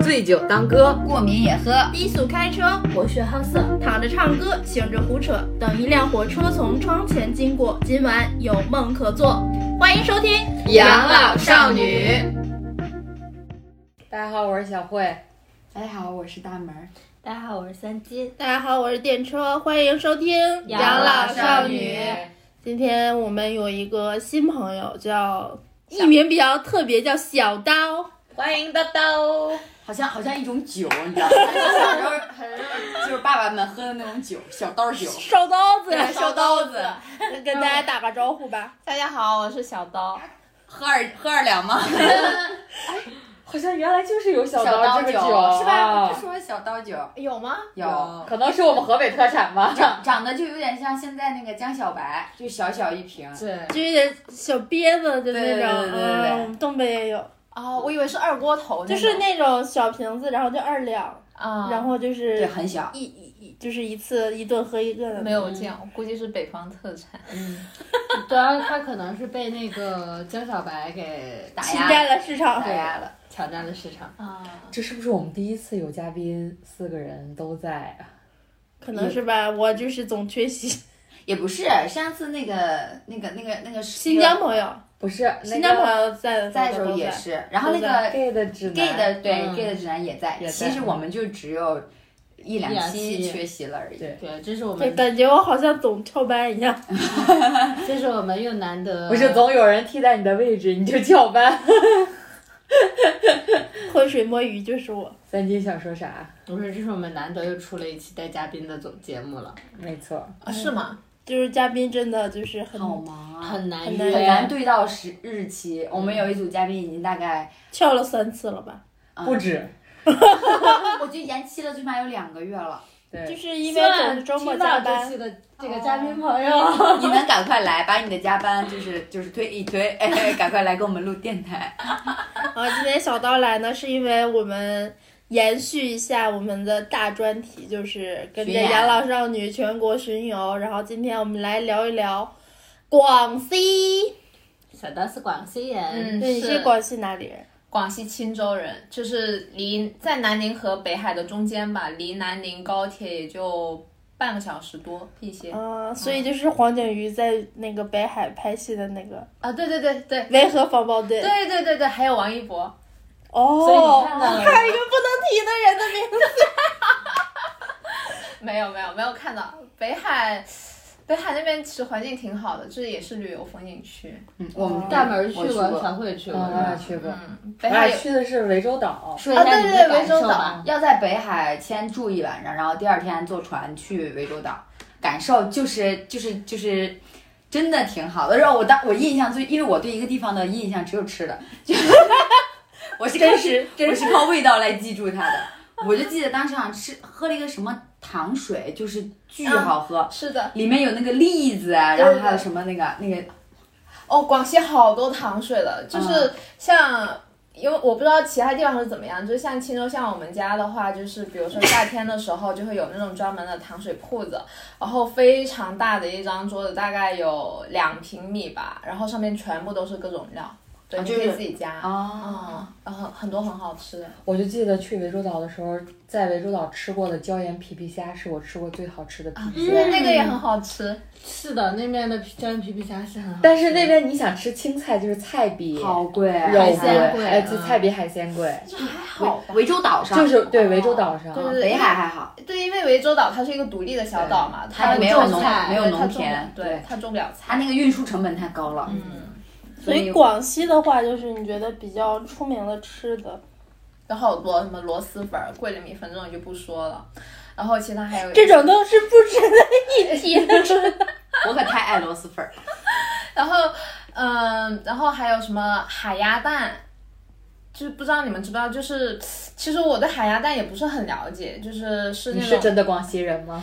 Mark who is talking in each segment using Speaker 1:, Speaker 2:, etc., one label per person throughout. Speaker 1: 醉酒当歌，
Speaker 2: 过敏也喝。
Speaker 3: 低速开车，博学好色，躺着唱歌，醒着胡扯。等一辆火车从窗前经过，今晚有梦可做。欢迎收听《
Speaker 1: 养老少女》。大家好，我是小慧。
Speaker 2: 大家好，我是大门儿。
Speaker 4: 大家好，我是三金。
Speaker 3: 大家好，我是电车，欢迎收听《
Speaker 4: 养老少女
Speaker 3: 今天我们有一个新朋友，叫艺名比较特别，叫小刀。
Speaker 1: 欢迎叨叨。
Speaker 2: 好像好像一种酒，你知道吗？小时候就是爸爸们喝的那种酒，小刀酒。
Speaker 3: 烧刀子，
Speaker 2: 烧刀子，
Speaker 3: 跟大家打个招呼吧。
Speaker 4: 大家好，我是小刀。
Speaker 2: 喝二喝二两吗？
Speaker 1: 好像原来就是有小
Speaker 2: 刀
Speaker 1: 这个
Speaker 2: 酒
Speaker 1: 啊
Speaker 2: 是吧？不是说小刀酒
Speaker 4: 有吗？
Speaker 2: 有。
Speaker 1: 可能是我们河北特 产吧。
Speaker 2: 长长得就有点像现在那个江小白，就小小一瓶。
Speaker 1: 对，
Speaker 3: 就有点小憋子，就那
Speaker 2: 对对对
Speaker 3: 种，
Speaker 2: 对对对
Speaker 3: 嗯，我们东北也有，
Speaker 4: 哦，我以为是二锅头
Speaker 3: 就
Speaker 4: 种，
Speaker 3: 是那种小瓶子，然后就二两，
Speaker 4: 啊，
Speaker 3: 然后就是
Speaker 2: 对，很小。
Speaker 3: 一一一就是一次一顿喝一顿的，
Speaker 4: 没有见过，估计是北方特产。
Speaker 5: 主要他可能是被那个江小白给打
Speaker 3: 侵占了市场
Speaker 2: 打。压了。
Speaker 5: 抢占了市场。
Speaker 4: 啊，
Speaker 1: 这是不是我们第一次有嘉宾四个人都在？
Speaker 3: 可能是吧，我就是总缺席。
Speaker 2: 也不是，上次那个那个那个那个
Speaker 3: 新疆朋友，
Speaker 1: 不是，
Speaker 3: 新疆朋友在的
Speaker 2: 在的
Speaker 3: 时
Speaker 2: 时
Speaker 3: 候
Speaker 2: 候
Speaker 3: 都
Speaker 2: 也
Speaker 3: 在
Speaker 2: 是，然后那
Speaker 3: 都
Speaker 2: 个
Speaker 1: gay 的指南
Speaker 2: gay 的对、
Speaker 5: 嗯
Speaker 2: gay 的指南也在。
Speaker 1: 也在嗯
Speaker 2: 其实我们就只有一
Speaker 5: 一
Speaker 2: 两
Speaker 5: 两
Speaker 2: 期
Speaker 5: 期
Speaker 2: 缺席了而已。
Speaker 1: 对
Speaker 5: 对，这是我
Speaker 3: 对，
Speaker 5: 们，
Speaker 3: 感觉我好像总翘班一样。
Speaker 5: 这是我们又难得，
Speaker 1: 不
Speaker 2: 呃
Speaker 1: 是总有人替代你的位置，你就翘班。
Speaker 3: 浑水摸鱼就是我。
Speaker 1: 三金想说啥？
Speaker 5: 不是，这是我们难得又出了一期带嘉宾的总节目了，
Speaker 1: 没错，
Speaker 4: 啊是吗？
Speaker 3: 就是嘉宾真的就是很
Speaker 2: 好忙啊，
Speaker 5: 很难
Speaker 3: 很
Speaker 5: 约，
Speaker 3: 难
Speaker 2: 很难对到时日期。我们有一组嘉宾已经大概，
Speaker 3: 翘了三次了吧，
Speaker 2: 嗯、
Speaker 1: 不止。
Speaker 2: 我觉得延期了最起码有两个月了。
Speaker 1: 对
Speaker 3: 就，是因
Speaker 5: 希
Speaker 3: 为
Speaker 5: 望
Speaker 3: 总周末
Speaker 5: 听到
Speaker 3: 加
Speaker 5: 这
Speaker 3: 班，
Speaker 5: 期的这个嘉宾朋友，
Speaker 2: 你们赶快来，把你的加班就是就是推一推，哎，赶快来跟我们录电台。
Speaker 3: 然后啊今天小刀来呢，是因为我们延续一下我们的大专题，就是跟着
Speaker 2: 巡演
Speaker 3: 养老少女全国巡游，然后今天我们来聊一聊广西。
Speaker 5: 小刀是广西人，
Speaker 4: 嗯，
Speaker 3: 对，你是广西哪里人？
Speaker 4: 广西钦州人，就是离在南宁和北海的中间吧，离南宁高铁也就半个小时多一些。
Speaker 3: 嗯，所以就是黄景瑜在那个北海拍戏的那个
Speaker 4: 啊，对对对对。
Speaker 3: 维和防暴队。
Speaker 4: 对对对对，还有王一博，
Speaker 3: 哦，
Speaker 5: 所以你看到了吗
Speaker 3: 还有一个不能提的人的名字。
Speaker 4: 没有没有没有看到北海，北海那边其实环境挺好的，就是也是旅游风景区。
Speaker 2: 嗯，我
Speaker 1: 哦
Speaker 2: 们
Speaker 5: 大门儿去
Speaker 2: 我去嗯
Speaker 5: 过，小慧去过，
Speaker 1: 我俩
Speaker 5: 对吧
Speaker 1: 去过，
Speaker 4: 嗯，
Speaker 1: 我
Speaker 4: 北海
Speaker 1: 俩
Speaker 4: 有
Speaker 1: 去的是涠洲岛。
Speaker 2: 说一
Speaker 4: 啊
Speaker 2: 下
Speaker 4: 对
Speaker 2: 你
Speaker 4: 对
Speaker 2: 的感
Speaker 4: 涠洲
Speaker 2: 受吧
Speaker 4: 岛。
Speaker 2: 要在北海先住一晚上，然后第二天坐船去涠洲岛，感受就是就是就是。真的挺好的，然后我当我印象最，因为我对一个地方的印象只有吃的，就是我是真实，我是靠味道来记住它的。我就记得当时好像吃喝了一个什么糖水，就是巨好喝，
Speaker 4: 是的，
Speaker 2: 里面有那个栗子啊，
Speaker 4: 对
Speaker 2: 然后还有什么那个那个
Speaker 4: 哦，广西好多糖水了，就是
Speaker 2: 嗯
Speaker 4: 像。因为我不知道其他地方是怎么样，就是像青州，像我们家的话，就是比如说夏天的时候，就会有那种专门的糖水铺子，然后非常大的一张桌子，大概有两平米吧，然后上面全部都是各种料，对，
Speaker 2: 啊
Speaker 4: 你
Speaker 2: 就
Speaker 4: 可以
Speaker 2: 是
Speaker 4: 自己加，啊、
Speaker 2: 哦，
Speaker 4: 然后很多很好吃的，
Speaker 1: 我就记得去涠洲岛的时候，在涠洲岛吃过的椒盐皮皮虾是我吃过最好吃的皮
Speaker 2: 嗯
Speaker 1: 皮虾。
Speaker 4: 对，那个也很好吃，
Speaker 5: 是的，那边的椒盐皮皮虾是很好吃，
Speaker 1: 但是那边你想吃青菜，就是菜比
Speaker 2: 好贵啊，
Speaker 1: 肉贵，
Speaker 5: 鲜贵
Speaker 1: 哎，就
Speaker 5: 嗯
Speaker 1: 菜比海鲜贵，
Speaker 4: 就还好吧。
Speaker 2: 涠洲岛上
Speaker 1: 就是对涠洲岛上。啊
Speaker 4: 对对
Speaker 2: 嗯啊
Speaker 4: 对，
Speaker 2: 北海还好。
Speaker 4: 对，因为涠洲岛它是一个独立的小岛嘛，
Speaker 2: 它
Speaker 4: 它
Speaker 2: 没有
Speaker 4: 种
Speaker 2: 农
Speaker 4: 菜
Speaker 2: 没有
Speaker 4: 对
Speaker 2: 农
Speaker 4: 它种
Speaker 2: 田
Speaker 4: 对
Speaker 2: 对
Speaker 4: 它种不了菜。
Speaker 2: 它那个运输成本太高了。
Speaker 4: 嗯，
Speaker 3: 所以广西的话，就是你觉得比较出名的吃的，
Speaker 4: 有好多什么螺蛳粉儿、桂林米粉这种就不说了，然后其他还有
Speaker 3: 这，种都是不值得一提的。
Speaker 2: 我可太爱螺蛳粉儿，
Speaker 4: 然后嗯、然后还有什么海鸭蛋。就是不知道你们知不知道，就是其实我对海鸭蛋也不是很了解，就是是
Speaker 1: 你
Speaker 4: 那
Speaker 1: 是
Speaker 4: 种
Speaker 1: 真的广西人吗？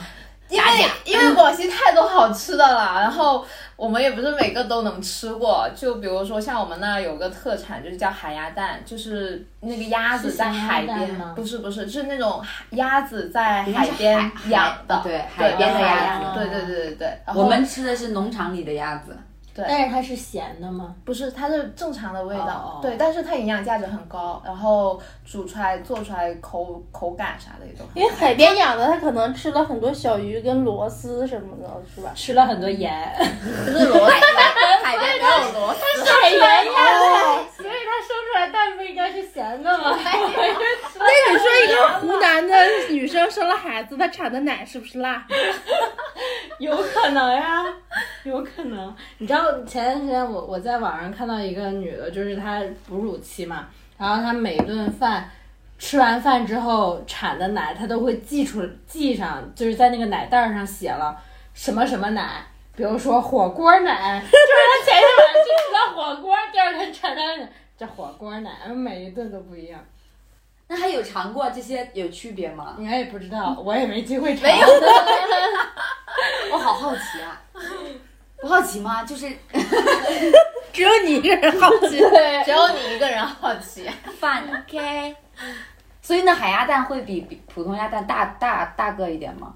Speaker 4: 因
Speaker 2: 哎
Speaker 4: 为哎因为广西太多好吃的了，然后我们也不是每个都能吃过，就比如说像我们那儿有个特产就是叫海鸭蛋，就是那个鸭子
Speaker 5: 是
Speaker 4: 在
Speaker 5: 咸鸭
Speaker 4: 海
Speaker 5: 蛋
Speaker 4: 边
Speaker 5: 吗，
Speaker 4: 不是不是，就是那种海鸭子在
Speaker 2: 人家
Speaker 4: 海
Speaker 2: 是
Speaker 4: 边
Speaker 2: 海
Speaker 4: 养的，
Speaker 2: 对，海
Speaker 4: 对
Speaker 2: 边的
Speaker 4: 海
Speaker 2: 鸭
Speaker 4: 鸭
Speaker 2: 子。
Speaker 4: 对对对对对，然后
Speaker 2: 我们吃的是农场里的鸭子，
Speaker 4: 对
Speaker 5: 但是它是咸的吗？
Speaker 4: 不是，它是正常的味道，
Speaker 2: 哦哦
Speaker 4: 对，但是它营养价值很高，然后煮出来、做出来口口感啥的也都 很
Speaker 3: 因为海边养的，它可能吃了很多小鱼跟螺丝什么的，是吧？
Speaker 5: 吃了很多盐，
Speaker 4: 不是螺丝，海边没有螺丝，
Speaker 5: 海盐呀，所以它生出来蛋不应该是咸的吗？
Speaker 3: 那你说一个湖南的女生生了孩子，她产的奶是不是辣？
Speaker 5: 有可能 呀，有可能。你知道前段时间我我在网上看到一个女的，就是她哺乳期嘛，然后她每顿饭吃完饭之后产的奶，她都会记出记上，就是在那个奶袋上写了什么什么奶。比如说火锅奶，就是她前一晚就吃到火锅，第二天产的奶，这火锅奶每一顿都不一样。
Speaker 2: 那还有尝过这些有区别吗？
Speaker 5: 我也不知道，我也没机会尝。
Speaker 2: 没有，我好好奇啊！不好奇吗？就是
Speaker 3: 只有你一个人好奇。
Speaker 2: 哎
Speaker 4: 只有你一个人好奇。
Speaker 2: 饭 OK。所以那海鸭蛋会比比普通鸭蛋大大大个一点吗？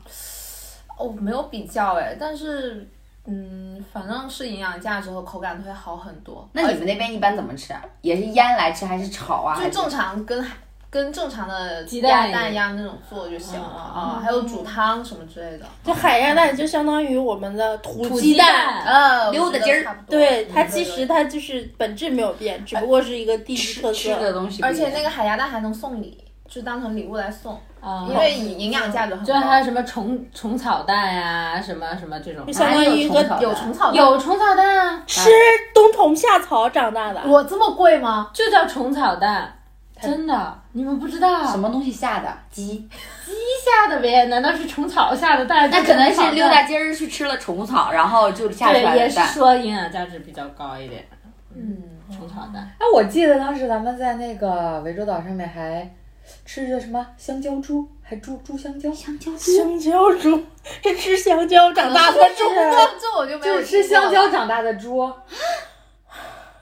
Speaker 4: 哦，没有比较哎，但是嗯，反正是营养价值和口感都会好很多。
Speaker 2: 那你们那边一般怎么吃啊？也是腌来吃还是炒啊？
Speaker 4: 就
Speaker 2: 还是
Speaker 4: 正常跟跟正常的
Speaker 5: 鸡蛋
Speaker 4: 鸭蛋一样那种做就行了啊，还有煮汤什么之类的。
Speaker 3: 就海鸭蛋就相当于我们的
Speaker 5: 土
Speaker 3: 土
Speaker 5: 鸡
Speaker 3: 鸡
Speaker 5: 蛋
Speaker 3: 蛋，嗯
Speaker 4: 呃，
Speaker 2: 溜达筋儿
Speaker 4: 儿
Speaker 3: 对它其实它就是本质没有变，只不过是一个地域特
Speaker 2: 吃
Speaker 3: 色。
Speaker 2: 的东西不一
Speaker 4: 而
Speaker 2: 样？
Speaker 4: 且那个海鸭蛋还能送礼，就当成礼物来送，
Speaker 5: 啊
Speaker 4: 因为营养价值很
Speaker 5: 就是还有
Speaker 4: 高。
Speaker 5: 什么虫虫草蛋呀、什么什么这种，
Speaker 3: 相当于一个
Speaker 4: 有虫草蛋
Speaker 5: 有虫草蛋啊，
Speaker 3: 吃冬虫夏草长大的，
Speaker 4: 我这么贵吗？
Speaker 5: 就叫虫草蛋，真的，你们不知道
Speaker 2: 什么东西下的鸡？
Speaker 5: 下的呗？难道是虫草下的蛋？
Speaker 2: 那可能是溜
Speaker 5: 大
Speaker 2: 达筋儿去吃了虫草，然后就下出
Speaker 5: 对，
Speaker 2: 来
Speaker 5: 也
Speaker 2: 的
Speaker 5: 是
Speaker 2: 蛋。
Speaker 5: 说营养价值比较高一点，
Speaker 4: 嗯，
Speaker 5: 虫草蛋。
Speaker 1: 哎，我记得当时咱们在那个涠洲岛上面还吃着什么香蕉猪，还猪猪香蕉，
Speaker 2: 香蕉猪，
Speaker 3: 香蕉猪，这吃香蕉长大 的猪。
Speaker 4: 这 我就没
Speaker 1: 就
Speaker 4: 有
Speaker 1: 是吃
Speaker 4: 听过
Speaker 1: 香蕉长大的猪。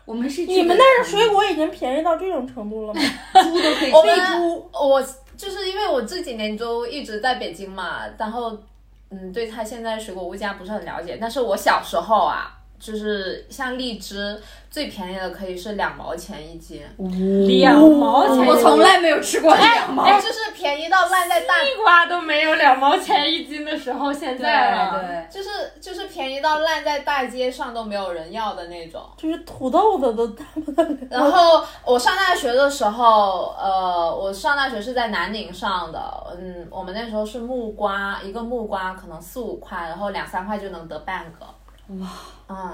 Speaker 2: 我们是
Speaker 3: 你们那儿水果已经便宜到这种程度了吗？
Speaker 2: 猪都可以
Speaker 4: 我
Speaker 2: 吃。
Speaker 4: 们我就是因为我这几年都一直在北京嘛，然后嗯，对它现在水果物价不是很了解，但是我小时候啊，就是像荔枝最便宜的可以是两毛钱一斤，
Speaker 5: 两毛钱一斤，
Speaker 2: 我从来没有吃过两毛。
Speaker 4: 哎，就是便宜到烂在大
Speaker 5: 地瓜都没有两毛钱一斤的时候，现在啊了。
Speaker 2: 对，
Speaker 4: 就是就是便宜到烂在大街上都没有人要的那种。
Speaker 3: 就是土豆子都大 不得了。
Speaker 4: 然后我上大学的时候，呃，我上大学是在南宁上的，嗯，我们那时候是木瓜，一个木瓜可能四五块，然后两三块就能得半个。哇，嗯，
Speaker 1: 哎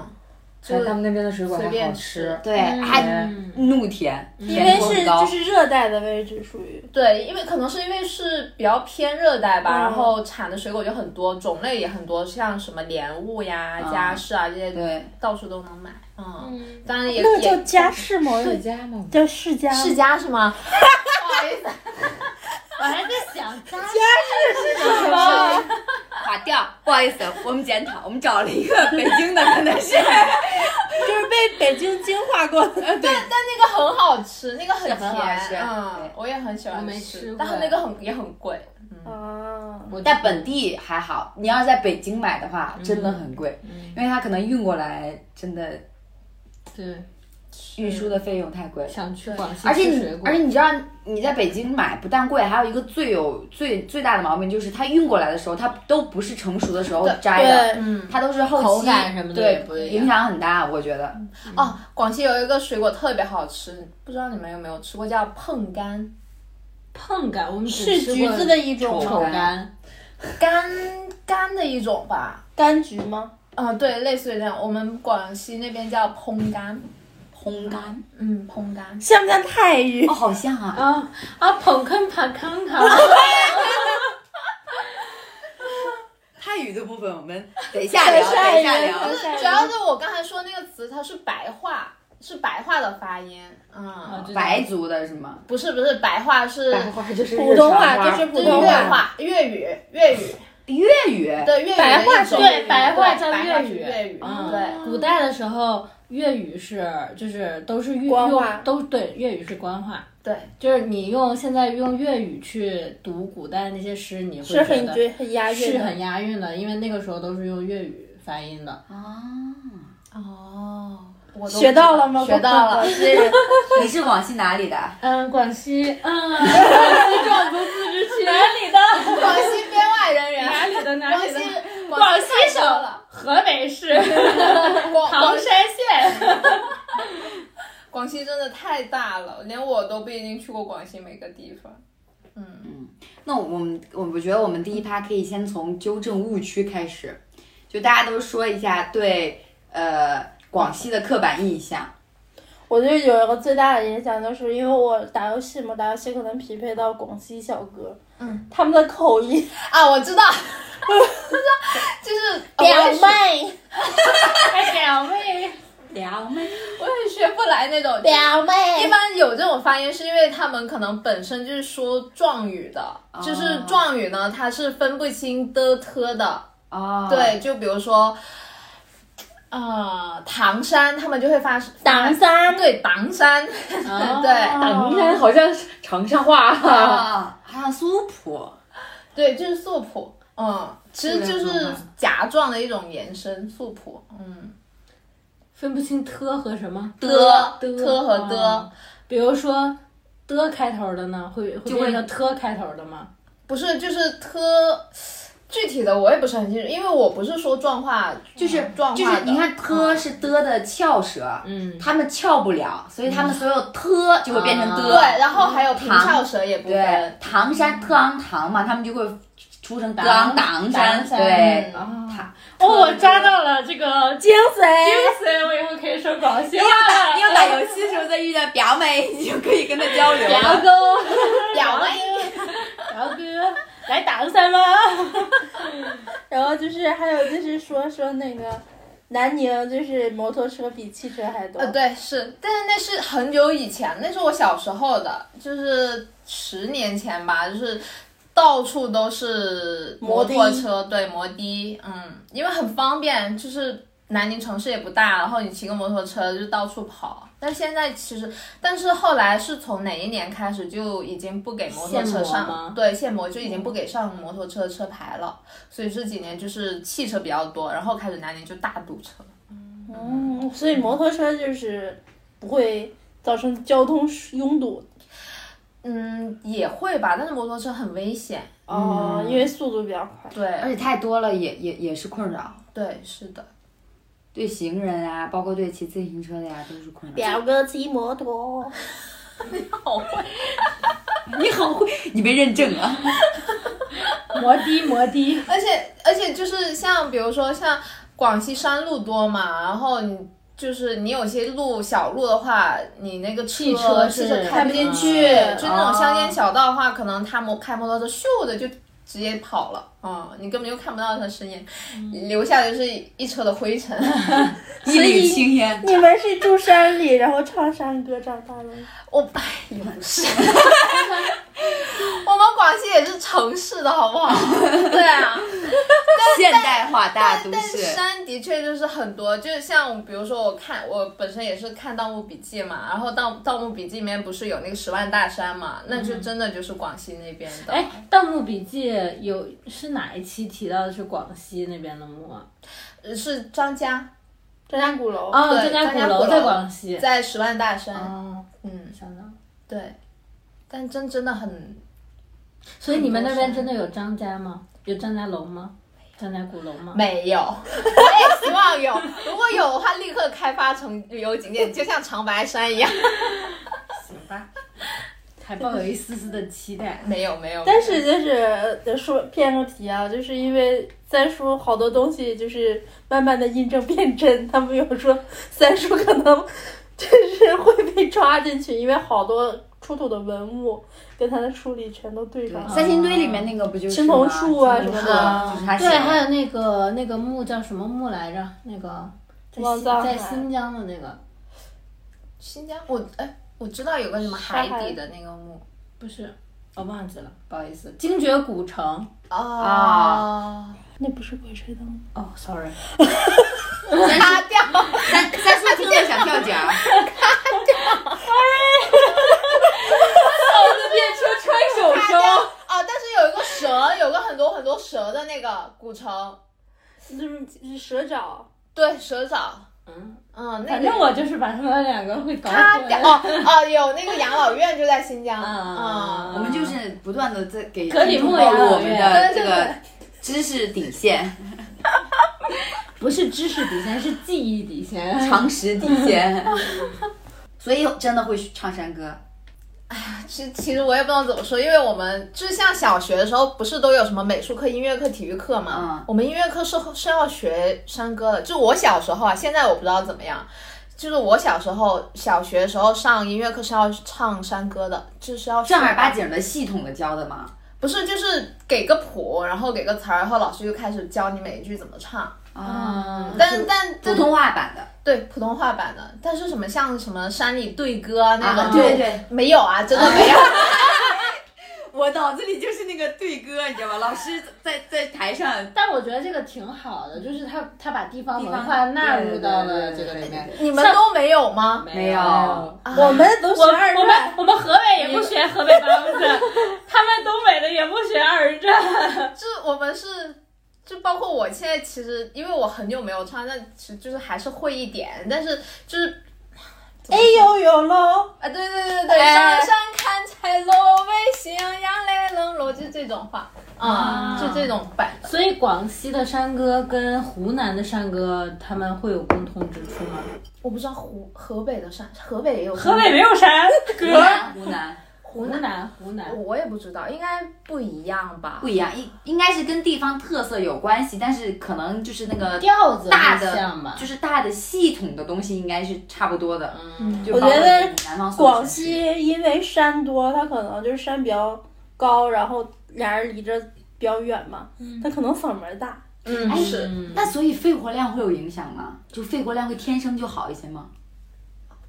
Speaker 1: 他们那边的水果
Speaker 4: 随
Speaker 1: 还好
Speaker 4: 便
Speaker 1: 吃
Speaker 4: 吃，
Speaker 2: 对，
Speaker 5: 嗯
Speaker 2: 还怒甜，
Speaker 3: 因
Speaker 2: 甜
Speaker 3: 为
Speaker 2: 度
Speaker 3: 是
Speaker 2: 很高
Speaker 3: 就。是热带的位置，属于
Speaker 4: 对，因为可能是因为是比较偏热带吧，
Speaker 3: 嗯
Speaker 4: 然后产的水果就很多，种类也很多，像什么莲雾呀、
Speaker 2: 嗯
Speaker 4: 嘉柿啊这些，
Speaker 2: 对，
Speaker 4: 到处都能买。嗯，
Speaker 5: 嗯，
Speaker 4: 当然也
Speaker 3: 那个叫
Speaker 4: 也
Speaker 3: 家世吗？
Speaker 1: 世家嘛，
Speaker 3: 叫世家吗。
Speaker 4: 世家是吗？不好意思，
Speaker 5: 我还在想家
Speaker 2: 垮掉，不好意思，我们检讨，我们找了一个北京的，可能是
Speaker 3: 就是被北京精化过的。
Speaker 4: 那个很好吃，那个很
Speaker 2: 很
Speaker 4: 甜，
Speaker 2: 好吃对
Speaker 4: 嗯，我也很喜
Speaker 5: 我
Speaker 4: 欢
Speaker 5: 没吃
Speaker 4: 吃
Speaker 5: 过，
Speaker 4: 但是那个很也很贵。
Speaker 3: 啊，
Speaker 2: 在本地还好，你要是在北京买的话，真的很贵，
Speaker 5: 嗯
Speaker 2: 因为它可能运过来，真的
Speaker 5: 对，
Speaker 2: 运输的费用太贵了。
Speaker 5: 想去广西
Speaker 2: 而且
Speaker 5: 吃
Speaker 2: 你
Speaker 5: 水，果
Speaker 2: 而且你知道你在北京买不但贵，还有一个最有最最大的毛病就是它运过来的时候，它都不是成熟的时候摘的，
Speaker 3: 对，
Speaker 4: 嗯，
Speaker 2: 它都是后期
Speaker 5: 口感什么的也不
Speaker 2: 对
Speaker 5: 一样
Speaker 2: 影响很大，我觉得。
Speaker 4: 哦，广西有一个水果特别好吃，不知道你们有没有吃过，叫碰柑，
Speaker 5: 碰感，我们只
Speaker 3: 是
Speaker 5: 吃
Speaker 3: 橘
Speaker 5: 过
Speaker 3: 子的一种
Speaker 5: 口
Speaker 3: 吗？
Speaker 5: 干，
Speaker 4: 柑柑的一种吧。
Speaker 3: 柑橘吗？
Speaker 4: 嗯，对，类似于这样，我们广西那边叫烘柑，
Speaker 2: 烘干
Speaker 4: 嗯，烘柑。
Speaker 3: 像不像泰语
Speaker 2: 哦，？好像啊，
Speaker 5: 啊啊，捧坑捧坑 糖，
Speaker 2: 泰语的部分我 们等一下聊，等一下聊
Speaker 3: 等
Speaker 4: 就
Speaker 3: 一。
Speaker 4: 是主要是我刚才说那个词，它是白话，是白话的发音，嗯，
Speaker 5: 知 道
Speaker 2: 白族的是吗？
Speaker 4: 不是不是白话是
Speaker 1: 白话就是
Speaker 3: 普通话就是
Speaker 4: 就
Speaker 3: 普
Speaker 4: 是
Speaker 3: 通
Speaker 4: 粤
Speaker 3: 话，
Speaker 4: 话，粤语粤语
Speaker 2: 粤语
Speaker 4: 对粤语
Speaker 3: 白话是
Speaker 5: 对白
Speaker 4: 白
Speaker 5: 话叫
Speaker 4: 白
Speaker 5: 粤
Speaker 4: 是
Speaker 5: 语
Speaker 4: 粤语，
Speaker 5: 嗯
Speaker 4: 对。
Speaker 5: 古代的时候，粤语是就是都是粤
Speaker 3: 官话
Speaker 5: 用都对，粤语是官话。
Speaker 4: 对，
Speaker 5: 就是你用现在用粤语去读古代那些诗，你会
Speaker 3: 是
Speaker 5: 觉
Speaker 3: 很
Speaker 5: 得
Speaker 3: 对很押韵
Speaker 5: 是
Speaker 3: 的。
Speaker 5: 很押韵的，因为那个时候都是用粤语发音的。
Speaker 2: 啊，
Speaker 4: 哦，我都
Speaker 3: 学到了吗？
Speaker 4: 学到了，
Speaker 2: 是，你是广西哪里的？
Speaker 5: 嗯，广西， 嗯，广西壮族自治区哪里的？
Speaker 4: 广西编外人员，
Speaker 5: 哪里的？哪
Speaker 4: 广
Speaker 5: 里
Speaker 4: 西
Speaker 5: 的？
Speaker 4: 广西省了，
Speaker 5: 河北市
Speaker 4: 广
Speaker 5: 唐
Speaker 4: 广
Speaker 5: 山县。
Speaker 4: 广西真的太大了，连我都不一定去过广西每个地方。
Speaker 2: 那我们我我觉得我们第一趴可以先从纠正误区开始，就大家都说一下对呃广西的刻板印象。
Speaker 3: 我就有一个最大的影响，就是因为我打游戏嘛，打游戏可能匹配到广西小哥，嗯，他们的口音，
Speaker 4: 啊，我知道， 就是就是
Speaker 3: 表
Speaker 4: 我也学
Speaker 3: 妹，
Speaker 5: 哎，表妹，
Speaker 2: 两妹，
Speaker 4: 我也学不来那种。
Speaker 2: 啊
Speaker 3: 表妹，
Speaker 4: 一般有这种发音，是因为他们可能本身就是说壮语的，
Speaker 2: 哦
Speaker 4: 就是壮语呢，它是分不清的特的。
Speaker 2: 哦，，
Speaker 4: 对，就比如说，呃，唐山，他们就会发
Speaker 3: 唐山
Speaker 4: 对，唐山，
Speaker 2: 哦
Speaker 4: 对
Speaker 1: 唐
Speaker 5: 哦
Speaker 1: 山好像 是长沙话啊，
Speaker 2: 啊， 还有苏普，
Speaker 4: 对，就是素朴，嗯，其实就
Speaker 2: 素朴
Speaker 4: 是
Speaker 2: 嘛
Speaker 4: 甲状的一种延伸，素朴，嗯，
Speaker 5: 分不清特和什么
Speaker 4: 的
Speaker 5: 的
Speaker 4: 特和的
Speaker 5: 啊，比如说的开头的呢，会会
Speaker 2: 会
Speaker 5: 变成特开头的吗？
Speaker 4: 不是，就是特。具体的我也不是很清楚，因为我不是说壮话，
Speaker 2: 就是
Speaker 4: 壮
Speaker 2: 就
Speaker 4: 话
Speaker 2: 是
Speaker 4: 的
Speaker 2: 你看特是的的翘舌，
Speaker 5: 嗯，
Speaker 2: 他们翘不了，所以他们所有特就会变成
Speaker 4: 对，
Speaker 2: 的。
Speaker 4: 然后还有平翘舌也不
Speaker 2: 对
Speaker 4: 分，，
Speaker 2: 唐山特昂唐嘛，他们就会出成的昂
Speaker 5: 昂
Speaker 2: 唐山，
Speaker 5: 唐山
Speaker 2: 对，
Speaker 5: 啊，哦，我抓到了这 个精
Speaker 3: 髓，
Speaker 5: 髓，我以后可以说广西
Speaker 2: 要
Speaker 5: 话
Speaker 2: 打
Speaker 5: 了。
Speaker 2: 要打游戏的时候，再遇到表妹，你就可以跟她交流了。
Speaker 5: 哥，
Speaker 4: 表妹
Speaker 5: 表哥，来唐山吗？
Speaker 3: 然后就是还有就是说说那个南宁，就是摩托车比汽车还多，
Speaker 4: 呃，对，是，但是那是很久以前，那是我小时候的，就是十年前吧，就是到处都是摩
Speaker 3: 摩的
Speaker 4: 托车，对，摩的，嗯，因为很方便，就是南宁城市也不大，然后你骑个摩托车就到处跑。但现在其实，但是后来是从哪一年开始就已经不给摩托
Speaker 5: 限
Speaker 4: 车
Speaker 5: 摩
Speaker 4: 上
Speaker 5: 吗，
Speaker 4: 对，限摩就已经不给上摩托车车牌了，所以这几年就是汽车比较多，然后开始南宁就大堵车。
Speaker 3: 嗯，所以摩托车就是不会造成交通拥堵，
Speaker 4: 嗯，也会吧，但是摩托车很危险。
Speaker 3: 哦，因为速度比较快，
Speaker 2: 而
Speaker 4: 对
Speaker 2: 且太多了也也也是困扰，
Speaker 4: 对，是的。
Speaker 2: 对行人啊，包括对骑自行车的呀、都是困扰。
Speaker 3: 表哥骑摩托，
Speaker 2: 你很会，你被认证啊了。
Speaker 5: 摩的，摩的，
Speaker 4: 而且而且就是像比如说像广西山路多嘛，然后你就是你有些路小路的话，你那个
Speaker 5: 汽车
Speaker 4: 车
Speaker 5: 是
Speaker 4: 开不进去，
Speaker 5: 嗯
Speaker 4: 就那种乡间小道的话，可能他摩开摩托车咻的就。直接跑了，嗯，你根本就看不到他身影，留下的就是一车的灰 尘。
Speaker 2: 一缕青烟，
Speaker 3: 你们是住山里，然后唱山歌长大的吗？
Speaker 4: 我哎，也不是， 我们广西也是城市的好不 好？对啊，
Speaker 2: 现代化大都
Speaker 4: 但是
Speaker 2: 市。
Speaker 4: 山的确就是很多，就是像比如说我看我本身也是看《盗墓笔记》嘛，然后盗《盗墓笔记》里面不是有那个十万大山嘛，那就真的就是广西那边的。
Speaker 5: 哎，《盗墓笔记》有是哪一期提到的是广西那边的墓啊？
Speaker 4: 是张家
Speaker 3: 张家鼓楼，
Speaker 5: 哦，张
Speaker 4: 对
Speaker 5: 家
Speaker 4: 张家鼓
Speaker 5: 楼
Speaker 4: 楼
Speaker 5: 在广西。
Speaker 4: 在十万大山，
Speaker 5: 哦，
Speaker 4: 嗯，
Speaker 5: 想到了。
Speaker 4: 对，但真真的很
Speaker 5: 所以你们那边真的有张家吗？有张家楼吗？张家鼓楼吗？
Speaker 4: 没有，我也希望有， 如果有的话，立刻开发成旅游景点，就像长白山一样。
Speaker 5: 还抱有一丝丝的期待。
Speaker 4: 没有没有，
Speaker 3: 但是就是呃说偏个题啊，就是因为三叔好多东西就是慢慢的印证变真，他们有说三叔可能 就是会被抓进去，因为好多出土的文物跟他的书里全都对上了。啊
Speaker 2: 三星堆里面那个不就是
Speaker 3: 青铜树啊什么的
Speaker 2: 的，就是他写
Speaker 5: 对，还啊
Speaker 2: 的。
Speaker 5: 有那个那个墓叫什么墓来着？那个在
Speaker 3: 忘
Speaker 5: 新
Speaker 3: 葬
Speaker 5: 在
Speaker 3: 了
Speaker 5: 新疆的那个
Speaker 4: 新疆，我哎，我知道有个什么海
Speaker 3: 沙海
Speaker 4: 底的那个墓
Speaker 5: 不是，我忘记了，不好意思，精绝古城。
Speaker 4: 啊，
Speaker 3: 那不是鬼吹灯吗？
Speaker 5: 哦，sorry，
Speaker 4: 擦 掉。
Speaker 2: 三三叔听着想跳脚儿，
Speaker 4: 手手啊，但是有一个蛇，有个很多很多蛇的那个古城，
Speaker 3: 就是蛇爪，
Speaker 4: 对，蛇爪，
Speaker 5: 嗯，
Speaker 4: 嗯，那
Speaker 5: 反
Speaker 4: 个
Speaker 5: 正我就是把他们两个会搞
Speaker 4: 他
Speaker 5: 混。
Speaker 4: 哦哦有那个养老院就在新疆，嗯
Speaker 5: 啊
Speaker 2: 我们就是不断的在给
Speaker 5: 格里
Speaker 2: 听众
Speaker 5: 木
Speaker 2: 暴露
Speaker 5: 养老
Speaker 2: 我们的
Speaker 5: 院
Speaker 2: 这个知识底线、
Speaker 5: 不是知识底线，是记忆底线。
Speaker 2: 常识底线， 所以真的会唱山歌。
Speaker 4: 其其实我也不知道怎么说，因为我们就是像小学的时候，不是都有什么美术课、音乐课、体育课嘛？
Speaker 2: 嗯
Speaker 4: 我们音乐课是是要学山歌的。就我小时候啊，现在我不知道怎么样。就是我小时候小学的时候上音乐课是要唱山歌的，就是要
Speaker 2: 正儿八
Speaker 4: 经，
Speaker 2: 经的系统的教的嘛。
Speaker 4: 不是就是给个谱，然后给个词儿，然后老师就开始教你每一句怎么唱。
Speaker 2: 啊，
Speaker 4: 但但
Speaker 2: 普
Speaker 4: 但
Speaker 2: 通话版的，
Speaker 4: 对普通话版的，但是什么像什么山里对歌啊那
Speaker 2: 啊
Speaker 4: 种，
Speaker 2: 对对，
Speaker 4: 没有啊，真的没有。
Speaker 2: 我脑子里就是那个对歌，你知道吗？老师在在台上，
Speaker 5: 但我觉得这个挺好的，就是他他把地方
Speaker 2: 地
Speaker 5: 文
Speaker 2: 方
Speaker 5: 化纳入
Speaker 2: 对
Speaker 5: 到
Speaker 2: 对
Speaker 5: 了
Speaker 2: 对
Speaker 5: 这个里
Speaker 2: 对
Speaker 5: 面
Speaker 2: 对。
Speaker 4: 你们都没有吗？
Speaker 2: 没有
Speaker 3: 我们都
Speaker 5: 我
Speaker 3: 是二
Speaker 5: 我
Speaker 3: 战
Speaker 5: 们，我们河北也不学河北梆子， 他们东北的也不学二战。
Speaker 4: 就是我们是，就包括我现在其实，因为我很久没有唱，但其实就是还是会一点，但是就是
Speaker 3: 哎呦呦喽，
Speaker 4: 啊，对对对对，上山看彩楼，为夕阳来冷落，就这种话啊，就这种版的。
Speaker 5: 所以广西的山歌跟湖南的山歌，他们会有共通之处吗？
Speaker 4: 我不知道湖河北的山，河北也有，
Speaker 5: 河北没有山
Speaker 2: 湖
Speaker 5: 歌，
Speaker 2: 南湖南
Speaker 5: 湖南湖南
Speaker 4: 我也不知道，应该不一样吧
Speaker 2: 不？一样，应应该是跟地方特色有关系，但是可能就是那个
Speaker 5: 调子
Speaker 2: 大
Speaker 5: 不像
Speaker 2: 的
Speaker 5: 吧，
Speaker 2: 就是大的系统的东西应该是差不多的。
Speaker 5: 嗯，
Speaker 2: 就
Speaker 3: 我
Speaker 2: 包括
Speaker 3: 觉得
Speaker 2: 南方宋
Speaker 3: 广
Speaker 2: 词
Speaker 3: 西因为山多，它可能就是山比较高，然后俩人离着比较远嘛，它可能嗓门大。
Speaker 4: 嗯，
Speaker 2: 哎
Speaker 4: 是
Speaker 2: 那所以肺活量会有影响吗？就肺活量会天生就好一些吗？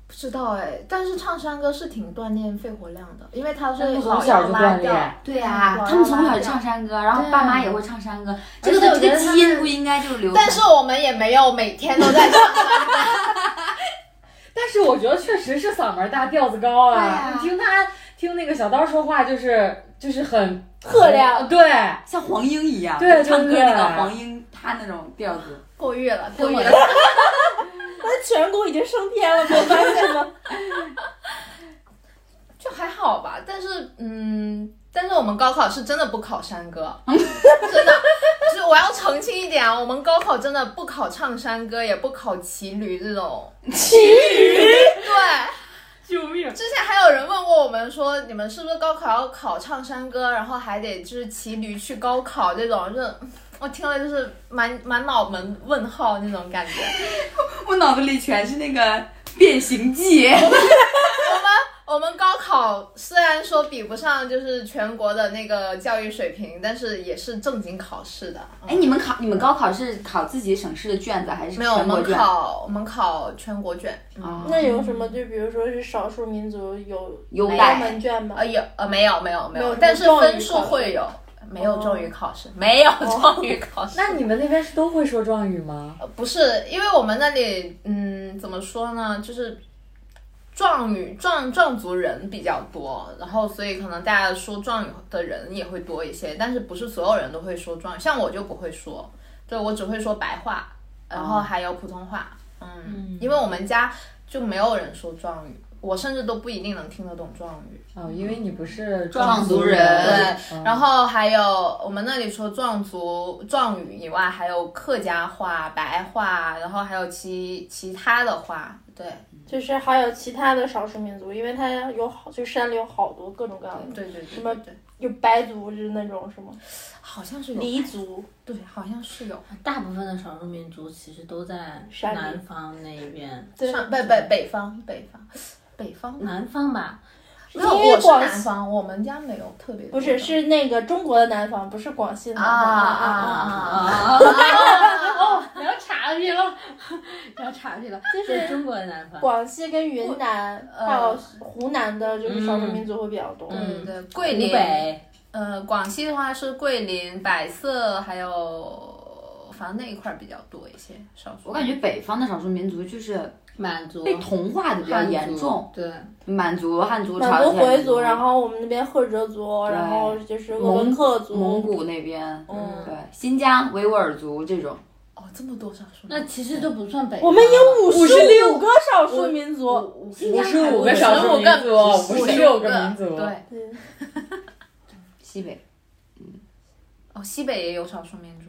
Speaker 4: 不知道哎，但是唱山歌是挺锻炼肺活量的，因为他是
Speaker 1: 从
Speaker 4: 老
Speaker 1: 小
Speaker 4: 要
Speaker 1: 就
Speaker 4: 拉
Speaker 1: 锻
Speaker 4: 调
Speaker 1: 炼
Speaker 2: 对啊呀、
Speaker 4: 嗯
Speaker 2: 他们从小就唱山歌，然后爸妈也会唱山歌，这个
Speaker 5: 而且我
Speaker 2: 这
Speaker 5: 觉
Speaker 2: 个
Speaker 5: 得
Speaker 2: 基因不应该就流传。
Speaker 4: 但是我们也没有每天都在唱山歌。
Speaker 1: 但是我觉得确实是嗓门大，调子高
Speaker 2: 对
Speaker 1: 啊。
Speaker 2: 呀
Speaker 1: 你听他听那个小刀说话，就是就是很啊
Speaker 3: 特亮，
Speaker 1: 对，
Speaker 2: 像黄英一样，
Speaker 1: 对
Speaker 2: 唱歌
Speaker 1: 对对
Speaker 2: 那个黄英，他那种调子，
Speaker 4: 过誉了，过誉
Speaker 2: 我
Speaker 4: 了。
Speaker 3: 那颧骨已经升天了，没有发现吗？
Speaker 4: 就还好吧，但是嗯，但是我们高考是真的不考山歌，
Speaker 2: 嗯
Speaker 4: 真的，就是我要澄清一点啊，我们高考真的不考唱山歌，也不考骑驴这种。骑驴？对，
Speaker 5: 救命！
Speaker 4: 之前还有人问过我们说，你们是不是高考要考唱山歌，然后还得就是骑驴去高考这种，就是 我听了就是满满脑门问号那种感觉。
Speaker 2: 我脑子里全是那个《变形记》
Speaker 4: 我们高考虽然说比不上就是全国的那个教育水平，但是也是正经考试的。嗯
Speaker 2: 哎，你们考你们高考是考自己省市的卷子还是
Speaker 4: 没有，我
Speaker 2: 全国
Speaker 4: 们
Speaker 2: 卷？
Speaker 4: 考我们考全国卷，嗯，
Speaker 2: 啊，
Speaker 3: 那有什么？就比如说是少数民族有
Speaker 2: 优
Speaker 3: 没有
Speaker 2: 待
Speaker 3: 门卷吗
Speaker 4: 呃？有呃没有没有没
Speaker 3: 没有
Speaker 4: 有
Speaker 3: 什，么
Speaker 4: 但是
Speaker 3: 状语
Speaker 4: 分数
Speaker 3: 考试
Speaker 4: 会有，没有状语考试，没有 状语考试。
Speaker 1: 那你们那边是都会说壮语吗？
Speaker 4: 呃不是因为我们那里嗯怎么说呢，就是。壮语壮壮族人比较多，然后所以可能大家说壮语的人也会多一些，但是不是所有人都会说壮语，像我就不会说，对我只会说白话，然后还有普通话，嗯，因为我们家就没有人说壮语，我甚至都不一定能听得懂壮语，
Speaker 1: 哦，因为你不是
Speaker 2: 壮族
Speaker 1: 族
Speaker 2: 人
Speaker 4: 对，然后还有我们那里除了壮族壮语以外，还有客家话、白话，然后还有其其他的话，对
Speaker 3: 就是还有其他的少数民族，因为它有好，就山里有好多各种各样的，
Speaker 4: 对对对
Speaker 3: 么
Speaker 4: 对对，
Speaker 3: 有白族就是那种是吗？
Speaker 4: 好像是有，
Speaker 3: 黎族，
Speaker 4: 对，好像是有
Speaker 5: 大部分的少数民族其实都在
Speaker 3: 山里
Speaker 5: 南方那一边，
Speaker 3: 对，
Speaker 4: 上北北北方北方北方，
Speaker 5: 南方吧，
Speaker 4: 没
Speaker 3: 因
Speaker 4: 有，
Speaker 3: 为
Speaker 4: 我是
Speaker 3: 广
Speaker 4: 南
Speaker 3: 西
Speaker 4: 方，我们家没有特别
Speaker 3: 不
Speaker 4: 多的
Speaker 3: 是是那个中国的南方，不是广西的
Speaker 4: 啊
Speaker 3: 南方
Speaker 4: 啊
Speaker 3: 啊
Speaker 4: 啊
Speaker 3: 啊！
Speaker 4: 啊
Speaker 5: 聊岔劈了， 聊岔劈了，这
Speaker 3: 是
Speaker 5: 中国的南方。
Speaker 3: 广西跟云南
Speaker 4: 呃
Speaker 3: 还有湖南的，就是少数民族会比较多。
Speaker 5: 嗯
Speaker 4: 对对，桂
Speaker 5: 湖
Speaker 4: 林，
Speaker 5: 北，
Speaker 4: 呃，广西的话是桂林、百色，还有反正那一块儿比较多一些，少数。
Speaker 2: 我感觉北方的少数民族就是
Speaker 5: 满族
Speaker 2: 被同化的比较严重，，
Speaker 5: 对，
Speaker 2: 满族、汉族、
Speaker 3: 满
Speaker 2: 嗯朝
Speaker 3: 族、
Speaker 2: 鲜
Speaker 3: 回族，然后我们那边赫哲族，
Speaker 2: 对
Speaker 3: 然后就是鄂
Speaker 2: 蒙
Speaker 3: 温克
Speaker 2: 蒙
Speaker 3: 族，
Speaker 2: 古那边，
Speaker 3: 嗯
Speaker 2: 对，新疆维吾尔族这种，
Speaker 4: 哦，这么多少数？
Speaker 5: 那其实就不算北方了。
Speaker 3: 我们
Speaker 5: 啊
Speaker 3: 有五十
Speaker 1: 56
Speaker 3: 个少数民族，
Speaker 1: 五
Speaker 2: 新疆
Speaker 1: 十五
Speaker 2: 还
Speaker 1: 个
Speaker 2: 不
Speaker 1: 少
Speaker 4: 55
Speaker 1: 数民
Speaker 4: 个
Speaker 1: 族，五十六个
Speaker 4: 56
Speaker 1: 民族，
Speaker 4: 对，
Speaker 3: 对，
Speaker 2: 西北，
Speaker 4: 哦，西北也有少数民族。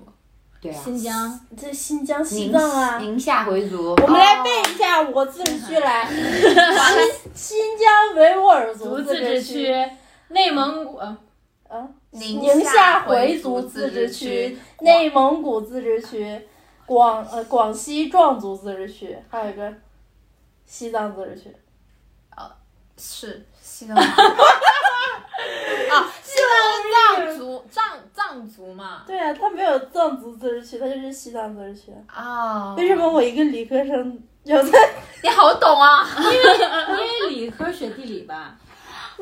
Speaker 2: 对啊，
Speaker 5: 新疆，
Speaker 3: 这新疆、西
Speaker 2: 宁
Speaker 3: 藏啊。
Speaker 2: 宁夏回族，哦
Speaker 3: 我们来背一下我自治区来，新新疆维吾尔族
Speaker 5: 族自治
Speaker 3: 治
Speaker 5: 区，内蒙古，呃
Speaker 3: 啊，
Speaker 4: 宁
Speaker 3: 宁
Speaker 4: 夏
Speaker 3: 夏
Speaker 4: 回
Speaker 3: 回
Speaker 4: 族
Speaker 3: 族
Speaker 4: 自
Speaker 3: 自
Speaker 4: 治
Speaker 3: 治
Speaker 4: 区
Speaker 3: 区、内蒙古自治区、广呃广西壮族自治区，还有一个西藏自治区。
Speaker 4: 是西 藏啊，西藏藏族藏藏族嘛
Speaker 3: 对啊，他没有藏族自治区，他就是西藏自治区。
Speaker 4: 啊，
Speaker 3: 为什么我一个理科生要在？
Speaker 4: 你好懂 啊？
Speaker 5: 因为理科学地理吧，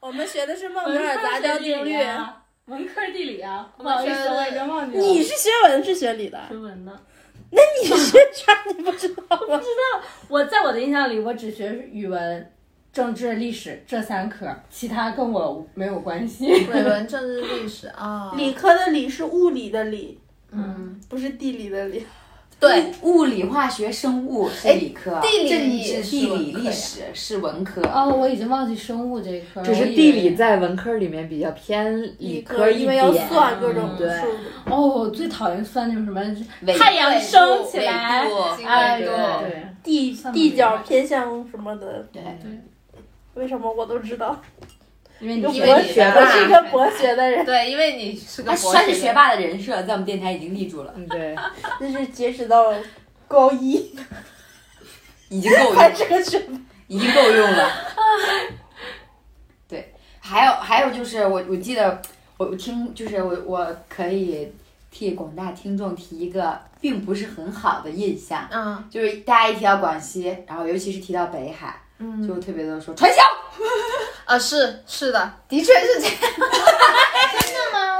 Speaker 3: 我们学的是孟
Speaker 5: 文
Speaker 3: 德尔
Speaker 5: 科
Speaker 3: 杂交
Speaker 5: 学地
Speaker 3: 定
Speaker 5: 理
Speaker 3: 律。
Speaker 5: 啊，文科地理啊，不好意思，我已经忘记 了。
Speaker 3: 你是学文是学理的？
Speaker 5: 学文 的，
Speaker 3: 你学啥？你不知道 吗？
Speaker 5: 我在我的印象里，我只学语文、政治、历史这三科，其他跟我没有关系。
Speaker 4: 伟文政治历史啊，
Speaker 3: 理科的理是物理的理，
Speaker 4: 嗯，
Speaker 3: 不是地理的理。
Speaker 4: 对，
Speaker 2: 物理、化学、生物是理科，
Speaker 4: 地理
Speaker 2: 政
Speaker 4: 也
Speaker 2: 治、
Speaker 4: 是
Speaker 2: 地
Speaker 4: 文
Speaker 2: 理、
Speaker 4: 科
Speaker 2: 历
Speaker 4: 呀
Speaker 2: 史是文科。
Speaker 5: 哦，我已经忘记生物这一科，
Speaker 1: 只
Speaker 5: 我
Speaker 1: 是
Speaker 5: 以
Speaker 1: 地
Speaker 5: 为
Speaker 1: 理在文科里面比较偏理科一
Speaker 3: 因为要
Speaker 1: 点。
Speaker 3: 算各种
Speaker 1: 对
Speaker 3: 数字。
Speaker 5: 哦，我最讨厌算那种什么
Speaker 2: 纬
Speaker 5: 太阳升起来
Speaker 2: 纬，度
Speaker 5: 哎，
Speaker 4: 纬
Speaker 5: 对
Speaker 4: 度
Speaker 5: 对，
Speaker 3: 地
Speaker 5: 算不
Speaker 3: 地
Speaker 5: 明
Speaker 3: 角
Speaker 5: 白
Speaker 3: 偏向什么的，
Speaker 2: 对，
Speaker 3: 为什么我都知道？
Speaker 5: 因为
Speaker 3: 因为
Speaker 5: 你
Speaker 3: 你
Speaker 5: 是
Speaker 4: 因为
Speaker 5: 文
Speaker 4: 你
Speaker 5: 学
Speaker 3: 我是一个
Speaker 4: 对
Speaker 3: 博学的人，
Speaker 4: 对，因为你是个
Speaker 2: 他
Speaker 4: 博
Speaker 2: 算是
Speaker 4: 哎学
Speaker 2: 学霸的人设，在我们电台已经立住了，
Speaker 1: 嗯，对，
Speaker 3: 这是截止到高一
Speaker 2: 已经够
Speaker 3: 还
Speaker 2: 用，
Speaker 3: 是个学霸。
Speaker 2: 已经够用了。对，还有还有就是我我记得我我听就是我我可以替广大听众提一个并不是很好的印象，
Speaker 4: 嗯
Speaker 2: 就是大家一提到广西，然后尤其是提到北海，
Speaker 4: 嗯，
Speaker 2: 就特别的说传销。
Speaker 4: 啊，是是的，的确是这样。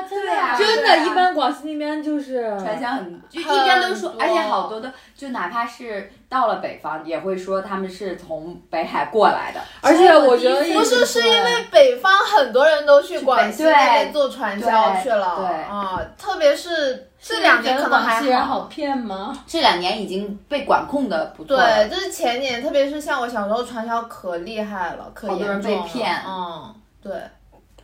Speaker 2: 对呀
Speaker 1: 真
Speaker 4: 对啊
Speaker 1: 的，一般广西那边就是
Speaker 2: 传销很，就一
Speaker 4: 很
Speaker 2: 边都说，
Speaker 4: 多
Speaker 2: 而且好多的，就哪怕是到了北方，也会说他们是从北海过来的。
Speaker 1: 而且我觉得一
Speaker 4: 不是，
Speaker 1: 直
Speaker 4: 是
Speaker 1: 说
Speaker 4: 因为北方很多人都去广西
Speaker 2: 对
Speaker 4: 那边做传销
Speaker 2: 对
Speaker 4: 去了，
Speaker 2: 对
Speaker 4: 啊、特别是这两年可能
Speaker 5: 广西人
Speaker 4: 还
Speaker 5: 好骗吗？
Speaker 2: 这两年已经被管控的不错了
Speaker 4: 对，就是前年，特别是像我小时候传销可厉害了，可
Speaker 2: 好多
Speaker 4: 严
Speaker 2: 人
Speaker 4: 重了
Speaker 2: 被骗
Speaker 4: 嗯，对，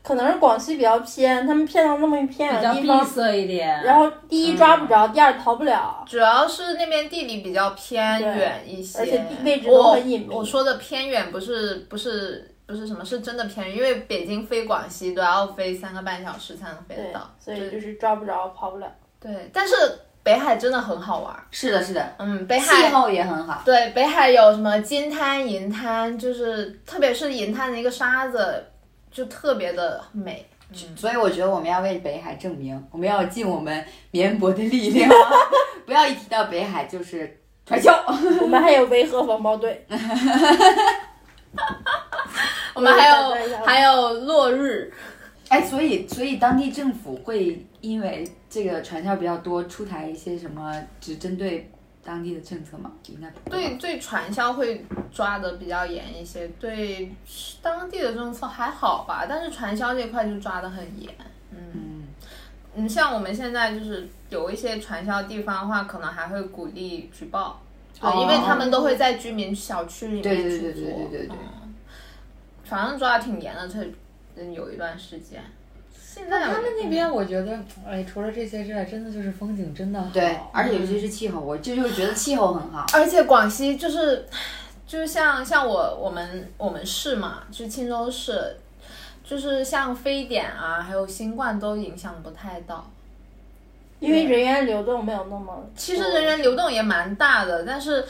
Speaker 3: 可能是广西比较偏，他们骗到那么一偏
Speaker 5: 比
Speaker 3: 远
Speaker 5: 较
Speaker 3: 的地
Speaker 5: 闭
Speaker 3: 方，
Speaker 5: 塞一点，
Speaker 3: 然后第一抓不着，第二逃不了，
Speaker 4: 主要是那边地理比较偏远一些，
Speaker 3: 而且地位置都
Speaker 4: 我
Speaker 3: 很隐秘。
Speaker 4: 我说的偏远不是不是不是什么，是真的偏远，因为北京飞广西都要飞三个半小时才能飞得
Speaker 3: 对
Speaker 4: 到，，
Speaker 3: 所以就是抓不着，跑不了。
Speaker 4: 对，但是北海真的很好玩儿，
Speaker 2: 是的，是的，
Speaker 4: 嗯，北
Speaker 2: 气
Speaker 4: 海。
Speaker 2: 候也很好。
Speaker 4: 对，北海有什么金滩、银滩，就是特别是银滩的一个沙子，就特别的美。
Speaker 3: 嗯
Speaker 2: 所以我觉得我们要为北海证明，我们要尽我们绵薄的力 量，不要一提到北海就是传销。
Speaker 3: 我们还有维和防暴队，
Speaker 4: 我们还
Speaker 3: 我也想到
Speaker 4: 有还有落日，
Speaker 2: 哎，所以所以当地政府会因为这个传销比较多，出台一些什么只针对当地的政策吗？应该不会吧
Speaker 4: 对对传销会抓的比较严一些，对当地的政策还好吧，但是传销这块就抓的很严。
Speaker 2: 嗯，
Speaker 4: 嗯，像我们现在就是有一些传销地方的话，可能还会鼓励举报，对，因为他们都会在居民小区
Speaker 2: 哦
Speaker 4: 里面
Speaker 2: 对对
Speaker 4: 去
Speaker 2: 对对
Speaker 4: 做
Speaker 2: 对对对对
Speaker 4: 嗯反正抓的挺严的，这嗯有一段时间。现在嗯
Speaker 1: 他们那边我觉得，哎，除了这些之外，真的就是风景真的好。
Speaker 2: 对，而且尤其是气候，我这就是觉得气候很好。
Speaker 4: 而且广西就是，就是像像我我们我们市嘛，就是钦州市，就是像非典啊，还有新冠都影响不太到。
Speaker 3: 因为人员流动没有那么。
Speaker 4: 其实人员流动也蛮大的，但是，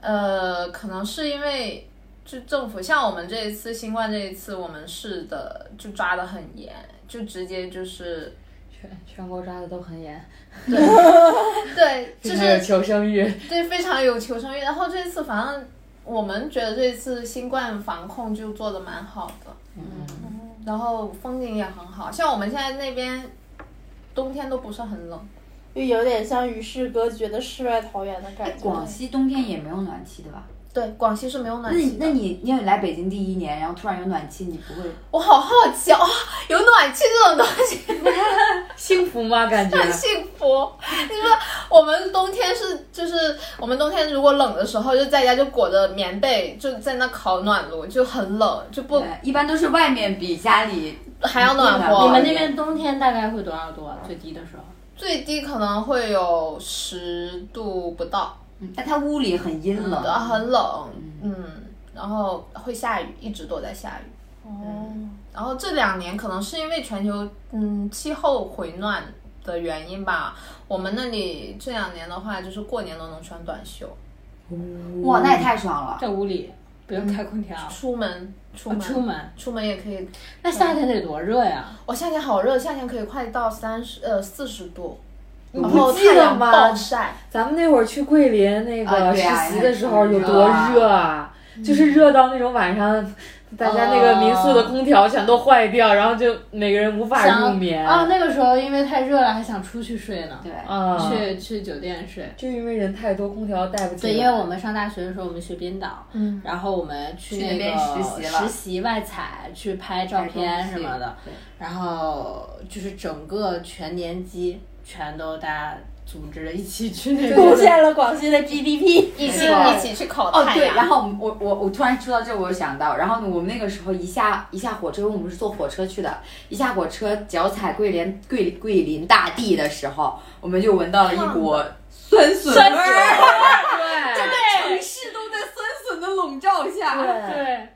Speaker 4: 呃，可能是因为就政府像我们这一次新冠这一次，我们市的就抓得很严，就直接就是
Speaker 1: 全全国抓的都很严，
Speaker 4: 对，就
Speaker 1: 非常有
Speaker 4: 是
Speaker 1: 求生欲。
Speaker 4: 对，非常有求生欲。然后这次反正我们觉得这次新冠防控就做的蛮好的，嗯，然后风景也很好，像我们现在那边冬天都不是很冷，
Speaker 3: 又有点像与世隔绝的世外桃源的感觉。
Speaker 2: 哎广西冬天也没有暖气的吧？
Speaker 4: 对，广西是没有
Speaker 2: 那
Speaker 4: 暖气
Speaker 2: 你
Speaker 4: 的
Speaker 2: 那。你你来北京第一年，然后突然有暖气，你不会？
Speaker 4: 我好好奇哦， 有暖气这种东西，
Speaker 1: 幸福吗？感
Speaker 2: 啊
Speaker 1: 觉
Speaker 4: 幸福。你说我们冬天是就是我们冬天如果冷的时候，就在家就裹着棉被，就在那烤暖炉，就很冷，就不
Speaker 2: 呃对，一般都是外面比家里
Speaker 4: 还要暖
Speaker 2: 你
Speaker 5: 你
Speaker 4: 和
Speaker 5: 们。那边冬天大概会多少度啊？最低的时候？
Speaker 4: 最低可能会有十度不到，
Speaker 2: 嗯但他屋里很阴冷，
Speaker 4: 啊，很冷，嗯，然后会下雨，一直都在下雨。
Speaker 3: 嗯
Speaker 4: 然后这两年可能是因为全球嗯气候回暖的原因吧，我们那里这两年的话，就是过年都能穿短袖，
Speaker 2: 哇，那也太爽了。
Speaker 5: 在屋里不用开空调，
Speaker 4: 出门出
Speaker 5: 啊
Speaker 4: 门、
Speaker 5: 出门。
Speaker 4: 出门也可以。
Speaker 5: 那夏天得多热呀！
Speaker 4: 我、夏天好热，夏天可以快到三十呃四十度，然
Speaker 1: 不
Speaker 4: 后
Speaker 1: 记
Speaker 4: 太
Speaker 1: 得
Speaker 4: 阳
Speaker 1: 吗
Speaker 4: 暴晒，
Speaker 1: 咱们那会儿去桂林那
Speaker 2: 啊
Speaker 1: 个
Speaker 2: 对
Speaker 1: 实
Speaker 2: 啊
Speaker 1: 习的时候有多
Speaker 2: 很
Speaker 1: 热
Speaker 2: 热
Speaker 1: 啊，就是热到那种晚上。大家那个民宿的空调全都坏掉，然后就每个人无法
Speaker 5: 想
Speaker 1: 入眠
Speaker 5: 啊，那个时候因为太热了，还想出去睡呢，
Speaker 2: 对，
Speaker 1: 啊
Speaker 5: 去去酒店睡。
Speaker 1: 就因为人太多，空调带不起来。
Speaker 5: 对，因为我们上大学的时候，我们去冰岛，嗯，然后我们去
Speaker 2: 去那
Speaker 5: 那
Speaker 2: 边
Speaker 5: 个
Speaker 2: 实习了
Speaker 5: 实习外采，去拍照片什么的，
Speaker 2: 对
Speaker 5: 然后就是整个全年级全都大家组织了一起去那个
Speaker 3: 贡献了广西的 GDP。
Speaker 4: 一起
Speaker 2: 错
Speaker 4: 一起去烤
Speaker 2: 哦
Speaker 4: 太
Speaker 2: 对，
Speaker 4: 阳。
Speaker 2: 然后我们我我我突然说到这，我想到，然后我们那个时候一下一下火车，因为我们是坐火车去的，一下火车脚踩桂林桂桂林大地的时候，我们就闻到了一股酸笋味儿，整个城市都在酸笋的笼罩下。
Speaker 5: 对，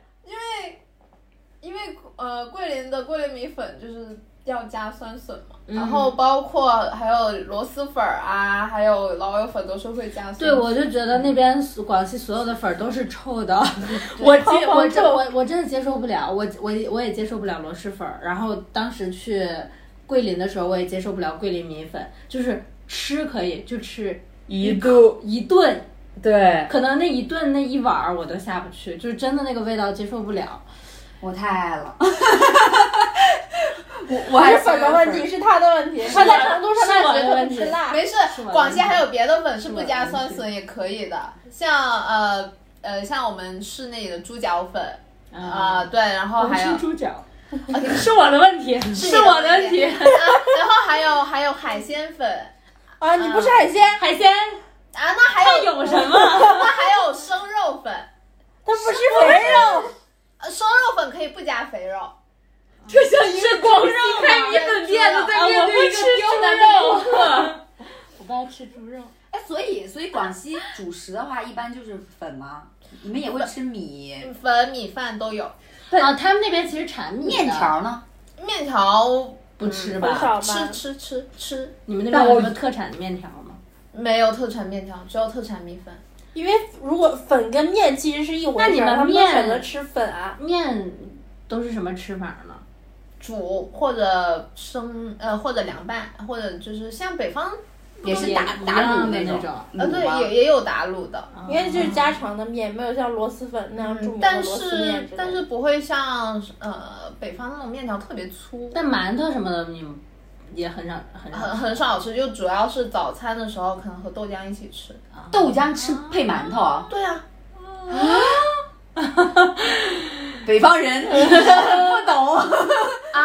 Speaker 4: 因为呃，桂林的桂林米粉就是要加酸笋嘛，
Speaker 5: 嗯
Speaker 4: 然后包括还有螺蛳粉儿啊，还有老友粉都是会加酸
Speaker 5: 对，
Speaker 4: 笋。
Speaker 5: 我就觉得那边所广西所有的粉儿都是臭的， 我接我这我我真的接受不了，我我我也接受不了螺蛳粉儿。然后当时去桂林的时候，我也接受不了桂林米粉，就是吃可以，就吃
Speaker 1: 一度
Speaker 5: 一顿，
Speaker 1: 对，
Speaker 5: 可能那一顿那一碗儿我都下不去，就是真的那个味道接受不了。
Speaker 2: 我太爱了，我我还
Speaker 3: 是粉的问题，是他的问题。他在成都上
Speaker 5: 是
Speaker 3: 大
Speaker 5: 我的
Speaker 3: 学都
Speaker 5: 问
Speaker 3: 不
Speaker 5: 题
Speaker 3: 吃辣。
Speaker 4: 没事
Speaker 5: 是，嗯吧
Speaker 4: 广西还有别的粉是
Speaker 5: 是吧
Speaker 4: 不加酸笋也可以的，像呃呃，像我们市内的猪脚粉
Speaker 5: 啊，
Speaker 4: 啊、对，然后
Speaker 5: 我
Speaker 4: 还有
Speaker 5: 是猪 脚，啊是我的问题，是我的问题。
Speaker 4: 啊，然后还有还有海鲜粉
Speaker 3: 啊，你不吃海鲜，
Speaker 5: 海鲜
Speaker 4: 啊，那还有
Speaker 5: 有什么？
Speaker 4: 那还有生肉粉，
Speaker 3: 他不吃肥肉。
Speaker 4: 呃生肉粉可以不加肥肉。
Speaker 1: 这像一个广西开米粉店的在
Speaker 5: 啊
Speaker 1: 面对一个刁难的顾客。
Speaker 5: 我不爱吃猪肉。
Speaker 2: 哎，所以所以广西主食的话，一般就是粉吗？你们也会吃米
Speaker 4: 粉、米饭都有，
Speaker 5: 啊，他们那边其实产米的
Speaker 2: 面条呢？
Speaker 4: 面条
Speaker 5: 不吃
Speaker 3: 很
Speaker 5: 吧？
Speaker 3: 少
Speaker 4: 吃
Speaker 3: 吧？
Speaker 4: 吃吃吃，
Speaker 5: 你们那
Speaker 1: 但
Speaker 5: 边有
Speaker 1: 我
Speaker 5: 什么特产的面条吗？
Speaker 4: 没有特产面条，只有特产米粉。
Speaker 3: 因为如果粉跟面其实是一回事儿，
Speaker 5: 那你们
Speaker 3: 他们都
Speaker 5: 面
Speaker 3: 选择吃粉啊。
Speaker 5: 面都是什么吃法呢？
Speaker 4: 煮或者生呃或者凉拌，或者就是像北方
Speaker 2: 也是打
Speaker 5: 也
Speaker 2: 打卤
Speaker 5: 一样的
Speaker 2: 种
Speaker 5: 那种，
Speaker 4: 呃
Speaker 2: 卤啊吗
Speaker 4: 对也也有打卤的，
Speaker 5: 哦
Speaker 4: 嗯
Speaker 3: 应该就是家常的面，没有像螺蛳粉那样
Speaker 5: 嗯
Speaker 3: 著名的
Speaker 4: 但
Speaker 3: 螺蛳面
Speaker 4: 是
Speaker 3: 之类的
Speaker 4: 但是不会像呃北方那种面条特别粗，
Speaker 5: 但馒头什么的，你们也很少很
Speaker 4: 很
Speaker 5: 少
Speaker 4: 很少吃，就主要是早餐的时候可能和豆浆一起吃。
Speaker 2: 豆浆吃配馒头啊，
Speaker 4: 对啊，
Speaker 2: 北方 人不懂，
Speaker 4: 啊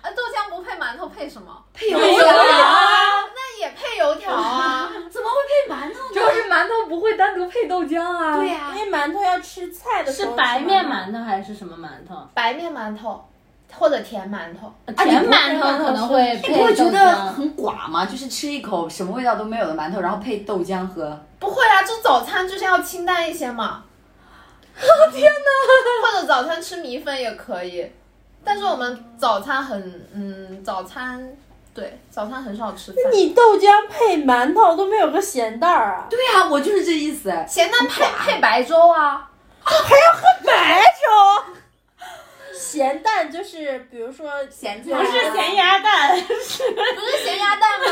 Speaker 4: 啊豆浆不配馒头配什么？
Speaker 2: 配油条
Speaker 4: 那也配油条啊。
Speaker 2: 怎么会配馒头
Speaker 1: 主要是馒头不会单独配豆浆啊。
Speaker 2: 对呀、
Speaker 3: 因为馒头要吃菜的时
Speaker 5: 是
Speaker 3: 候吃
Speaker 5: 白面馒头还是什么馒头？
Speaker 4: 白面馒头或者甜馒头，
Speaker 5: 甜馒头可能会
Speaker 2: 你不会
Speaker 5: 配
Speaker 2: 觉
Speaker 5: 豆
Speaker 2: 得
Speaker 5: 浆。
Speaker 2: 很寡吗？就是吃一口什么味道都没有的馒头，然后配豆浆喝。
Speaker 4: 不会啊，这早餐就是要清淡一些嘛。天哪！或者早餐吃米粉也可以，但是我们早餐很嗯，早餐对早餐很少吃饭。
Speaker 3: 你豆浆配馒头都没有个咸蛋儿啊，
Speaker 2: 对呀、我就是这 意思。
Speaker 4: 咸蛋配配白粥啊，
Speaker 3: 白粥。咸蛋就是，比如说
Speaker 2: 咸
Speaker 5: 啊
Speaker 2: 菜
Speaker 3: 不是咸鸭蛋，
Speaker 4: 不是咸鸭蛋吗？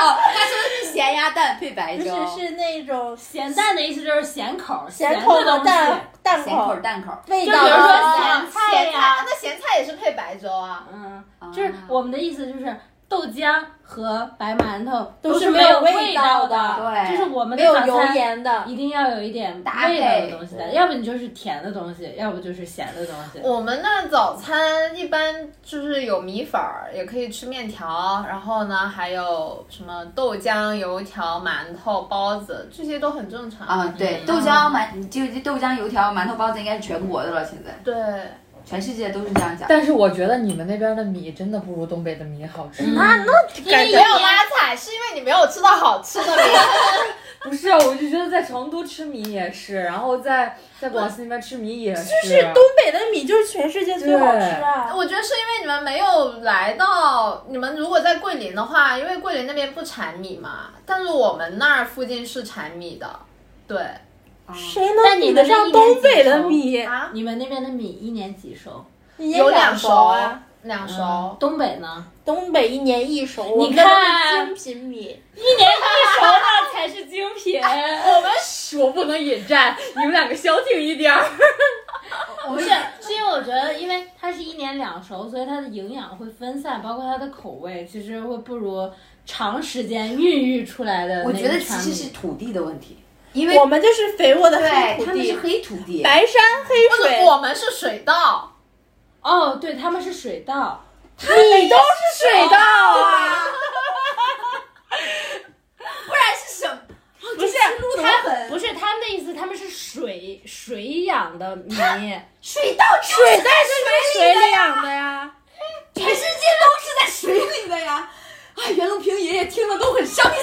Speaker 2: 哦，他说的是咸鸭蛋配白
Speaker 3: 不
Speaker 2: 粥
Speaker 3: 是，是那种
Speaker 5: 咸蛋的意思就是咸口，
Speaker 3: 咸
Speaker 5: 的
Speaker 3: 口的
Speaker 5: 东西
Speaker 3: 蛋蛋
Speaker 2: 咸口蛋口。
Speaker 3: 味
Speaker 5: 就比如说
Speaker 3: 道。
Speaker 4: 啊
Speaker 5: 咸菜呀
Speaker 4: 那咸菜也是配白粥啊。
Speaker 5: 嗯，
Speaker 2: 啊
Speaker 5: 就是我们的意思就是。豆浆和白馒头
Speaker 3: 都是
Speaker 5: 是
Speaker 3: 没
Speaker 5: 有
Speaker 3: 有味道
Speaker 5: 道
Speaker 3: 的
Speaker 5: 就是我们
Speaker 3: 没
Speaker 5: 的
Speaker 3: 有
Speaker 5: 早
Speaker 3: 油
Speaker 5: 餐
Speaker 3: 盐的，
Speaker 5: 一定要有一点味
Speaker 2: 搭
Speaker 5: 道
Speaker 2: 配
Speaker 5: 的东西的，要不你就是甜的东西，要不就是咸的东西。
Speaker 4: 我们那早餐一般就是有米粉儿，也可以吃面条，然后呢还有什么豆浆、油条、馒头、包子，这些都很正常。
Speaker 2: 啊、对，豆浆馒就就豆浆、油条、馒头、包子应该是全国的了，现在
Speaker 4: 对，
Speaker 2: 全世界都是这样讲。
Speaker 1: 但是我觉得你们那边的米真的不如东北的米好吃。
Speaker 4: 感觉没有拉踩，是因为你没有吃到好吃的米。
Speaker 1: 不是，啊我就觉得在成都吃米也是，然后在在广西那边吃米也是。啊就是
Speaker 3: 东北的米就是全世界最好吃啊！
Speaker 4: 我觉得是因为你们没有来到，你们如果在桂林的话，因为桂林那边不产米嘛，但是我们那儿附近是产米的，对
Speaker 3: 谁能比得上东北的米？
Speaker 4: 啊，
Speaker 5: 你们那边的米一年几熟？
Speaker 3: 你也
Speaker 4: 有两
Speaker 3: 熟
Speaker 4: 熟嗯
Speaker 3: 啊！，
Speaker 4: 两熟。
Speaker 5: 东北呢？
Speaker 3: 东北一年一熟，我们
Speaker 5: 看
Speaker 3: 那都是精品米，
Speaker 5: 一年一熟那才是精品。
Speaker 1: 我不能引战，你们两个消停一点儿。
Speaker 5: 不是，是因为我觉得，因为它是一年两熟，所以它的营养会分散，包括它的口味，其实会不如长时间孕育出来的那
Speaker 2: 我
Speaker 5: 一
Speaker 2: 觉得其
Speaker 5: 串
Speaker 2: 实
Speaker 5: 米
Speaker 2: 是土地的问题，因为
Speaker 3: 我们就是肥沃的黑
Speaker 2: 对
Speaker 3: 土
Speaker 2: 他们是
Speaker 3: 地，
Speaker 2: 黑土地，
Speaker 3: 白山黑
Speaker 4: 不
Speaker 3: 水
Speaker 4: 是，，我们是水稻，
Speaker 5: 哦，对，他们是水稻，
Speaker 3: 米都是水稻 啊！
Speaker 2: 不然是什么？
Speaker 3: 不是啊
Speaker 5: 他
Speaker 2: 很
Speaker 5: 不是他们的意思，他们是水水养的米，
Speaker 2: 水稻就是
Speaker 3: 水
Speaker 2: 在
Speaker 3: 在是水里养的呀，
Speaker 2: 全世界都是在水里的呀！哎，袁隆平爷爷听了都很伤心。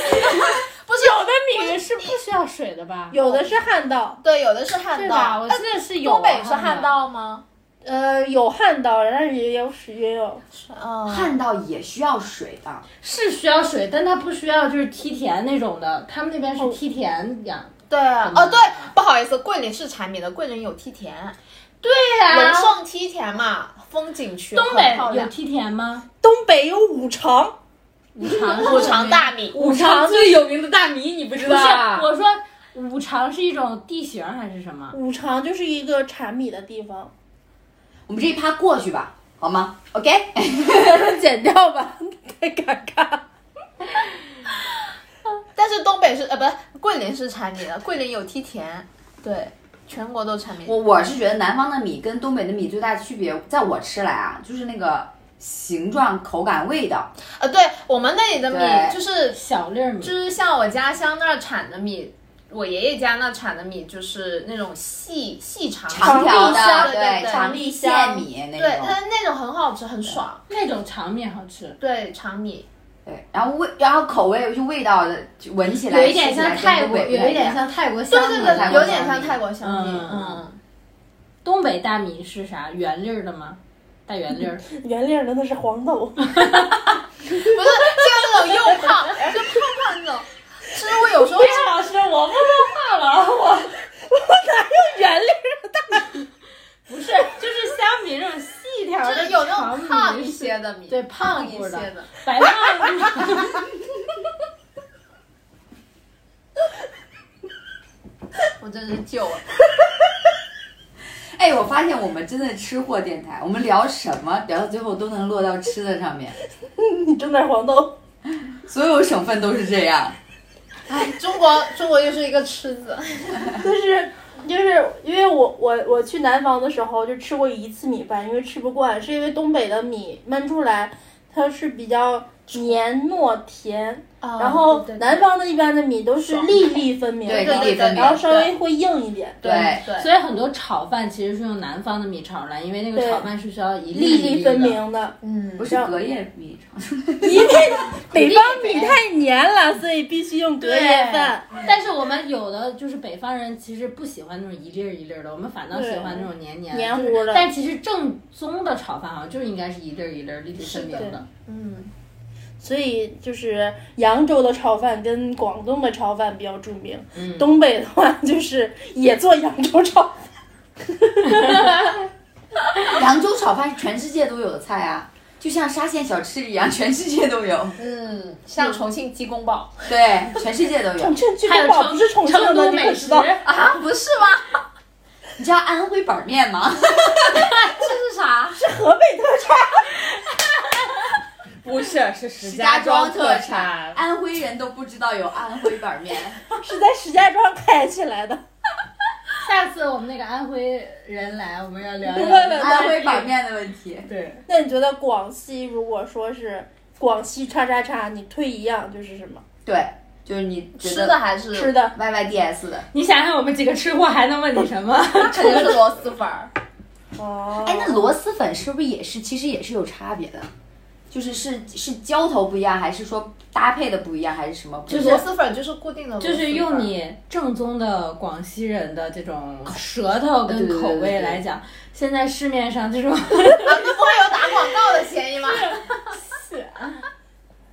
Speaker 4: 不是有的
Speaker 5: 那个是不需要水的吧？
Speaker 3: 有的是旱稻，
Speaker 4: 对，有的是旱
Speaker 5: 对吧？
Speaker 4: 稻
Speaker 5: 我，记得呃是有
Speaker 4: 东北是
Speaker 5: 旱
Speaker 4: 旱，稻吗？
Speaker 3: 呃，有旱稻，但是也有水，也有
Speaker 4: 嗯，
Speaker 2: 旱稻也需要水的，
Speaker 5: 是需要水，但它不需要就是梯田那种的，他们那边是梯田养。
Speaker 4: 对，哦对，不好意思，桂林是产米的，桂林有梯田，
Speaker 5: 对
Speaker 4: 龙
Speaker 5: 呀、
Speaker 4: 胜梯田嘛，风景区，
Speaker 5: 东
Speaker 4: 很漂
Speaker 5: 北有
Speaker 4: 亮
Speaker 5: 梯田 吗？
Speaker 3: 东北有五常。
Speaker 5: 五常，
Speaker 4: 五常大米，
Speaker 1: 五常最有名的大米，你不知
Speaker 5: 不
Speaker 1: 道
Speaker 5: 是
Speaker 1: 啊？
Speaker 5: 我说。五常是一种地形还是什么？
Speaker 3: 五常就是一个产米的地方，
Speaker 2: 我们这一趴过去吧，好吗？OK，
Speaker 3: 剪掉吧，太尴尬。
Speaker 4: 但是东北是呃，不是桂林是产米的，桂林有梯田，对，全国都产米。
Speaker 2: 我我是觉得南方的米跟东北的米最大区别，在我吃来啊，就是那个形状、口感、味道。
Speaker 4: 呃，对我们那里的
Speaker 2: 对
Speaker 4: 米就是
Speaker 5: 小粒儿米
Speaker 4: 就，是像我家乡那儿产的米，我爷爷家那儿产的米就是那种细细长
Speaker 2: 长条
Speaker 4: 条
Speaker 2: 的，
Speaker 4: 对对
Speaker 2: 长
Speaker 4: 对，
Speaker 2: 粒线米那
Speaker 4: 对，
Speaker 2: 种。
Speaker 4: 但是那种很好吃，很爽。
Speaker 5: 那种长面好吃，
Speaker 4: 对，长米，
Speaker 2: 对，然后味，然后口味就味道的，就闻起来
Speaker 5: 有一点像
Speaker 2: 吃起来
Speaker 5: 泰
Speaker 2: 跟东
Speaker 5: 国，
Speaker 2: 北不
Speaker 5: 有一点
Speaker 2: 样
Speaker 5: 像泰国
Speaker 4: 对
Speaker 5: 香米的
Speaker 4: 对
Speaker 2: 泰
Speaker 4: 对，
Speaker 5: 感觉。
Speaker 2: 国
Speaker 4: 有
Speaker 2: 香
Speaker 4: 点像
Speaker 2: 米
Speaker 4: 泰国香米，
Speaker 5: 嗯
Speaker 4: 嗯。
Speaker 5: 东北大米是啥？圆粒儿的吗？带圆 粒儿？
Speaker 3: 圆粒儿的那是黄豆，
Speaker 4: 不是像那种又胖，就胖胖那种。其实我有时候
Speaker 5: 哎老师，我不说话了， 我
Speaker 3: 圆粒儿
Speaker 5: 不是，就是相比这种细条
Speaker 4: 就
Speaker 5: 儿
Speaker 4: 是
Speaker 5: 的
Speaker 4: 有那
Speaker 5: 长
Speaker 4: 种
Speaker 5: 米
Speaker 4: 胖一些的米，
Speaker 5: 对
Speaker 4: 胖
Speaker 5: 胖
Speaker 4: 一
Speaker 5: 乎
Speaker 4: 些
Speaker 5: 的
Speaker 4: 的。
Speaker 5: 白胖乎的
Speaker 4: 我真是救了。
Speaker 2: 哎，我发现我们真的吃货电台，我们聊什么聊到最后都能落到吃的上面，
Speaker 3: 你整点黄豆。
Speaker 2: 所有省份都是这样。
Speaker 4: 哎， 中国中国又是一个吃字，
Speaker 3: 就是就是因为我我我去南方的时候就吃过一次米饭，因为吃不惯，是因为东北的米焖出来它是比较黏糯甜，
Speaker 4: 哦
Speaker 3: 然后南方的一般的米都是粒粒分明，
Speaker 2: 对，
Speaker 4: 对
Speaker 2: 粒粒分明
Speaker 3: 然。后稍微会硬一点。
Speaker 4: 对对
Speaker 5: 所以很多炒饭其实是用南方的米炒出来，因为那个
Speaker 3: 对
Speaker 5: 炒饭是需要一粒
Speaker 3: 粒
Speaker 5: 一
Speaker 3: 粒
Speaker 5: 粒
Speaker 3: 分
Speaker 5: 的。
Speaker 3: 明的，
Speaker 4: 嗯
Speaker 2: 不是隔夜米肠，
Speaker 3: 因为北方米太黏了，所以必须用隔夜饭。
Speaker 5: 但是我们有的就是北方人，其实不喜欢那种一粒儿一粒儿的，我们反倒喜欢那种黏黏
Speaker 3: 黏糊
Speaker 5: 就是
Speaker 3: 的
Speaker 5: 但其实正宗的炒饭好啊像就应该是一粒儿一粒儿、粒粒分明
Speaker 4: 是
Speaker 5: 的。
Speaker 4: 嗯，
Speaker 3: 所以就是扬州的炒饭跟广东的炒饭比较著名，
Speaker 5: 嗯
Speaker 3: 东北的话就是也做扬州炒饭。
Speaker 2: 扬州炒饭是全世界都有的菜啊，就像沙县小吃一样，全世界都有。
Speaker 4: 嗯，像重庆鸡公煲
Speaker 2: 对，全世界都有
Speaker 3: 重。庆聚
Speaker 5: 还有
Speaker 3: 公煲不是重
Speaker 5: 成
Speaker 3: 庆
Speaker 5: 成
Speaker 3: 的，
Speaker 5: 都
Speaker 3: 你
Speaker 5: 美
Speaker 3: 可
Speaker 5: 食
Speaker 3: 知道？
Speaker 4: 啊，不是吗？
Speaker 2: 你知道安徽板面 吗？
Speaker 4: 这是啥？
Speaker 3: 河北特产。
Speaker 1: 不是，是石
Speaker 2: 石家庄特
Speaker 1: 产。
Speaker 2: 安徽人都不知道有安徽板 面，
Speaker 3: 是在石家庄开起来 的。
Speaker 5: 下次我们那个安徽人来，我们要聊
Speaker 3: 对
Speaker 5: 聊
Speaker 3: 对
Speaker 2: 安徽板面的问题。
Speaker 5: 对，
Speaker 3: 那你觉得广西如果说是广西叉叉叉，你推一样就是什么？
Speaker 2: 对，就是你觉
Speaker 4: 吃
Speaker 2: 得
Speaker 4: 的还是
Speaker 3: 吃的
Speaker 2: Y Y D S 的，
Speaker 5: 你想想我们几个吃货还能问你 什么？
Speaker 4: 肯定是螺蛳粉 儿。
Speaker 3: 哦，
Speaker 2: 哎，那螺蛳粉是不是也是其实也是有差别的？就是是是浇头不一样，还是说搭配的不一样，还是什么不一样？
Speaker 4: 螺蛳粉就是固定的螺蛳粉，
Speaker 5: 就是用你正宗的广西人的这种舌头跟口味来讲，现在市面上 这种
Speaker 4: 啊不会有打广告的嫌 疑吗？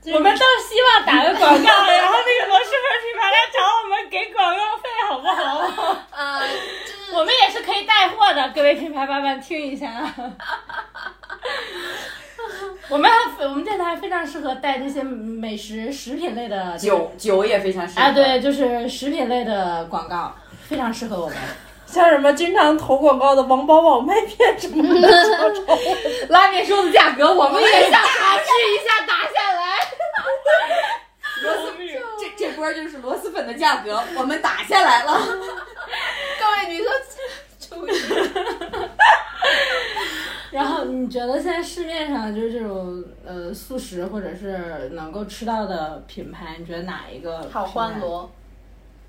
Speaker 5: 我们倒希望打个广告，然后那个螺蛳粉品牌来找我们给广告费，好不好？
Speaker 4: 啊，就是
Speaker 5: 我们也是可以带货的，各位品牌爸爸听一下。 我们我们电台非常适合带这些美食食品类的这个
Speaker 2: 酒酒也非常适合
Speaker 5: 啊，对，就是食品类的广告，非常适合我们。
Speaker 3: 像什么经常投广告的王饱饱麦片什么的，
Speaker 2: 拉面收的价格，我们也想尝试一下打下来。 螺蛳这这波就是螺蛳粉的价格，我们打下来了。
Speaker 4: 各位女生，
Speaker 5: 然后你觉得现在市面上就是这种呃速食或者是能够吃到的品牌，你觉得哪一个？
Speaker 4: 好欢。螺，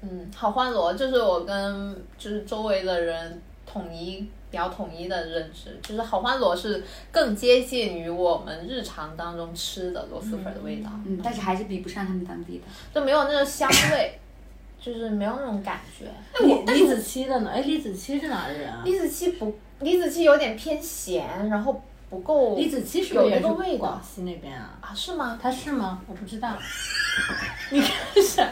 Speaker 4: 嗯，好欢螺，就是我跟就是周围的人统一比较统一的认知，就是好欢螺是更接近于我们日常当中吃的螺蛳粉的味道，
Speaker 2: 嗯，但是还是比不上他们当地的。
Speaker 4: 就没有那种香味， 就是没有那种感觉。
Speaker 5: 李李子柒的呢？哎，李子柒是哪儿人啊？
Speaker 4: 李子柒不，李子柒有点偏咸，然后不够
Speaker 5: 李子柒是不是
Speaker 4: 有那
Speaker 5: 也
Speaker 4: 个
Speaker 5: 是
Speaker 4: 味道
Speaker 5: 广西那边啊？
Speaker 4: 啊？是吗？
Speaker 5: 他是吗？我不知道。你看一下，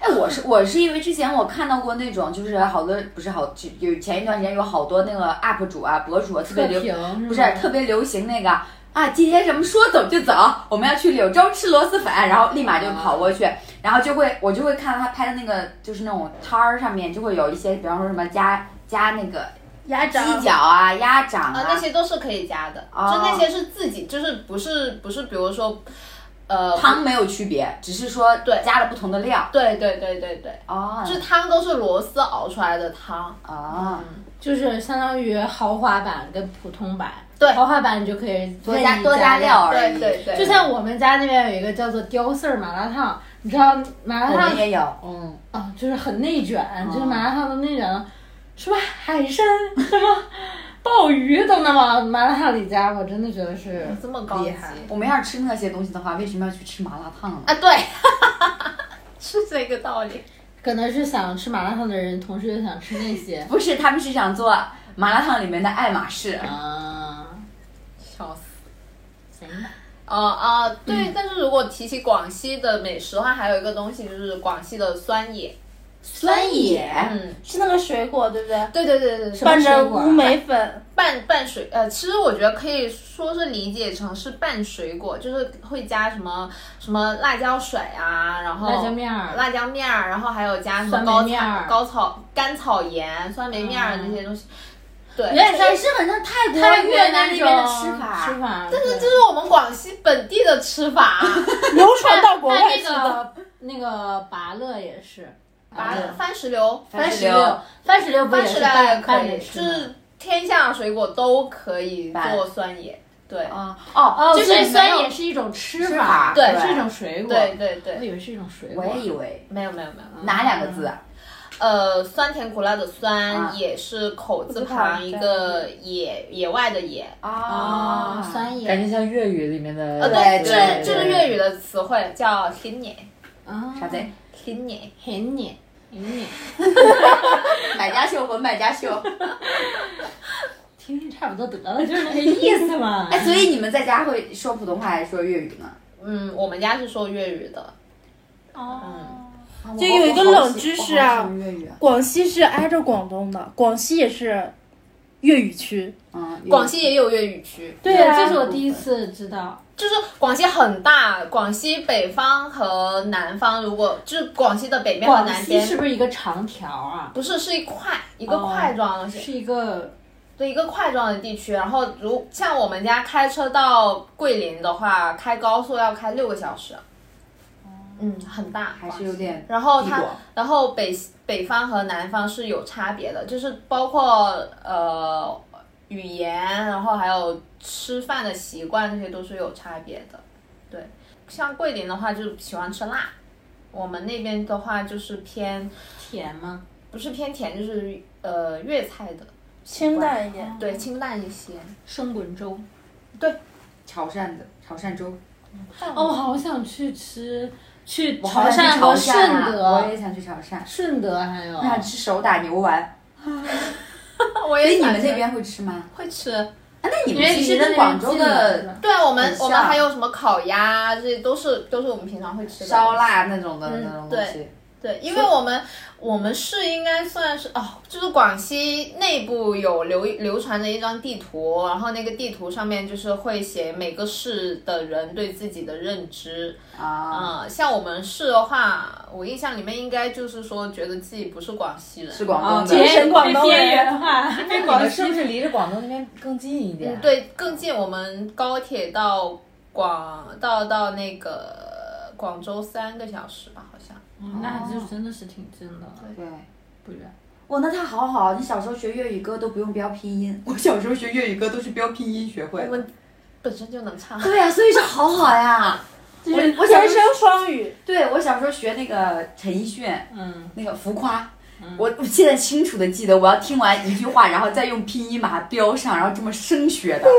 Speaker 2: 哎，我是我是因为之前我看到过那种，就是好多不是好，就有前一段时间有好多那个 UP 主啊、博主啊，特别流，
Speaker 5: 测评
Speaker 2: 不是
Speaker 5: 吗
Speaker 2: 特别流行那个啊，今天什么说走就走，我们要去柳州吃螺蛳粉，然后立马就跑过去，然后就会我就会看到他拍的那个就是那种摊儿上面就会有一些，比方说什么加加那个
Speaker 3: 鸭
Speaker 2: 鸡脚啊、鸭掌
Speaker 4: 啊，
Speaker 2: 啊，
Speaker 4: 那些都是可以加的，
Speaker 2: 哦
Speaker 4: 就那些是自己，就是不是不是，比如说，呃，
Speaker 2: 汤没有区别，只是说
Speaker 4: 对
Speaker 2: 加了不同的料
Speaker 4: 对对对对对，
Speaker 2: 哦
Speaker 4: 就是汤嗯都是螺丝熬出来的汤，
Speaker 5: 啊
Speaker 4: 啊
Speaker 2: 哦，
Speaker 5: 就是相当于豪华版跟普通版。
Speaker 4: 对
Speaker 5: 豪华版你就可以
Speaker 2: 多
Speaker 5: 任
Speaker 2: 加
Speaker 5: 意
Speaker 2: 多加料而已
Speaker 4: 对，对对，
Speaker 5: 就像我们家那边有一个叫做雕丝儿麻辣烫，你知道麻辣
Speaker 2: 我
Speaker 5: 烫
Speaker 2: 们也有。
Speaker 1: 嗯，
Speaker 5: 啊，就是很内卷，
Speaker 2: 嗯
Speaker 5: 就是麻辣烫都内卷了，什么海参，什么鲍鱼都能往麻辣烫里加，我真的觉得是
Speaker 4: 这么高级
Speaker 5: 厉害
Speaker 2: 我们要是吃那些东西的话，为什么要去吃麻辣烫呢？
Speaker 4: 啊，对，是这个道理。
Speaker 5: 可能是想吃麻辣烫的人，同时又想吃那 些
Speaker 2: 不是，他们是想做麻辣烫里面的爱马仕。
Speaker 5: 啊，
Speaker 4: 笑死。
Speaker 5: 行吧，
Speaker 4: 哦啊，
Speaker 5: 嗯
Speaker 4: 对，但是如果提起广西的美食的话，还有一个东西就是广西的酸野，
Speaker 2: 酸野，
Speaker 4: 嗯，
Speaker 3: 是那个水果对不对？
Speaker 4: 对对对对对，
Speaker 3: 拌
Speaker 5: 水
Speaker 3: 着
Speaker 5: 果啊
Speaker 3: 乌梅粉，
Speaker 4: 拌拌水，呃，其实我觉得可以说是理解成是拌水果，就是会加什么什么辣椒水啊，然后
Speaker 5: 辣椒面
Speaker 2: 哦
Speaker 5: 儿
Speaker 4: 辣椒面儿，然后还有加什么
Speaker 5: 酸梅
Speaker 4: 高
Speaker 5: 面
Speaker 4: 草
Speaker 5: 儿
Speaker 4: 高草甘草盐、酸梅面儿
Speaker 5: 嗯
Speaker 4: 这些东西。
Speaker 5: 有
Speaker 4: 对，
Speaker 5: 点像
Speaker 2: 是很像泰国、
Speaker 5: 泰国
Speaker 2: 越南那边的
Speaker 5: 种
Speaker 2: 吃法
Speaker 5: 吃。法，
Speaker 4: 这
Speaker 5: 对
Speaker 4: 这是我们广西本地的吃 法， 啊
Speaker 3: 流传到国
Speaker 5: 但
Speaker 3: 外
Speaker 5: 那
Speaker 3: 去的。
Speaker 5: 个那个芭乐也是，
Speaker 4: 把
Speaker 5: 乐
Speaker 4: 啊番石榴、
Speaker 2: 番
Speaker 5: 石
Speaker 2: 石榴
Speaker 5: 榴，番石榴不也
Speaker 4: 番
Speaker 5: 是
Speaker 4: 石榴也
Speaker 5: 拌
Speaker 4: 可
Speaker 5: 拌着
Speaker 4: 以，
Speaker 5: 吃
Speaker 4: 就
Speaker 5: 吗？
Speaker 4: 是天下水果都可以
Speaker 2: 拌
Speaker 4: 做酸野。对
Speaker 2: 啊哦
Speaker 5: 哦，
Speaker 2: 就
Speaker 5: 所以
Speaker 2: 是
Speaker 5: 酸
Speaker 2: 酸
Speaker 5: 也
Speaker 2: 野。
Speaker 5: 是一种吃
Speaker 2: 吃
Speaker 5: 法
Speaker 2: 法，
Speaker 4: 对
Speaker 5: 是一种水果。
Speaker 4: 对对
Speaker 5: 我
Speaker 4: 对，
Speaker 5: 以为是一种水果。
Speaker 2: 我也以为
Speaker 4: 没有没有没
Speaker 5: 嗯
Speaker 4: 有。
Speaker 2: 哪两个字啊？
Speaker 4: 呃，酸甜苦辣的酸、
Speaker 2: 啊
Speaker 4: 也是口字
Speaker 3: 口字
Speaker 4: 旁
Speaker 3: 旁
Speaker 4: 一个野野外的野，
Speaker 2: 啊
Speaker 5: 哦，酸
Speaker 1: 感
Speaker 5: 野
Speaker 1: 觉像粤语里面的。
Speaker 4: 呃，
Speaker 2: 对
Speaker 4: 这
Speaker 2: 对
Speaker 4: 是这是粤语的词汇，叫新野
Speaker 5: 啊，
Speaker 2: 啥贼？
Speaker 4: 新野。
Speaker 5: 很黏，很黏，
Speaker 2: 买家秀，文买家秀。
Speaker 5: 听听差不多得 了，就是那个意思嘛。
Speaker 2: 哎，所以你们在家会说普通话还是说粤语呢？
Speaker 4: 嗯，我们家是说粤语的，
Speaker 5: 哦，
Speaker 3: 就有一个冷知识
Speaker 2: 我
Speaker 3: 啊
Speaker 2: 好喜我好喜欢粤语啊。
Speaker 3: 广西是挨着广东的，广西也是粤语区。
Speaker 2: 嗯，
Speaker 4: 广西也有粤语区，
Speaker 5: 对
Speaker 3: 啊
Speaker 5: 这是我第一次知道。
Speaker 4: 就是广西很大，广西北方和南方，如果就是广西的北边和
Speaker 5: 广
Speaker 4: 南
Speaker 5: 西
Speaker 4: 边，
Speaker 5: 是不是一个长条啊？
Speaker 2: 哦
Speaker 4: 不是是一块一个块状的东西，
Speaker 5: 是一个
Speaker 4: 的一个块状的地区。然后如像我们家开车到桂林的话，开高速要开六个小时。嗯，很大，
Speaker 2: 哦还是有点
Speaker 4: 然后
Speaker 2: 异
Speaker 4: 它
Speaker 2: 国，
Speaker 4: 然后北北方和南方是有差别的，就是包括呃语言，然后还有吃饭的习惯，这些都是有差别的。对，像桂林的话就喜欢吃辣，我们那边的话就是偏
Speaker 5: 甜吗？
Speaker 4: 不是偏甜，就是呃粤菜的，
Speaker 3: 清淡一点。
Speaker 2: 哦
Speaker 4: 对，清淡一些。
Speaker 5: 生滚粥。
Speaker 2: 潮汕的潮汕粥，
Speaker 5: 哦，我好想去吃，去
Speaker 2: 嗯我好
Speaker 5: 潮
Speaker 2: 想去
Speaker 5: 汕
Speaker 2: 潮
Speaker 5: 和
Speaker 2: 汕
Speaker 5: 顺
Speaker 2: 啊
Speaker 5: 德，
Speaker 2: 我也想去潮汕，
Speaker 5: 顺德还有
Speaker 2: 我想吃手打牛丸。
Speaker 4: 我
Speaker 2: 所
Speaker 4: 也
Speaker 2: 以你们
Speaker 4: 想
Speaker 2: 那
Speaker 4: 吃
Speaker 2: 边会吃吗？
Speaker 4: 会吃。
Speaker 2: 啊，那你
Speaker 5: 因
Speaker 2: 们
Speaker 5: 为
Speaker 2: 其实
Speaker 5: 离得那
Speaker 2: 跟
Speaker 5: 边
Speaker 2: 广州
Speaker 5: 近嘛是
Speaker 2: 的
Speaker 5: 吧
Speaker 4: 对我们，
Speaker 2: 很
Speaker 4: 我们还
Speaker 2: 像
Speaker 4: 有什么烤鸭，这些都是都是我们平常会吃的
Speaker 2: 烧腊那种的
Speaker 4: 嗯
Speaker 2: 那种东
Speaker 4: 对
Speaker 2: 西，
Speaker 4: 对，因为我们我们市应该算是哦，就是广西内部有流流传着一张地图，然后那个地图上面就是会写每个市的人对自己的认知。
Speaker 2: 啊，
Speaker 4: 嗯、像我们市的话，我印象里面应该就是说觉得自己不是广西人，啊
Speaker 2: 是广东
Speaker 5: 别
Speaker 2: 的。
Speaker 3: 神广东人啊
Speaker 5: 边缘化，
Speaker 1: 那你们是不是离着广东那边更近一点？，
Speaker 4: 嗯对，更近我们高铁到广到到那个广州三个小时吧，好像。
Speaker 5: 那就真的是挺近的，
Speaker 2: 对，
Speaker 5: 不远。
Speaker 2: 哇，那他好好，啊你小时候学粤语歌都不用标拼音， 我小时候学粤语歌都是标拼音学会
Speaker 4: 我
Speaker 2: 的。
Speaker 4: 们本身就能唱。
Speaker 2: 对呀、啊所以说好好 呀。我我小
Speaker 3: 人
Speaker 2: 时
Speaker 3: 生
Speaker 2: 候
Speaker 3: 双语，
Speaker 2: 对我小时候学那个陈奕迅
Speaker 5: 嗯，
Speaker 2: 那个浮夸。我我现在清楚的记得，我要听完一句话，然后再用拼音把它标上，然后这么升 学的。 哦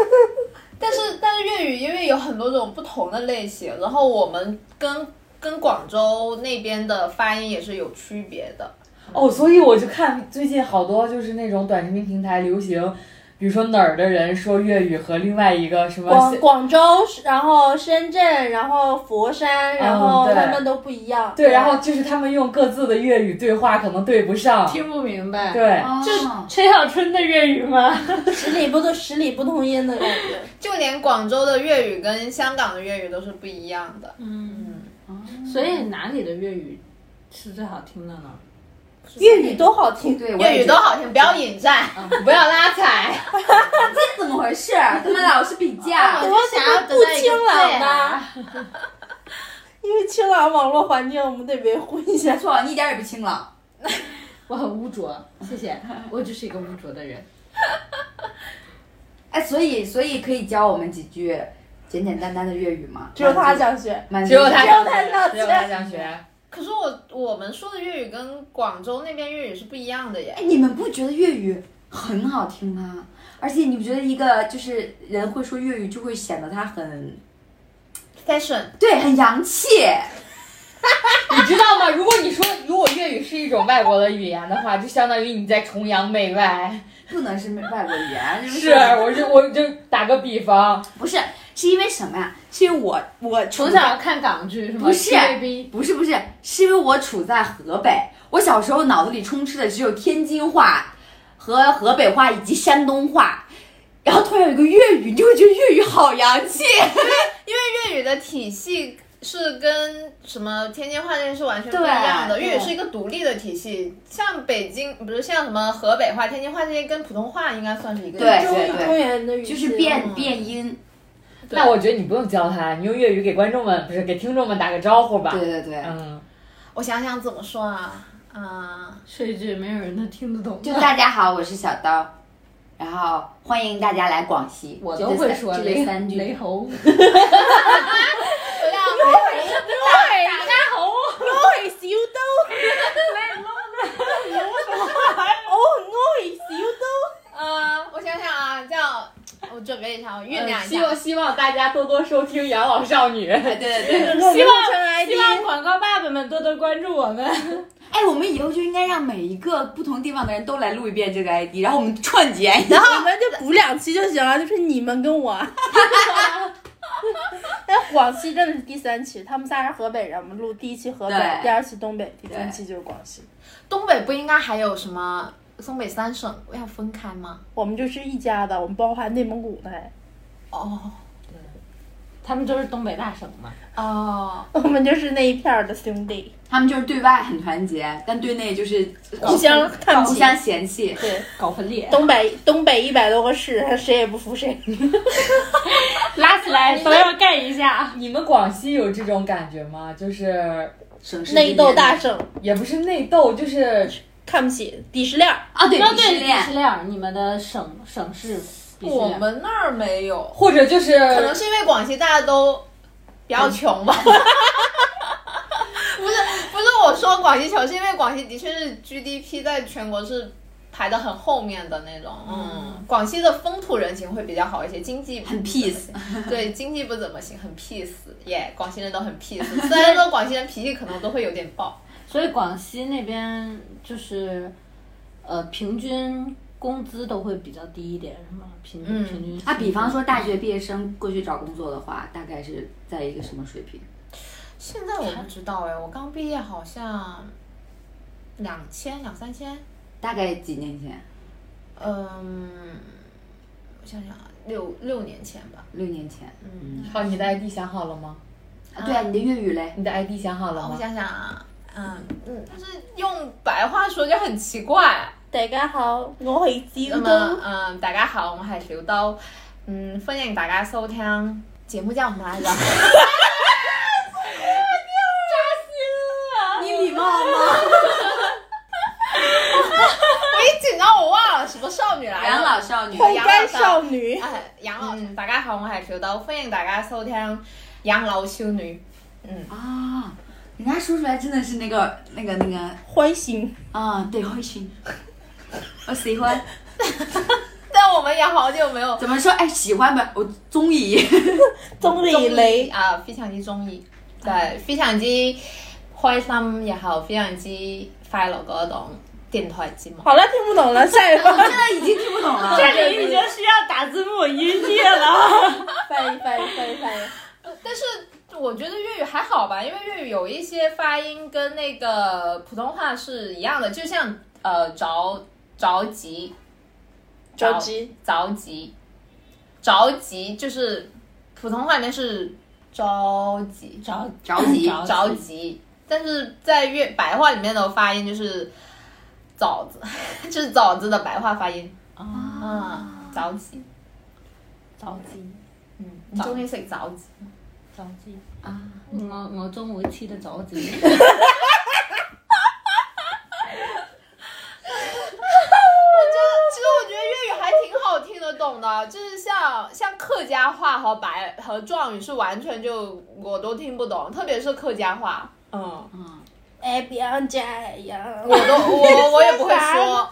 Speaker 4: 但是但是粤语因为有很多种不同的类型，然后我们跟跟广州那边的发音也是有区别的。
Speaker 1: 哦，所以我就看最近好多就是那种短视频平台流行，比如说哪儿的人说粤语和另外一个什么
Speaker 3: 广广州，然后深圳，然后佛山，然后
Speaker 1: 对
Speaker 3: 他们都不一样。
Speaker 1: 对，啊然后就是他们用各自的粤语对话，可能对不上。
Speaker 5: 听不明白。
Speaker 1: 对，
Speaker 2: 就
Speaker 5: 陈小春的粤语吗？
Speaker 3: 十里不同十里不同音的感觉。
Speaker 4: 就连广州的粤语跟香港的粤语都是不一样的。
Speaker 5: 嗯，所以哪里的粤语是最好听的呢？
Speaker 3: 粤语多好听，
Speaker 2: 对，我也
Speaker 4: 粤语
Speaker 2: 觉得
Speaker 4: 都好听，不要引战，不要拉踩。
Speaker 2: 这怎么回事？怎么老是比
Speaker 4: 我
Speaker 2: 价？
Speaker 4: 就想要得
Speaker 3: 不
Speaker 4: 到一
Speaker 3: 清
Speaker 4: 个最
Speaker 3: 朗
Speaker 4: 啊。
Speaker 3: 吧？ 因为清朗网络环境，我们得维护一下
Speaker 2: 没。错，你一点儿也不清朗。
Speaker 5: 我很污浊，谢 谢，我就是一个污浊的人。
Speaker 2: 哎，所以所以可以教我们几句简简单单的粤语吗？
Speaker 3: 只有他想学，
Speaker 2: 满足，
Speaker 1: 只有他
Speaker 2: 满足
Speaker 1: 想
Speaker 3: 只有他想
Speaker 1: 学，只有他想学。
Speaker 4: 可是我我们说的粤语跟广州那边粤语是不一样的耶
Speaker 2: 哎，。你们不觉得粤语很好听吗？而且你不觉得一个就是人会说粤语，就会显得他很
Speaker 4: Fashion，
Speaker 2: 对，很洋气。
Speaker 1: 你知道吗？如果你说如果粤语是一种外国的语言的话，就相当于你在崇洋媚外。，
Speaker 2: 不能是外国语言，就是
Speaker 1: 我就我就打个比方，
Speaker 2: 不是是因为什么呀？是因为我我
Speaker 5: 从小看港剧是吗？
Speaker 2: 不是
Speaker 5: TVB
Speaker 2: 不是不是，是因为我处在河北，我小时候脑子里充斥的只有天津话和河北话以及山东话，然后突然有一个粤语，你就会觉得粤语好洋气。
Speaker 4: 粤语的体系是跟什么天津话这些是完全不一样的，
Speaker 2: 对
Speaker 4: 粤语是一个独立的体系，像北京不是像什么河北话、天津话这些跟普通话应该算是一个
Speaker 2: 对
Speaker 4: 体系
Speaker 3: 中
Speaker 2: 对
Speaker 3: 医
Speaker 2: 对
Speaker 3: 公园的语哦
Speaker 2: 就
Speaker 3: 系
Speaker 2: 是变变音，
Speaker 1: 那我觉得你不用教他，你用粤语给观众们不是给听众们打个招呼吧。
Speaker 2: 对对对，
Speaker 1: 嗯，
Speaker 4: 我想想怎么说啊，啊、
Speaker 5: 说一句没有人能听得懂
Speaker 2: 就
Speaker 5: 的。
Speaker 2: 大家好，我是小刀，然后欢迎大家来广西。
Speaker 5: 我
Speaker 2: 就
Speaker 5: 都
Speaker 2: 这
Speaker 5: 会
Speaker 2: 三
Speaker 5: 说
Speaker 2: 就
Speaker 5: 雷
Speaker 2: 这三句。
Speaker 5: 雷 猴，
Speaker 3: 我係小刀，我係小刀，
Speaker 4: 呃，我想想啊，叫我准备一下，我酝酿一
Speaker 1: 希
Speaker 4: 下。
Speaker 1: 望希望大家多多收听养老少女。
Speaker 2: 对对对，
Speaker 3: 希望
Speaker 5: 希望广告爸爸们多多关注我们。
Speaker 2: 哎，我们以后就应该让每一个不同地方的人都来录一遍这个 ID，然后我们串起来。
Speaker 3: 然后我们就补两期就行了，就是你们跟我。 那广西真的是第三期，他们仨是河北人，我们录第一期河北
Speaker 2: 对，
Speaker 3: 第二期东北，第三期就是广西。
Speaker 4: 东北不应该还有什么东北三省要分开吗？
Speaker 3: 我们就是一家的，我们包含内蒙古的。
Speaker 4: 哦，
Speaker 5: 他们都是东北大省嘛。
Speaker 2: 哦，
Speaker 3: 我们就是那一片儿的兄弟，
Speaker 2: 他们就是对外很团结，但对内就是
Speaker 3: 互相看不
Speaker 2: 互
Speaker 3: 起。
Speaker 2: 相嫌弃。
Speaker 3: 对，
Speaker 5: 搞分裂，
Speaker 3: 东北东北一百多个市， 谁也不服谁。
Speaker 5: 拉起哎来都要干一下。
Speaker 1: 你们广西有这种感觉吗？就是
Speaker 2: 省市
Speaker 3: 内斗大
Speaker 2: 省
Speaker 3: 省，
Speaker 1: 也不是内斗，就是
Speaker 3: 看不起，鄙视链儿。
Speaker 2: 啊，对，
Speaker 5: 哦，
Speaker 2: 鄙视
Speaker 5: 对，鄙
Speaker 2: 链
Speaker 5: 视链，你们的省省市鄙视链。
Speaker 4: 哦我们那儿没有，
Speaker 1: 或者就是
Speaker 4: 可能是因为广西大家都比较穷 吧。不是不是，我说广西穷是因为广西的确是 GDP 在全国是排的很后面的那种。嗯，广西的风土人情会比较好一些，经济
Speaker 2: 很
Speaker 4: 不怎么
Speaker 2: peace
Speaker 4: 行对，经济不怎么行，很 peace。耶，广西人都很 peace，虽然说广西人脾气可能都会有点暴。
Speaker 5: 所以广西那边就是，呃，平均工资都会比较低一点，是吗？平均、
Speaker 4: 嗯
Speaker 5: 平均
Speaker 2: 啊，比方说大学毕业生过去找工作的话，大概是在一个什么水平？
Speaker 4: 现在我不知道哎，我刚毕业好像两千两三千，
Speaker 2: 大概几年前，
Speaker 4: 嗯，我想想，啊，六六年前吧。
Speaker 2: 六年前。
Speaker 4: 嗯，
Speaker 1: 好，你的 ID 想好了吗？
Speaker 2: 啊，对啊，你的粤语 嘞？
Speaker 1: 你的 ID 想好了
Speaker 4: 我
Speaker 1: 吗？
Speaker 4: 想想啊，嗯嗯，但是用白话说就很奇怪。
Speaker 3: 大家好，我係
Speaker 4: 那
Speaker 3: 趙
Speaker 4: 么
Speaker 3: 東，
Speaker 4: 嗯，大家好，我係小刀，嗯，歡迎大家收聽節目叫什麼來着？
Speaker 2: 你礼貌吗？
Speaker 4: 我一緊張我忘了什麼少女來
Speaker 2: 养
Speaker 4: 了。
Speaker 2: 老少女，
Speaker 3: 烘干少女，
Speaker 4: 哎，養老、嗯，大家好，我係小刀，歡迎大家收聽養老少女。
Speaker 2: 啊，人家说出来真的是那个那个那个
Speaker 3: 欢欣，
Speaker 2: 啊，对，会群，我喜欢。
Speaker 4: 但我們也好久沒有
Speaker 2: 怎么说？哎，喜欢吧，我中意。
Speaker 3: 鍾
Speaker 4: 中
Speaker 3: 麗
Speaker 4: 意
Speaker 3: 蕾，
Speaker 4: 啊，非常之中意，對，非常之開心，然後非常之快樂嗰一種電台節目。
Speaker 3: 好了，听不 懂了，下一个
Speaker 2: 现在已经听不懂了。
Speaker 5: 里已经需要打字幕音译了。
Speaker 3: 翻译翻译翻译翻译，
Speaker 4: 但是我觉得粤语还好吧，因为粤语有一些发音跟那个普通话是一样的，就像呃着着急
Speaker 3: 着急
Speaker 4: 着急着急，就是普通话里面是着急
Speaker 5: 着
Speaker 2: 着急
Speaker 4: 嗯着，急，但是在粤白话里面的发音就是枣子， 就是枣子的白话发音，
Speaker 5: 啊，
Speaker 4: 嗯，着急，
Speaker 5: 着急，
Speaker 4: 嗯，你中意食枣子？
Speaker 5: 着急。
Speaker 2: 啊，
Speaker 5: 我我中午吃的着急。
Speaker 4: 其实我觉得粤语还挺好听得懂的，就是像像客家话和白和壮语是完全就我都听不懂，特别是客家话，嗯，
Speaker 2: 嗯，
Speaker 3: 哎，别这样，
Speaker 4: 我 都我 我也不会
Speaker 3: 你说
Speaker 4: 说
Speaker 3: 啥，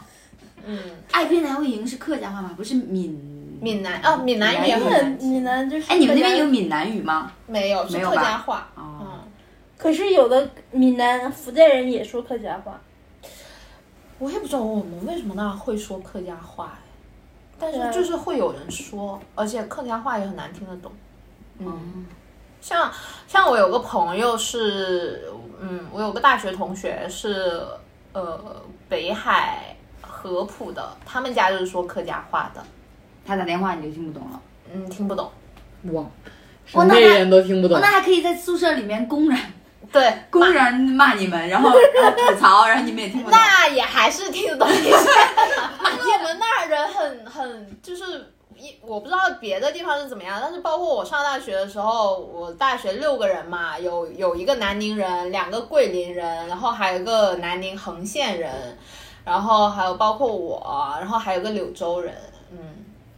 Speaker 4: 嗯，
Speaker 2: 爱边南会营是客家话吗？不是闽
Speaker 4: 闽南哦，闽南语也
Speaker 2: 闽南
Speaker 4: 很
Speaker 2: 语
Speaker 3: 那你呢？就是
Speaker 2: 哎，你们那边
Speaker 3: 大家
Speaker 2: 有闽南语吗？
Speaker 4: 没有是
Speaker 2: 没有
Speaker 4: 客
Speaker 2: 吧
Speaker 4: 家话，
Speaker 2: 哦，
Speaker 4: 嗯，
Speaker 3: 可是有的闽南福建人也说客家话，
Speaker 4: 我也不知道我们为什么那会说客家话，但
Speaker 3: 对啊
Speaker 4: 是就是会有人说，而且客家话也很难听得懂。
Speaker 2: 嗯，
Speaker 4: 像像我有个朋友是，嗯，我有个大学同学是，呃，北海合浦的，他们家就是说客家话的，
Speaker 2: 他打电话你就听不懂了。
Speaker 4: 嗯，听不懂。
Speaker 1: 哇，
Speaker 2: 我
Speaker 1: 省
Speaker 2: 那
Speaker 1: 内人都听不
Speaker 2: 哦
Speaker 1: 懂，
Speaker 2: 那还可以在宿舍里面公然
Speaker 4: 对，
Speaker 2: 公然骂你们，然后然后吐槽，然后你们也听不懂。
Speaker 4: 那也还是听得懂一些。我们那儿人很很就是一，我不知道别的地方是怎么样，但是包括我上大学的时候，我大学六个人嘛，有有一个南宁人，两个桂林人，然后还有一个南宁横县人，然后还有包括我，然后还有个柳州人，嗯。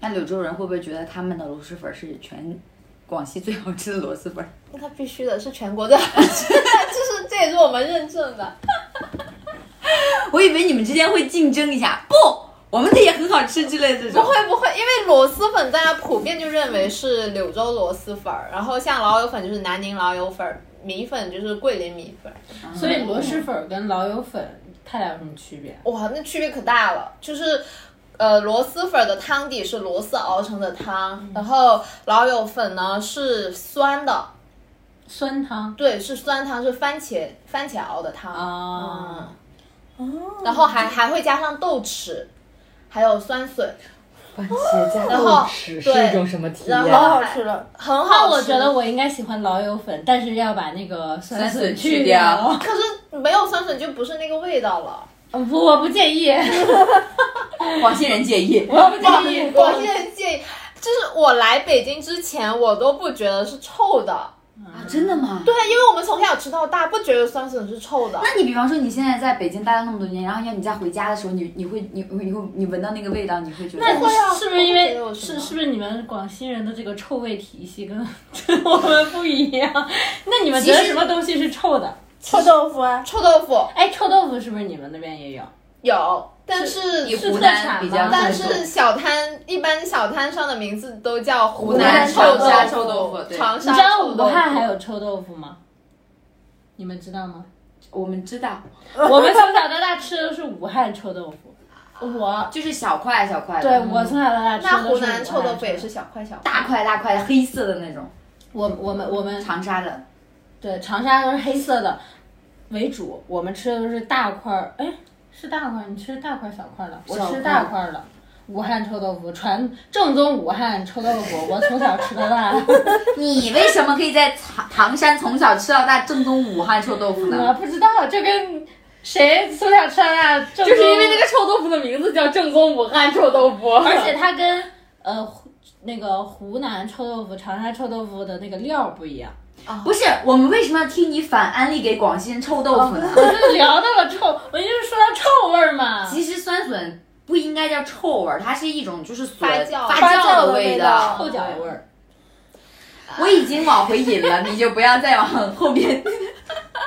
Speaker 2: 那柳州人会不会觉得他们的螺蛳粉是全广西最好吃的螺蛳粉？
Speaker 4: 那必须的， 是全国最好吃的，就是这也是我们认证的。
Speaker 2: 我以为你们之间会竞争一下，不，我们的也很好吃之类的这
Speaker 4: 不
Speaker 2: 种。
Speaker 4: 会不会，因为螺蛳粉大家普遍就认为是柳州螺蛳粉儿，然后像老友粉就是南宁老友粉儿，米粉就是桂林米粉儿。
Speaker 5: 所以螺蛳粉跟老友粉它俩有什么区别？啊
Speaker 4: 哇，那区别可大了，就是。呃，螺蛳粉儿的汤底是螺丝熬成的汤，然后老友粉呢是酸的，
Speaker 5: 酸汤
Speaker 4: 对，是酸汤，是番茄番茄熬的汤，
Speaker 5: 啊哦
Speaker 4: 嗯，然后还还会加上豆豉，还有酸笋，
Speaker 1: 番
Speaker 2: 哦
Speaker 1: 茄加
Speaker 4: 然
Speaker 1: 豆
Speaker 4: 后
Speaker 1: 豉
Speaker 4: 对
Speaker 1: 是一种什么体
Speaker 4: 然
Speaker 1: 验？
Speaker 3: 老
Speaker 4: 后
Speaker 3: 好吃了。
Speaker 4: 很
Speaker 5: 那
Speaker 4: 好
Speaker 5: 我
Speaker 4: 吃。
Speaker 5: 觉得我应该喜欢老友粉，但是要把那个酸
Speaker 2: 酸
Speaker 5: 笋
Speaker 2: 笋去
Speaker 5: 掉。
Speaker 4: 可是没有酸笋就不是那个味道了。
Speaker 5: 嗯不，我不介意，
Speaker 2: 广西人介意。
Speaker 5: 我不介意。
Speaker 4: 我现在介意，就是我来北京之前，我都不觉得是臭的。
Speaker 2: 啊，真的吗？
Speaker 4: 对，因为我们从小吃到大，不觉得酸笋是臭的。
Speaker 2: 那你比方说你现在在北京待了那么多年，然后要你再回家的时候，你你会你你会你闻到那个味道，你会觉得
Speaker 5: 那你
Speaker 4: 会啊
Speaker 5: 是不是因为
Speaker 4: 我不觉得有什
Speaker 5: 是
Speaker 4: 么
Speaker 5: 是不是你们广西人的这个臭味体系跟 跟我们不一样？那你们觉得
Speaker 2: 其实
Speaker 5: 什么东西是臭的？
Speaker 3: 臭豆腐啊，
Speaker 4: 臭豆腐
Speaker 5: 哎，臭豆腐是不是你们那边也有？
Speaker 4: 有，但是
Speaker 2: 以
Speaker 5: 是
Speaker 2: 湖
Speaker 5: 特产
Speaker 2: 南比
Speaker 5: 吗
Speaker 2: 较重
Speaker 4: 但
Speaker 2: 口
Speaker 4: 是小摊一般小摊上的名字都叫湖
Speaker 2: 南
Speaker 4: 臭
Speaker 2: 长沙
Speaker 4: 臭
Speaker 2: 臭豆腐对
Speaker 4: 长
Speaker 5: 你
Speaker 4: 沙
Speaker 5: 知道
Speaker 4: 臭
Speaker 5: 武
Speaker 4: 豆腐
Speaker 5: 汉还有臭豆腐吗？你们知道吗？
Speaker 2: 我们知道，
Speaker 5: 我们从小到大吃的是武汉臭豆腐。我
Speaker 2: 就是小块小块的，
Speaker 5: 对我从小到大吃的
Speaker 4: 那
Speaker 5: 都是
Speaker 4: 湖
Speaker 5: 武汉
Speaker 4: 南臭豆腐也
Speaker 5: 臭
Speaker 4: 是小块小块。
Speaker 2: 大块大块的黑色的那种，
Speaker 5: 我我们我们
Speaker 2: 长沙的。
Speaker 5: 对长沙都是黑色的为主，我们吃的都是大块儿，哎，是大块儿，你吃大块儿小块儿的，我
Speaker 2: 小
Speaker 5: 吃
Speaker 2: 块
Speaker 5: 大块儿的。武汉臭豆腐，传正宗武汉臭豆腐，我从小吃 到大。
Speaker 2: 你为什么可以在唐唐山从小吃到大正宗武汉臭豆腐
Speaker 5: 我
Speaker 2: 呢？
Speaker 5: 啊不知道，就跟谁从小吃到大正宗，
Speaker 1: 就是因为那个臭豆腐的名字叫正宗武汉臭豆腐，
Speaker 5: 而且它跟呃湖那个湖南臭豆腐、长沙臭豆腐的那个料儿不一样。
Speaker 2: 不是，我们为什么要听你反安利给广西人臭豆腐呢？
Speaker 5: 我就聊到了臭，我就是说到臭味儿嘛。
Speaker 2: 其实酸笋不应该叫臭味儿，它是一种就是笋
Speaker 4: 发酵
Speaker 2: 发酵
Speaker 3: 的
Speaker 2: 味
Speaker 3: 味道
Speaker 5: 臭脚味儿，
Speaker 2: 我已经往回引了，你就不要再往后面。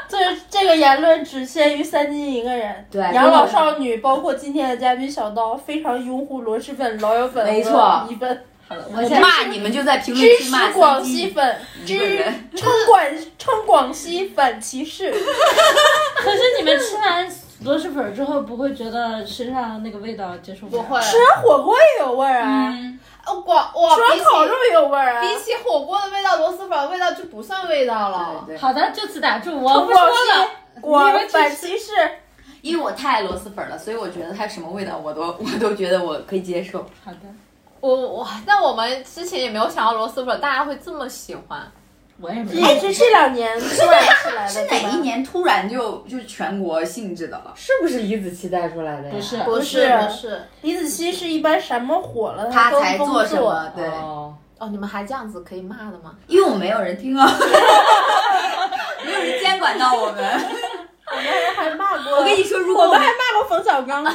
Speaker 3: 这这个言论只限于三金一个人。
Speaker 2: 对
Speaker 3: 养老少女，包括今天的嘉宾小刀，非常拥护螺蛳粉、老友粉、
Speaker 2: 没错
Speaker 3: 米粉，
Speaker 5: 好了，我现在
Speaker 2: 骂你们就在评论
Speaker 3: 支
Speaker 2: 区
Speaker 3: 持
Speaker 2: 骂
Speaker 3: 广
Speaker 2: 三金
Speaker 3: 西粉，
Speaker 2: 一个
Speaker 3: 支
Speaker 2: 人。
Speaker 3: 称广称广西反歧视。
Speaker 5: 可是你们吃完螺蛳粉儿之后，不会觉得身上那个味道接受不
Speaker 4: 不
Speaker 5: 了？
Speaker 4: 会，
Speaker 3: 吃完火锅也有味儿啊，
Speaker 2: 嗯，
Speaker 4: 哦，广哇，
Speaker 3: 吃完
Speaker 4: 比起
Speaker 3: 烤肉也有味儿啊。
Speaker 4: 比起火锅的味道，螺蛳粉的味道就不算味道了。
Speaker 2: 对对，
Speaker 5: 好的，就此打住，我
Speaker 3: 广
Speaker 5: 不说了。
Speaker 3: 西广
Speaker 5: 你以为
Speaker 3: 反歧视，
Speaker 2: 因为我太爱螺蛳粉了，所以我觉得它什么味道我都我都觉得我可以接受。
Speaker 5: 好的，
Speaker 4: 我我，但我们之前也没有想到螺蛳粉大家会这么喜欢。
Speaker 5: 我也没。
Speaker 2: 哎
Speaker 3: 也哎是这两年突然起来的，
Speaker 2: 是
Speaker 3: 对
Speaker 2: 哪
Speaker 3: 吧
Speaker 2: 一？年突然就就是全国性质的了？
Speaker 1: 是不是李子柒带出来的呀？哦
Speaker 5: 不是，
Speaker 4: 不
Speaker 3: 是
Speaker 4: 不是，
Speaker 3: 李子柒是一般什么火了，
Speaker 2: 他
Speaker 3: 都
Speaker 2: 才
Speaker 3: 封
Speaker 2: 做什
Speaker 3: 住
Speaker 2: 么？对，
Speaker 1: 哦，
Speaker 4: 哦，你们还这样子可以骂的吗？
Speaker 2: 因为我们没有人 听啊，没有人监管到我们。
Speaker 3: 还骂过，
Speaker 2: 我跟你说，如果
Speaker 3: 我
Speaker 2: 我
Speaker 3: 们
Speaker 2: 们
Speaker 3: 还骂过冯小刚呢。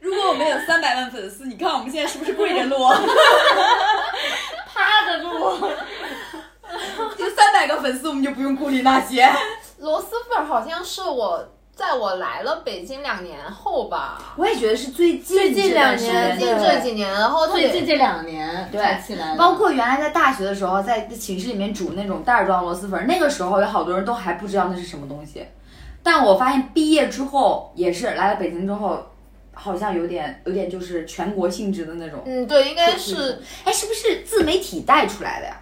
Speaker 2: 如果我们有三百万粉丝，你看我们现在是不是跪着录？
Speaker 5: 趴着 录。
Speaker 2: 就三百个粉丝，我们就不用顾虑那些。
Speaker 4: 螺蛳粉好像是我在我来了北京两年后吧，
Speaker 2: 我也觉得是最近
Speaker 3: 最近
Speaker 2: 这段
Speaker 3: 两
Speaker 2: 时间
Speaker 3: 年
Speaker 4: 最近这几年，然后
Speaker 5: 最
Speaker 4: 对
Speaker 5: 近这两年
Speaker 2: 对
Speaker 5: 才起来的，
Speaker 2: 包括原来在大学的时候，在寝室里面煮那种袋儿装螺蛳粉，那个时候有好多人都还不知道那是什么东西。但我发现毕业之后，也是来了北京之后，好像有点有点就是全国性质的那种。
Speaker 4: 嗯对，应该
Speaker 2: 就是是哎，是不是自媒体带出来的呀？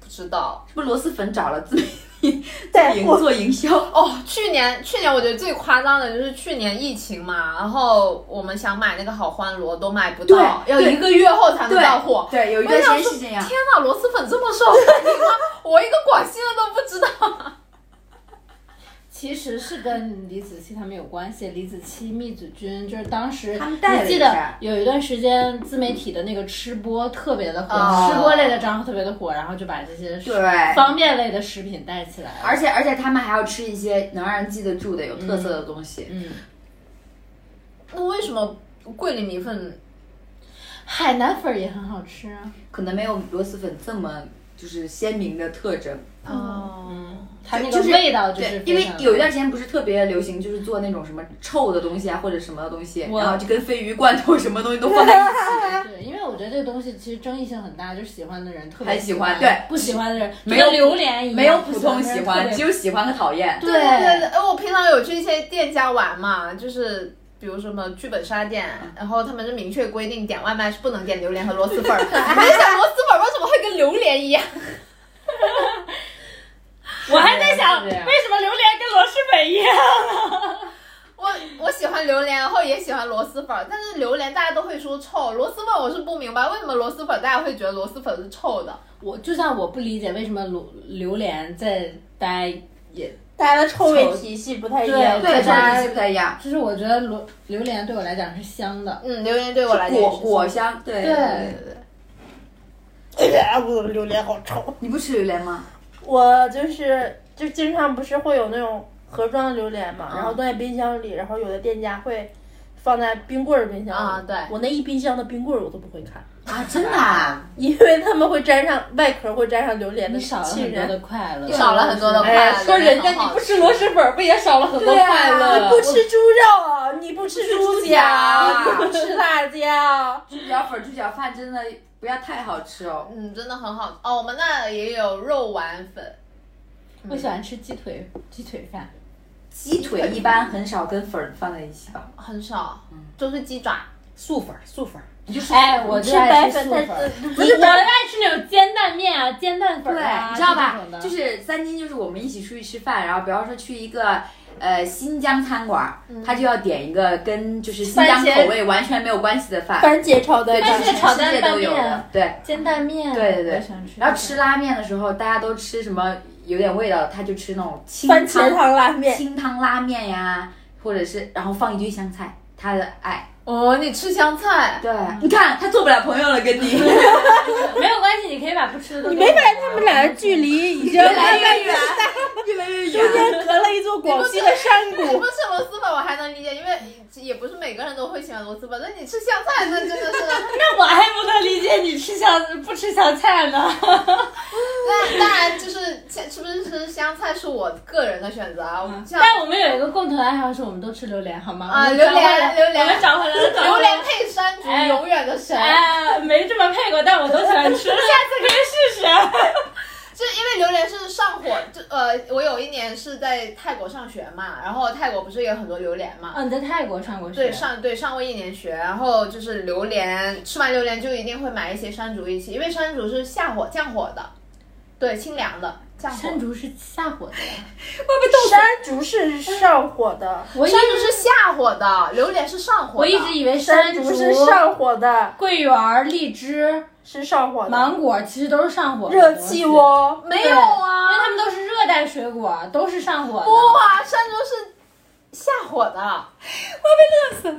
Speaker 4: 不知道
Speaker 2: 是不是螺蛳粉找了自媒体
Speaker 3: 带
Speaker 2: 营
Speaker 3: 货
Speaker 2: 做营销？
Speaker 4: 哦。去年去年我觉得最夸张的就是去年疫情嘛，然后我们想买那个好欢螺都买不到，
Speaker 2: 对
Speaker 4: 要
Speaker 2: 对
Speaker 4: 一个月后才能
Speaker 2: 对
Speaker 4: 到货，。
Speaker 2: 对，有一
Speaker 4: 我
Speaker 2: 段时间
Speaker 4: 想说
Speaker 2: 是这样。
Speaker 4: 天哪，螺蛳粉这 么受欢迎吗？我一个广西人都不知道。
Speaker 5: 其实是跟李子柒他们有关系。李子柒、密子君，就是当时
Speaker 2: 他们带了
Speaker 5: 你记
Speaker 2: 一
Speaker 5: 得
Speaker 2: 下
Speaker 5: 有一段时间自媒体的那个吃播特别的火，
Speaker 2: 哦
Speaker 5: 吃播类的账号特别的火，然后就把这些食
Speaker 2: 对
Speaker 5: 方便类的食品带起来了。
Speaker 2: 而且而且他们还要吃一些能让人记得住的、有特色的东西。
Speaker 5: 嗯，
Speaker 4: 那为什么桂林米粉？
Speaker 5: 海南粉儿也很好吃啊。
Speaker 2: 可能没有螺蛳粉这么就是鲜明的特征。
Speaker 4: 哦，
Speaker 5: 嗯，它那
Speaker 2: 就
Speaker 5: 个
Speaker 2: 是
Speaker 5: 味道就是
Speaker 2: 对，因
Speaker 5: 非
Speaker 2: 为
Speaker 5: 常
Speaker 2: 有一段时间不是特别流行，就是做那种什么臭的东西啊，或者什么东西，
Speaker 5: 我
Speaker 2: 然后就跟鲱鱼罐头什么东西都放在一起。
Speaker 5: 对，因为我觉得这个东西其实争议性很大，就是喜欢的人特别
Speaker 2: 很喜欢
Speaker 5: 欢，
Speaker 2: 对
Speaker 5: 不喜欢的人
Speaker 2: 没有
Speaker 5: 就跟榴莲一样，
Speaker 2: 没有普通
Speaker 5: 不
Speaker 2: 喜
Speaker 5: 喜欢
Speaker 2: 欢，
Speaker 5: 的人特
Speaker 2: 只
Speaker 5: 别
Speaker 2: 有喜欢和讨厌。
Speaker 5: 对
Speaker 4: 对对对，哎，我平常有去一些店家玩嘛，就是。比如什么剧本杀店，然后他们是明确规定点外卖是不能点榴莲和螺蛳粉 儿。我就想螺蛳粉儿为什么会跟榴莲一样？
Speaker 5: 我还在想，
Speaker 1: 是这样
Speaker 5: 为什么榴莲跟螺蛳粉一样？
Speaker 4: 我我喜欢榴莲，然后也喜欢螺蛳粉儿，但是榴莲大家都会说臭，螺蛳粉我是不明白为什么螺蛳粉大家会觉得螺蛳粉是臭的。
Speaker 5: 我就像我不理解为什么榴榴莲在大家也
Speaker 3: 大家的臭味体系不太一样。
Speaker 5: 对
Speaker 2: 它不太一样，
Speaker 5: 就是我觉得榴榴莲对我来讲是香的，
Speaker 4: 嗯，榴莲对我来讲也
Speaker 2: 果
Speaker 4: 是
Speaker 2: 果香，对对对，
Speaker 3: 哎，我榴莲好臭。
Speaker 2: 你不吃榴莲吗？
Speaker 3: 我就是就经常不是会有那种盒装的榴莲嘛，然后冻在冰箱里，然后有的店家会放在冰棍儿冰箱里
Speaker 4: 啊对
Speaker 3: 我那一冰箱的冰棍儿我都不会看，
Speaker 2: 啊，真的啊！
Speaker 3: 因为他们会沾上外壳会沾上榴莲的
Speaker 5: 你少了
Speaker 3: 气
Speaker 5: 很多的
Speaker 3: 人。
Speaker 5: 快乐，
Speaker 4: 少了很多的
Speaker 1: 哎
Speaker 4: 快乐。
Speaker 1: 呀，说人家你不吃螺蛳粉儿，不也少了很多
Speaker 3: 对
Speaker 1: 快
Speaker 3: 啊，
Speaker 1: 乐？
Speaker 3: 你不吃猪肉，你不吃猪脚，
Speaker 2: 不
Speaker 3: 你不吃辣椒，
Speaker 2: 猪脚粉、猪脚饭真的不要太好吃哦。
Speaker 4: 嗯，真的很好哦。我们那儿也有肉丸粉，
Speaker 5: 我喜欢吃鸡腿鸡腿饭，
Speaker 2: 鸡腿一般很少跟粉儿放在一起吧，
Speaker 4: 很少，
Speaker 1: 嗯
Speaker 4: 都是鸡爪。
Speaker 5: 素粉儿素粉儿，
Speaker 2: 你就说
Speaker 5: 哎，我
Speaker 3: 吃
Speaker 5: 就爱
Speaker 3: 白
Speaker 5: 吃
Speaker 3: 粉
Speaker 5: 素
Speaker 3: 它
Speaker 5: 粉儿。
Speaker 3: 不是
Speaker 5: 我爱吃那种煎蛋面啊、煎蛋粉
Speaker 2: 对，
Speaker 5: 儿啊，
Speaker 2: 你知道
Speaker 5: 这
Speaker 2: 吧
Speaker 5: 种？的
Speaker 2: 就是三金，就是我们一起出去吃饭，然后比方说去一个呃新疆餐馆，他就要点一个跟就是新疆
Speaker 4: 番茄
Speaker 2: 口味完全没有关系的饭，
Speaker 3: 番茄炒蛋
Speaker 2: 对，
Speaker 5: 番
Speaker 2: 全
Speaker 5: 茄炒蛋
Speaker 2: 世界都有
Speaker 5: 拌
Speaker 2: 的
Speaker 5: 面，
Speaker 2: 对。
Speaker 5: 煎蛋面，
Speaker 2: 对对对
Speaker 5: 我喜欢吃这个。
Speaker 2: 然后吃拉面的时候，大家都吃什么有点味道，他就吃那种清
Speaker 3: 番茄
Speaker 2: 汤
Speaker 3: 汤拉面，
Speaker 2: 清汤拉面呀，或者是然后放一堆香菜，他的爱。
Speaker 4: 哦，你吃香菜？
Speaker 2: 对，你看他做不了朋友了，跟你
Speaker 5: 没有关系，你可以把不吃的都
Speaker 3: 你
Speaker 5: 给
Speaker 3: 没
Speaker 5: 我
Speaker 3: 发现他们俩的距离已经
Speaker 2: 越来越远， 越来越
Speaker 3: 中
Speaker 2: 远。
Speaker 3: 间隔了一座广西的山
Speaker 4: 你
Speaker 3: 谷
Speaker 4: 不。吃螺蛳粉我还能理解，因为也不是每个人都会喜欢螺蛳粉。那你吃香菜，那真 的是，
Speaker 5: 那我还不能理解你吃香不吃香菜呢。
Speaker 4: 那当然就是吃吃不吃香菜是我个人的选择啊。我像
Speaker 5: 嗯但我们有一个共同爱好，是我们都吃榴莲，好吗？
Speaker 4: 啊
Speaker 5: 我们找回来
Speaker 4: 榴莲榴莲
Speaker 5: 我们找回来了，找
Speaker 4: 榴
Speaker 5: 回来
Speaker 4: 莲
Speaker 5: 了。
Speaker 4: 配山竹，
Speaker 5: 哎
Speaker 4: 永远的神。
Speaker 5: 哎，没这么配过，但我都喜 欢吃。下次可以试试。
Speaker 4: 就因为榴莲是上火，就呃，我有一年是在泰国上学嘛，然后泰国不是有很多榴莲嘛，
Speaker 5: 哦，你在泰国上过学？
Speaker 4: 对上对上过一年学，然后就是榴莲，吃完榴莲就一定会买一些山竹一起，因为山竹是下火降火的，对清凉的降火。
Speaker 5: 山竹是下火的呀。
Speaker 3: 山竹是上火的，
Speaker 5: 我一
Speaker 4: 山竹是下火的，榴莲是上火的。
Speaker 5: 我一直以为
Speaker 3: 山
Speaker 5: 竹
Speaker 3: 竹是上火的，
Speaker 5: 桂圆儿、荔枝、
Speaker 3: 是上火的。
Speaker 5: 芒果其实都是上火的
Speaker 3: 热气
Speaker 5: 窝，
Speaker 3: 窝，
Speaker 4: 没有啊
Speaker 5: 因为，它们都是热带水果，都是上火的。
Speaker 4: 不啊，山竹是下火的。
Speaker 2: 我现在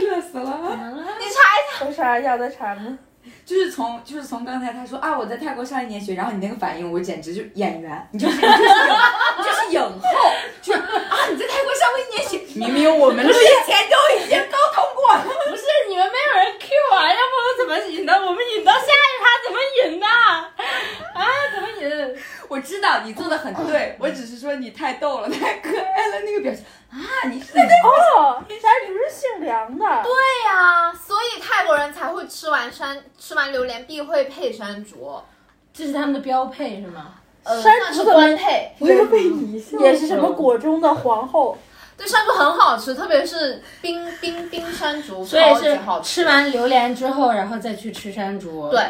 Speaker 2: 被乐死了。
Speaker 3: 我查一下再查呢。
Speaker 2: 就是从就是从刚才他说啊，我在泰国上一年学，然后你那个反 应，我简直就是演员，你就是你就是影 你就是影后，就是啊，你在泰国上过一年学，明明我们之前都已经沟通过了。
Speaker 5: 不是你们没有人 Q 啊，要不我怎么引的？我们引到下一趴怎么引的？啊，怎么引？
Speaker 2: 我知道你做的很 对，我只是说你太逗了，太可爱了那个表情啊，你是在对
Speaker 3: 哦，山竹是性凉的。对，
Speaker 4: 对呀、所以泰国人才会吃完山吃完榴莲必会配山竹，
Speaker 5: 这是他们的标配是吗？
Speaker 4: 呃，
Speaker 3: 山
Speaker 4: 算
Speaker 3: 竹
Speaker 4: 是
Speaker 3: 怎么
Speaker 4: 官配。
Speaker 3: 我又被你也是什么果中的皇后，
Speaker 4: 对，山竹很好吃，特别是冰冰冰山 竹，
Speaker 5: 所以
Speaker 4: 超级
Speaker 5: 是
Speaker 4: 好吃。
Speaker 5: 吃完榴莲之后，然后再去吃山竹。
Speaker 4: 对，，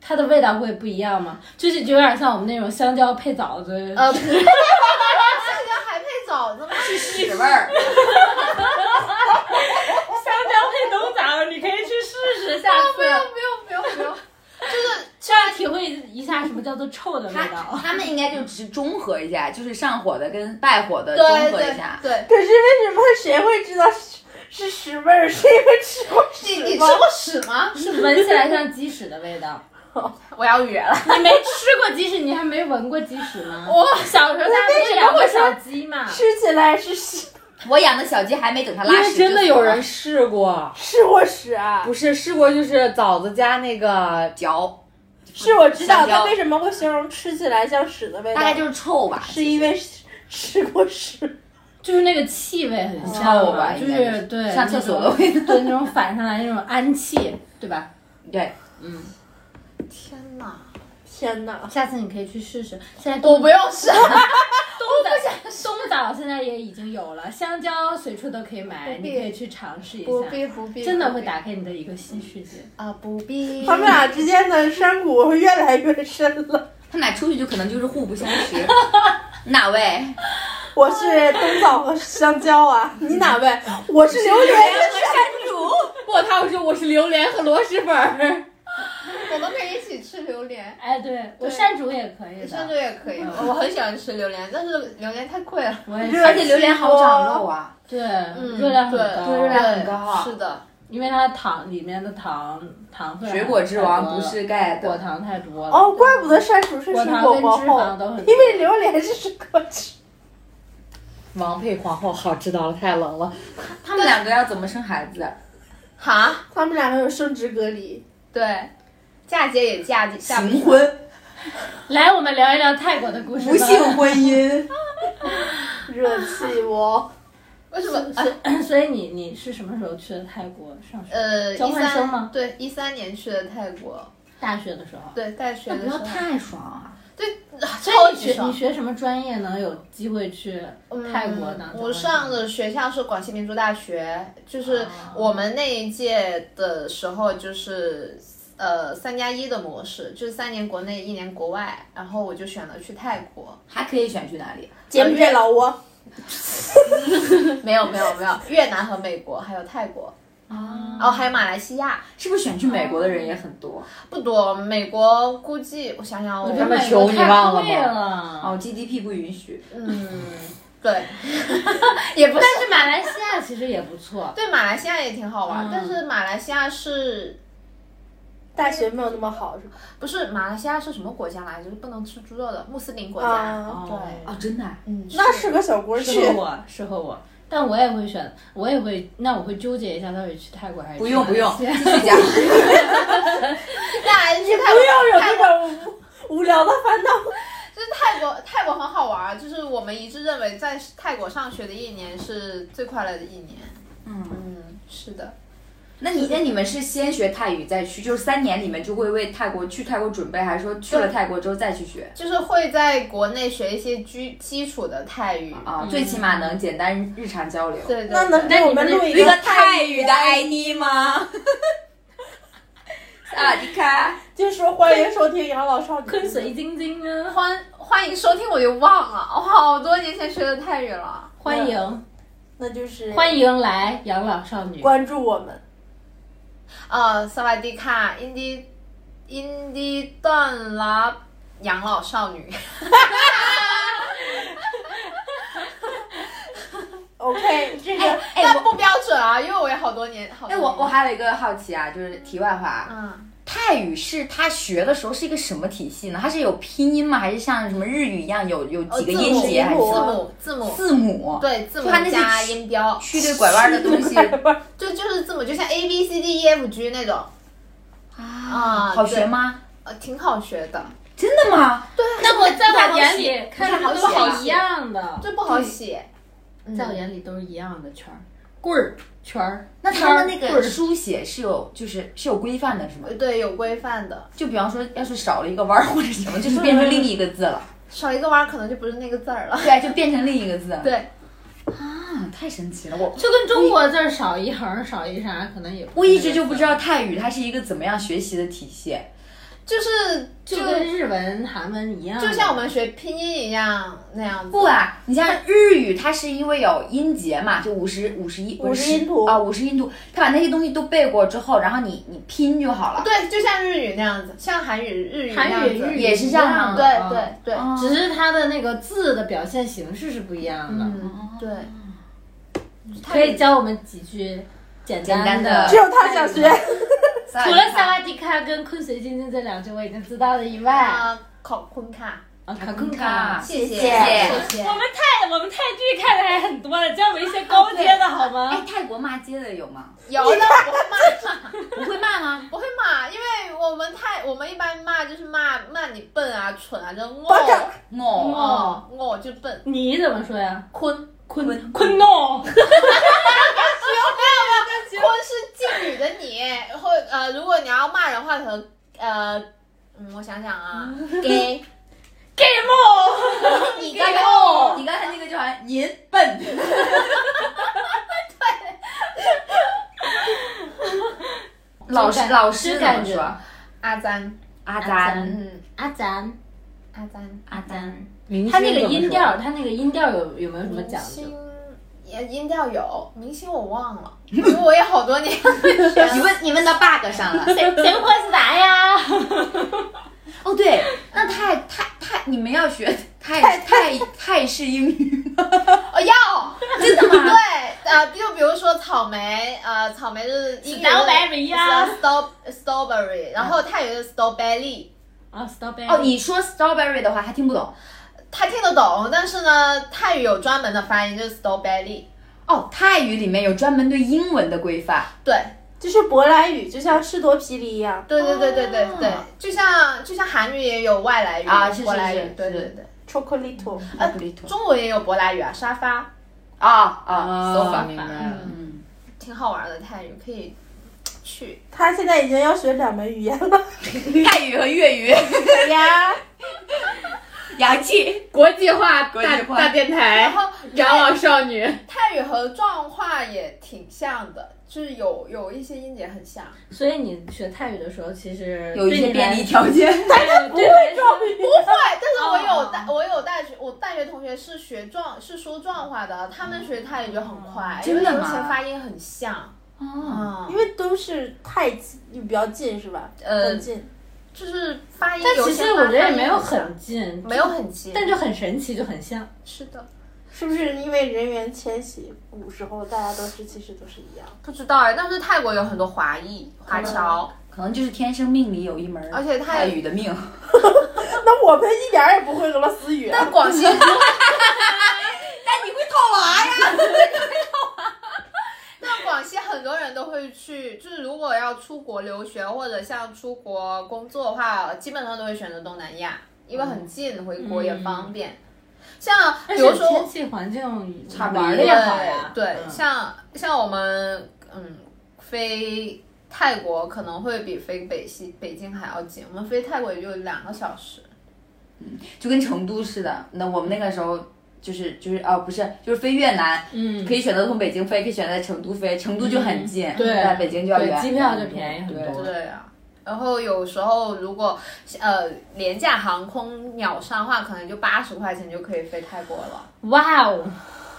Speaker 5: 它的味道会不一样吗？就是有点像我们那种香蕉配枣子。
Speaker 4: 呃，香蕉还配枣子吗？
Speaker 2: 屎味儿，
Speaker 5: 香蕉配冬枣，你可以去试试，下
Speaker 4: 不用 不用不用不用，就是
Speaker 5: 这样体会一下什么叫做臭的味 道。
Speaker 2: 他们应该就只是中和一下，就是上火的跟败火的
Speaker 4: 对对。对，
Speaker 3: 可是为什么谁会知道是是屎味儿？谁会吃过
Speaker 4: 你
Speaker 3: 屎
Speaker 4: 你吃
Speaker 3: 吗？
Speaker 4: 过屎吗？
Speaker 5: 是闻起来像鸡屎的味道，
Speaker 4: 我要哕了。
Speaker 5: 你没吃过鸡屎，你还没闻过鸡屎吗？
Speaker 4: 我
Speaker 5: 小时候大家
Speaker 3: 为
Speaker 5: 不
Speaker 3: 什
Speaker 5: 是
Speaker 3: 么
Speaker 5: 养过
Speaker 3: 会说
Speaker 5: 小鸡嘛，
Speaker 3: 吃起来是屎，
Speaker 2: 我养的小鸡还没等它
Speaker 1: 因
Speaker 2: 拉
Speaker 1: 为
Speaker 2: 屎，
Speaker 1: 真的有人试过，
Speaker 3: 是我屎啊！
Speaker 1: 不是试过就是枣子加那个，
Speaker 2: 嚼，
Speaker 3: 是我知道
Speaker 2: 香蕉
Speaker 3: 它为什么会形容吃起来像屎的味道，
Speaker 2: 大概就是臭吧，
Speaker 3: 是因为吃吃过屎。
Speaker 5: 就是那个气味很像
Speaker 2: 臭吧
Speaker 5: 就
Speaker 2: 应该是
Speaker 5: 是对
Speaker 2: 上厕所的味
Speaker 5: 道，对那种反上来那种氨气，对吧？
Speaker 2: 对，
Speaker 4: 天哪！
Speaker 3: 天哪！
Speaker 5: 下次你可以去试试。现在
Speaker 4: 我
Speaker 5: 冬
Speaker 4: 不用试，
Speaker 5: 冬枣，冬枣现在也已经有了，香蕉随处都可以买，
Speaker 4: 不必
Speaker 5: 你可以去尝试一
Speaker 4: 不
Speaker 5: 下，
Speaker 4: 必不必，
Speaker 5: 真的会打开你的一个新世界。
Speaker 4: 啊！不必。
Speaker 3: 他们俩之间的山谷会越来越深 了。
Speaker 2: 哎他们俩出去就可能就是互不相识。哪位？
Speaker 3: 我是冬枣和香蕉啊， 你哪位？我是榴莲和山竹。
Speaker 1: 我他会说我是榴莲和螺蛳粉儿。
Speaker 4: 我们可以一起吃榴莲，
Speaker 5: 哎，对我
Speaker 4: 对
Speaker 5: 山竹也可以
Speaker 4: 山
Speaker 5: 的，
Speaker 4: 竹也可以。我很喜欢吃榴莲，但是榴莲太贵了。
Speaker 5: 我也
Speaker 2: 而且
Speaker 5: 是，
Speaker 2: 榴莲好长肉啊，
Speaker 5: 对，嗯热量很
Speaker 4: 嗯对
Speaker 5: 高，
Speaker 2: 对热量很高啊
Speaker 4: 是的，
Speaker 5: 因为它糖里面的糖糖分，
Speaker 2: 水果之王不是盖
Speaker 5: 果
Speaker 2: 的。
Speaker 5: 糖太多 了，
Speaker 3: 哦，怪不得山竹是
Speaker 5: 果
Speaker 3: 水
Speaker 5: 糖
Speaker 3: 果
Speaker 5: 跟
Speaker 3: 皇
Speaker 5: 脂肪
Speaker 3: 后，
Speaker 5: 都很多，
Speaker 3: 因为榴莲是水果之
Speaker 1: 王配皇后，好，知道了，太冷了。
Speaker 2: 他们两个要怎么生孩子？
Speaker 4: 哈，
Speaker 3: 他们两个有生殖隔离。
Speaker 4: 对，嫁接也嫁接下不
Speaker 2: 行婚，
Speaker 5: 来我们聊一聊泰国的故事吧。
Speaker 2: 不幸婚姻。
Speaker 3: 热气 窝，
Speaker 4: 为什么？啊
Speaker 5: 所以你你是什么时候去的泰国上学？
Speaker 4: 呃，
Speaker 5: 交
Speaker 4: 一
Speaker 5: 换生吗
Speaker 4: 三对一三年去的泰国，
Speaker 5: 大学的时候。
Speaker 4: 对，大学
Speaker 5: 哎
Speaker 2: 不
Speaker 4: 的时
Speaker 2: 要
Speaker 4: 候，
Speaker 2: 太爽啊！
Speaker 4: 超
Speaker 5: 你
Speaker 4: 级
Speaker 5: 学你
Speaker 4: 爽。
Speaker 5: 学什么专业能有机会去泰国呢？
Speaker 4: 嗯我上的学校是广西民族大学，就是
Speaker 5: 啊
Speaker 4: 我们那一届的时候，就是呃三加一的模式，就是三年国内，一年国外。然后我就选了去泰国，
Speaker 2: 还可以选去哪里？
Speaker 3: 柬埔寨老挝。
Speaker 4: 没有没有没有，越南和美国，还有泰国，
Speaker 5: 啊，
Speaker 4: 哦还有马来西亚，
Speaker 2: 是不是选去美国的人也很多？
Speaker 4: 不多。美国估计我想想，我
Speaker 5: 觉得
Speaker 1: 们
Speaker 5: 美
Speaker 1: 求
Speaker 5: 国
Speaker 1: 你
Speaker 5: 太
Speaker 1: 忘了
Speaker 5: 贵
Speaker 1: 吗
Speaker 5: 了
Speaker 2: 哦，GDP 不允许。
Speaker 4: 嗯对，也不是。
Speaker 5: 但是马来西亚其实也不 错，
Speaker 4: 对马来西亚也挺好玩，
Speaker 5: 嗯
Speaker 4: 但是马来西亚是
Speaker 3: 大学没有那么好，是吧？
Speaker 4: 不是马来西亚是什么国家来着？就是不能吃猪肉的穆斯林国家。
Speaker 3: 啊，
Speaker 5: 哦
Speaker 2: 哦，真的啊？
Speaker 4: 嗯，
Speaker 3: 那是个小国
Speaker 5: 适
Speaker 3: 去
Speaker 5: 合，我，适合我。但我也会选，我也会，那我会纠结一下，到底去泰国还是
Speaker 2: 不用
Speaker 5: 去
Speaker 2: 不用，
Speaker 5: 马
Speaker 2: 继
Speaker 5: 来西亚
Speaker 2: 续讲。
Speaker 4: 那还是去哎泰
Speaker 3: 不
Speaker 4: 国
Speaker 3: 要有那种无聊的烦恼。
Speaker 4: 就是泰国，泰国很好玩儿。就是我们一致认为，在泰国上学的一年是最快乐的一年。
Speaker 2: 嗯，
Speaker 4: 嗯，是的，
Speaker 2: 那你那你们是先学泰语再去，就是三年里面就会为泰国去泰国准备，还是说去了泰国之后再去学？
Speaker 4: 就是会在国内学一些基基础的泰语。
Speaker 2: 啊，最起码能简单日常交流。
Speaker 4: 对对
Speaker 3: 那能
Speaker 4: 对。
Speaker 3: 给我们录一
Speaker 2: 一个
Speaker 3: 个
Speaker 2: 泰语的 ID 吗？萨瓦迪卡，
Speaker 3: 就说欢迎收听养老少女，
Speaker 5: 跟 随晶晶 啊，
Speaker 4: 欢欢迎收听，我就忘了，我好多年前学的泰语了。
Speaker 5: 欢迎
Speaker 3: 那就是
Speaker 5: 欢迎来养老少女。
Speaker 3: 关注我们。
Speaker 4: 呃，萨瓦迪卡，印第印第段拉养老少女。
Speaker 3: OK，这个
Speaker 2: 哎
Speaker 4: 但
Speaker 2: 我
Speaker 4: 不标准啊，因为我也好多年，好多
Speaker 2: 哎
Speaker 4: 年
Speaker 2: 我我还有一个好奇啊，就是题外话啊，
Speaker 4: 嗯，
Speaker 2: 泰语是他学的时候是一个什么体系呢？它是有拼音吗？还是像什么日语一样有有几个
Speaker 4: 哦
Speaker 2: 音节还是
Speaker 3: 字
Speaker 4: 字
Speaker 2: 什么
Speaker 4: 母字母
Speaker 2: 字母？，
Speaker 4: 对字母
Speaker 2: 就它那些
Speaker 4: 加音标，
Speaker 2: 曲对拐弯的东西
Speaker 4: 就就是字母，就像 A B C D E F G 那种，
Speaker 2: 啊， 好学吗？
Speaker 4: 呃，挺好学的，
Speaker 2: 真的吗？
Speaker 5: 那我在我眼
Speaker 4: 不太好
Speaker 5: 里
Speaker 4: 写
Speaker 5: 看着都
Speaker 4: 不太好写
Speaker 5: 好一样的，
Speaker 4: 就不好写。嗯
Speaker 5: 在我眼里都是一样的圈儿，棍儿圈儿。
Speaker 2: 那他们那
Speaker 5: 圈儿
Speaker 2: 个
Speaker 5: 棍儿
Speaker 2: 书写是有就是是有规范的，是吗
Speaker 4: 呃？对有规范的，
Speaker 2: 就比方说，要是少了一个弯儿或者什么，就是变成另一个字了。
Speaker 4: 少一个弯儿可能就不是那个字儿了。
Speaker 2: 对啊，就变成另一个字。
Speaker 4: 对，
Speaker 2: 啊，太神奇了！我
Speaker 5: 就跟中国字儿少一横少一啥，可能也
Speaker 2: 我一直就不知道泰语它是一个怎么样学习的体系。
Speaker 4: 就是
Speaker 5: 就
Speaker 4: 就
Speaker 5: 跟日文、韩文一样，
Speaker 4: 就像我们学拼音一样那样子。
Speaker 2: 嗯
Speaker 4: 哦
Speaker 2: 不啊，你像日语，它是因为有音节嘛，就五十五十一
Speaker 3: 五十音图
Speaker 2: 啊，五十音图，它把那些东西都背过之后，然后你你拼就好了。
Speaker 4: 对，就像日语那样子，像韩语日语那样
Speaker 5: 韩
Speaker 4: 子。
Speaker 5: 语、日语
Speaker 2: 也是这样吗
Speaker 5: 一
Speaker 4: 对
Speaker 5: 的
Speaker 4: 对对，
Speaker 2: 哦
Speaker 5: 只是它的那个字的表现形式是不一样的。
Speaker 4: 嗯对，
Speaker 5: 可以教我们几句简
Speaker 2: 简单
Speaker 5: 的
Speaker 2: 的
Speaker 3: 只有他想学。
Speaker 5: 除了萨瓦迪卡跟昆随晶晶这两句我已经知道了以外，啊，
Speaker 4: 啊，考昆卡，
Speaker 5: 卡
Speaker 2: 昆
Speaker 5: 昆
Speaker 2: 卡
Speaker 5: 卡，
Speaker 4: 谢谢
Speaker 2: 谢
Speaker 4: 谢谢。
Speaker 5: 泰我们泰剧看的还很多的，教我一些高阶的好
Speaker 2: 哎
Speaker 5: 吗？，
Speaker 2: 泰国骂街的有吗？
Speaker 4: 有的我会骂，
Speaker 2: 不会骂吗？
Speaker 4: 不会骂，因为我们太我们一般骂就是骂骂你笨啊、蠢啊，就是
Speaker 3: 巴掌
Speaker 4: 我
Speaker 2: 我
Speaker 4: 哦我就笨。
Speaker 5: 哎你怎么说呀？
Speaker 4: 坤
Speaker 5: 昆昆诺，
Speaker 4: 坤是敬语的你，或呃，如果你要骂人的话，可能呃，嗯，我想 想啊，给
Speaker 5: game
Speaker 4: 你
Speaker 2: 你刚才
Speaker 4: 哦，
Speaker 2: 你刚才那个就好像您笨，老师老师
Speaker 5: 就
Speaker 2: 怎么
Speaker 5: 感觉
Speaker 2: 说？
Speaker 4: 阿詹，
Speaker 2: 阿
Speaker 5: 阿
Speaker 2: 咱
Speaker 5: 咱
Speaker 4: 嗯，
Speaker 5: 阿咱
Speaker 4: 阿丹，
Speaker 2: 阿丹，
Speaker 1: 明
Speaker 5: 他
Speaker 1: 星
Speaker 5: 那个
Speaker 1: 怎么
Speaker 5: 音
Speaker 1: 说
Speaker 5: 调，他那个音调有有没有什么
Speaker 4: 明
Speaker 5: 讲究
Speaker 4: 星？也音调有，明星我忘了， 因为我也好多年。
Speaker 2: 你问你问到 bug 上了，谁谁会是啥呀？哦，对，那泰泰泰，你们要学泰泰泰式英语吗？
Speaker 4: 哦，要 真的 吗？ 对，呃，就比如说草莓，呃，草莓就是 英语的
Speaker 5: Strawberry 呀
Speaker 4: ，stop strawberry，然后它有一个 strawberry，
Speaker 5: 啊，stop it！
Speaker 2: 哦，你说 strawberry 的话，他听不懂。
Speaker 4: 他听得懂，但是呢，泰语有专门的发音，就是 strawberry。
Speaker 2: 哦，泰语里面有专门对英文的规范。
Speaker 4: 对，
Speaker 3: 就是舶来语，就像士多啤梨一样，
Speaker 4: 对对对对对对
Speaker 2: 哦，
Speaker 4: 就像就像韩语也有外来语、
Speaker 2: 啊是是
Speaker 4: 舶来
Speaker 2: 是
Speaker 4: 语，对对
Speaker 2: 是
Speaker 4: 对，
Speaker 3: chocolate，
Speaker 2: 啊不
Speaker 4: 呃中文也有舶来语啊，沙发
Speaker 2: 啊啊
Speaker 1: 啊，
Speaker 2: ，sofa
Speaker 1: 明。白了。
Speaker 2: 嗯，
Speaker 4: 挺好玩的泰语，可以去。
Speaker 3: 他现在已经要学两门语言了。
Speaker 1: 嗯
Speaker 2: 泰语和粤语，
Speaker 3: 呀，
Speaker 2: 洋气。
Speaker 1: 国际化
Speaker 2: 国际化
Speaker 1: 电台
Speaker 4: 然后
Speaker 1: 养老少女，
Speaker 4: 泰语和壮话也挺像的，就是有有一些音节很像。
Speaker 5: 所以你学泰语的时候，其实
Speaker 2: 有一些
Speaker 5: 对你来
Speaker 2: 便利条件。
Speaker 5: 对，不会装逼。
Speaker 4: 对，但是我有
Speaker 5: 哦
Speaker 4: 大我有大学我大学同学是学壮是说壮话的，他们学泰语就很快，因
Speaker 2: 真
Speaker 4: 为
Speaker 2: 的
Speaker 4: 有
Speaker 2: 吗
Speaker 4: 些发音很像。
Speaker 2: 哦，
Speaker 4: 嗯
Speaker 3: 因，为都是太近，就比较近是吧？
Speaker 4: 呃
Speaker 3: 很近。
Speaker 4: 就是发音。
Speaker 5: 但其实我觉得也没有
Speaker 4: 有些发音
Speaker 5: 很近，
Speaker 4: 像没有很近，
Speaker 5: 但就很神奇，就很像。
Speaker 4: 是的，
Speaker 3: 是不是因为人员迁徙，古时候大家都是其实都是一样？
Speaker 4: 不知道哎，但是泰国有很多华裔华侨，
Speaker 2: 可能就是天生命里有一门儿
Speaker 4: 而且泰
Speaker 2: 泰语的命。
Speaker 3: 那我们一点儿也不会俄罗斯语啊。
Speaker 4: 但广西
Speaker 2: 但你会套娃呀？
Speaker 4: 但广西很多人都会去，就是如果要出国留学或者像出国工作的话，基本上都会选择东南亚，因为很近，回国也方便。像比
Speaker 5: 嗯但
Speaker 4: 如
Speaker 5: 是
Speaker 4: 说
Speaker 5: 天气环境差
Speaker 2: 玩
Speaker 5: 玩
Speaker 2: 的
Speaker 5: 的
Speaker 2: 也
Speaker 5: 也
Speaker 2: 好
Speaker 5: 好
Speaker 2: 呀
Speaker 5: 呀。嗯
Speaker 4: 对，像像我们嗯飞泰国可能会比飞北西北京还要近，我们飞泰国也就两个小时。
Speaker 2: 就跟成都似的。那我们那个时候就是就是哦，不是，就是飞越南，
Speaker 5: 嗯
Speaker 2: 可以选择从北京飞，可以选择在成都飞，成都就很近，
Speaker 5: 对
Speaker 2: 在北京就要
Speaker 5: 对
Speaker 2: 远，
Speaker 5: 机票就便宜很多
Speaker 2: 对
Speaker 4: 对啊。然后有时候如果呃廉价航空秒杀的话，可能就八十块钱就可以飞泰国了，
Speaker 5: 哇哦，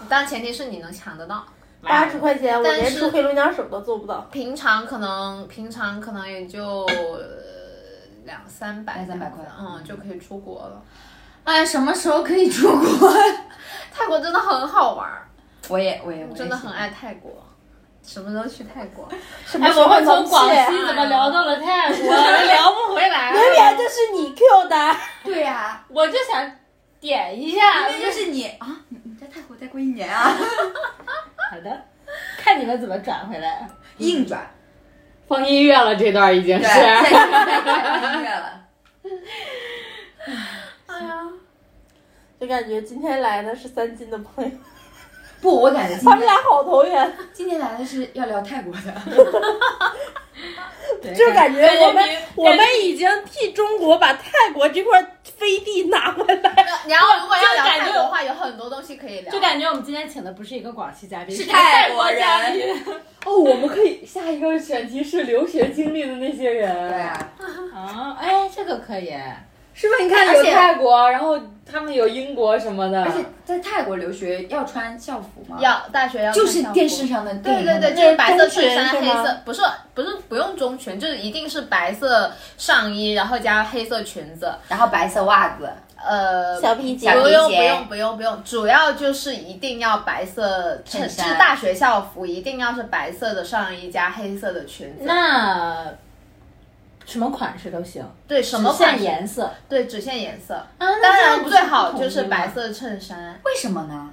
Speaker 4: 但前提是你能抢得到。
Speaker 3: 八十块钱，我
Speaker 4: 但
Speaker 3: 连
Speaker 4: 是
Speaker 3: 出回龙江手都做不到。
Speaker 4: 平常可能平常可能也就呃两三百
Speaker 2: 两三百块
Speaker 4: 嗯，就可以出国了。
Speaker 2: 哎，什么时候可以出国？
Speaker 4: 泰国真的很好玩儿，
Speaker 2: 我也我也我也
Speaker 4: 真的
Speaker 2: 喜
Speaker 4: 很
Speaker 2: 欢
Speaker 4: 爱泰国，什么时候去泰 国？
Speaker 5: 哎，我们从
Speaker 3: 什
Speaker 5: 广
Speaker 3: 么时候能
Speaker 5: 西怎么聊到了泰 国，聊不回来
Speaker 3: 明
Speaker 5: 了。
Speaker 4: 啊
Speaker 3: 明就是你 Q 的，
Speaker 2: 对呀、
Speaker 5: 我就想点一下。
Speaker 2: 那就是你啊，你你在泰国待过一年啊，
Speaker 5: 好的，看你们怎么转回来。
Speaker 2: 硬转，
Speaker 1: 放音乐了，这段已经
Speaker 2: 对，
Speaker 1: 是。
Speaker 2: 在音乐了。
Speaker 3: 就感觉今天来的是三金的朋友，
Speaker 2: 不，我感觉今
Speaker 3: 他们
Speaker 2: 天
Speaker 3: 俩好投缘，
Speaker 2: 今天来的是要聊泰国 的，
Speaker 5: 对
Speaker 3: 就感觉我们我
Speaker 5: 感觉
Speaker 3: 们已经替中国把泰国这块飞地拿回来，
Speaker 4: 然后如果要聊
Speaker 5: 就感觉
Speaker 4: 泰国的话，有很多东西可以聊。
Speaker 5: 就感觉我们今天请的不是一个广西嘉宾，
Speaker 2: 是
Speaker 5: 一个泰
Speaker 2: 国
Speaker 5: 嘉
Speaker 2: 人
Speaker 5: 宾。
Speaker 1: 哦，我们可以下一个选题是留学经历的那些人，
Speaker 2: 对呀、
Speaker 5: 哦，哎，这个可以。
Speaker 1: 是不是？你看
Speaker 2: 而
Speaker 1: 有
Speaker 2: 且
Speaker 1: 泰国，然后他们有英国什么 的
Speaker 2: 而，且在泰国留学要穿校服吗？，
Speaker 4: 要大学要
Speaker 2: 就是
Speaker 4: 看校服
Speaker 2: 电视。上的电
Speaker 4: 对
Speaker 2: 影
Speaker 4: 对
Speaker 2: 上的
Speaker 4: 对，就是白
Speaker 3: 中
Speaker 4: 色衬
Speaker 3: 裙
Speaker 4: 衫，
Speaker 3: 是
Speaker 4: 黑
Speaker 3: 吗
Speaker 4: 色不是不是不用中裙，就是一定是白色上衣，然后加黑色裙子，
Speaker 2: 然后白色袜子，
Speaker 4: 呃，
Speaker 3: 小皮
Speaker 2: 小
Speaker 3: 姐
Speaker 2: 皮
Speaker 4: 不
Speaker 2: 鞋
Speaker 4: 用不用不用不用，主要就是一定要白色衬，
Speaker 2: 衬衫
Speaker 4: 就是大学校服一定要是白色的上衣加黑色的裙子，
Speaker 5: 那什么款式都行，
Speaker 4: 对什么
Speaker 5: 只限
Speaker 4: 款式
Speaker 5: 颜色啊。
Speaker 4: 对只限颜色，
Speaker 5: 那
Speaker 4: 当
Speaker 5: 这样
Speaker 4: 然
Speaker 5: 不
Speaker 4: 最好
Speaker 5: 不
Speaker 4: 就
Speaker 5: 统
Speaker 4: 是
Speaker 5: 一吗
Speaker 4: 白。色衬衫，
Speaker 2: 为什么呢？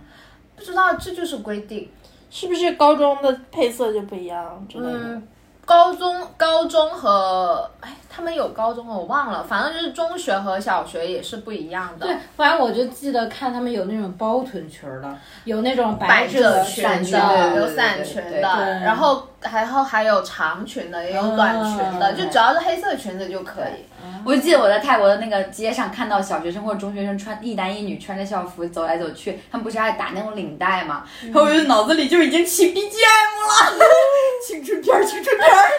Speaker 4: 不知道这就是规定。
Speaker 3: 是不是高中的配色就不一样之类的？
Speaker 4: 嗯，高中、高中和哎，他们有高中我忘了，反正就是中学和小学也是不一样的。
Speaker 5: 对，反正我就记得看他们有那种包臀裙儿的，有那种
Speaker 4: 百
Speaker 5: 褶
Speaker 4: 褶
Speaker 5: 裙
Speaker 4: 的，
Speaker 5: 的，
Speaker 2: 对
Speaker 4: 有伞裙
Speaker 2: 对
Speaker 4: 的
Speaker 2: 对对，
Speaker 5: 对
Speaker 4: 然后然后还有长裙的，也有短裙的，
Speaker 5: 嗯
Speaker 4: 就只要是黑色裙子就可以。
Speaker 2: 我就记得我在泰国的那个街上看到小学生或者中学生穿一男一女穿着校服走来走去，他们不是爱打那种领带吗？
Speaker 4: 嗯
Speaker 2: 然后我就 脑子里就已经起 BGM 了，青春片儿，青春片儿，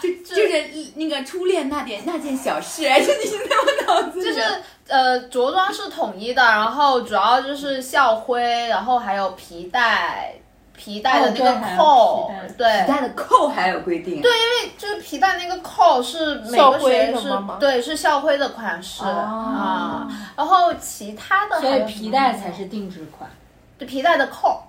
Speaker 2: 就就是一那个初恋那点那件小事，哎，就你在我脑子里。
Speaker 4: 就是呃，着装是统一的，然后主要就是校徽，然后还有皮带，皮带的
Speaker 5: 哦对还有
Speaker 4: 那个扣
Speaker 5: 皮带，
Speaker 4: 对
Speaker 2: 带的扣还有规定。对，
Speaker 4: 就是皮带那个扣是每
Speaker 3: 校
Speaker 4: 个
Speaker 3: 徽
Speaker 4: 学
Speaker 3: 什
Speaker 4: 是
Speaker 3: 么吗
Speaker 4: 对是校徽的款式、啊，然后其他的
Speaker 5: 所
Speaker 4: 还
Speaker 5: 以
Speaker 4: 有什么
Speaker 5: 皮带才是定制款。
Speaker 4: 对皮带的扣，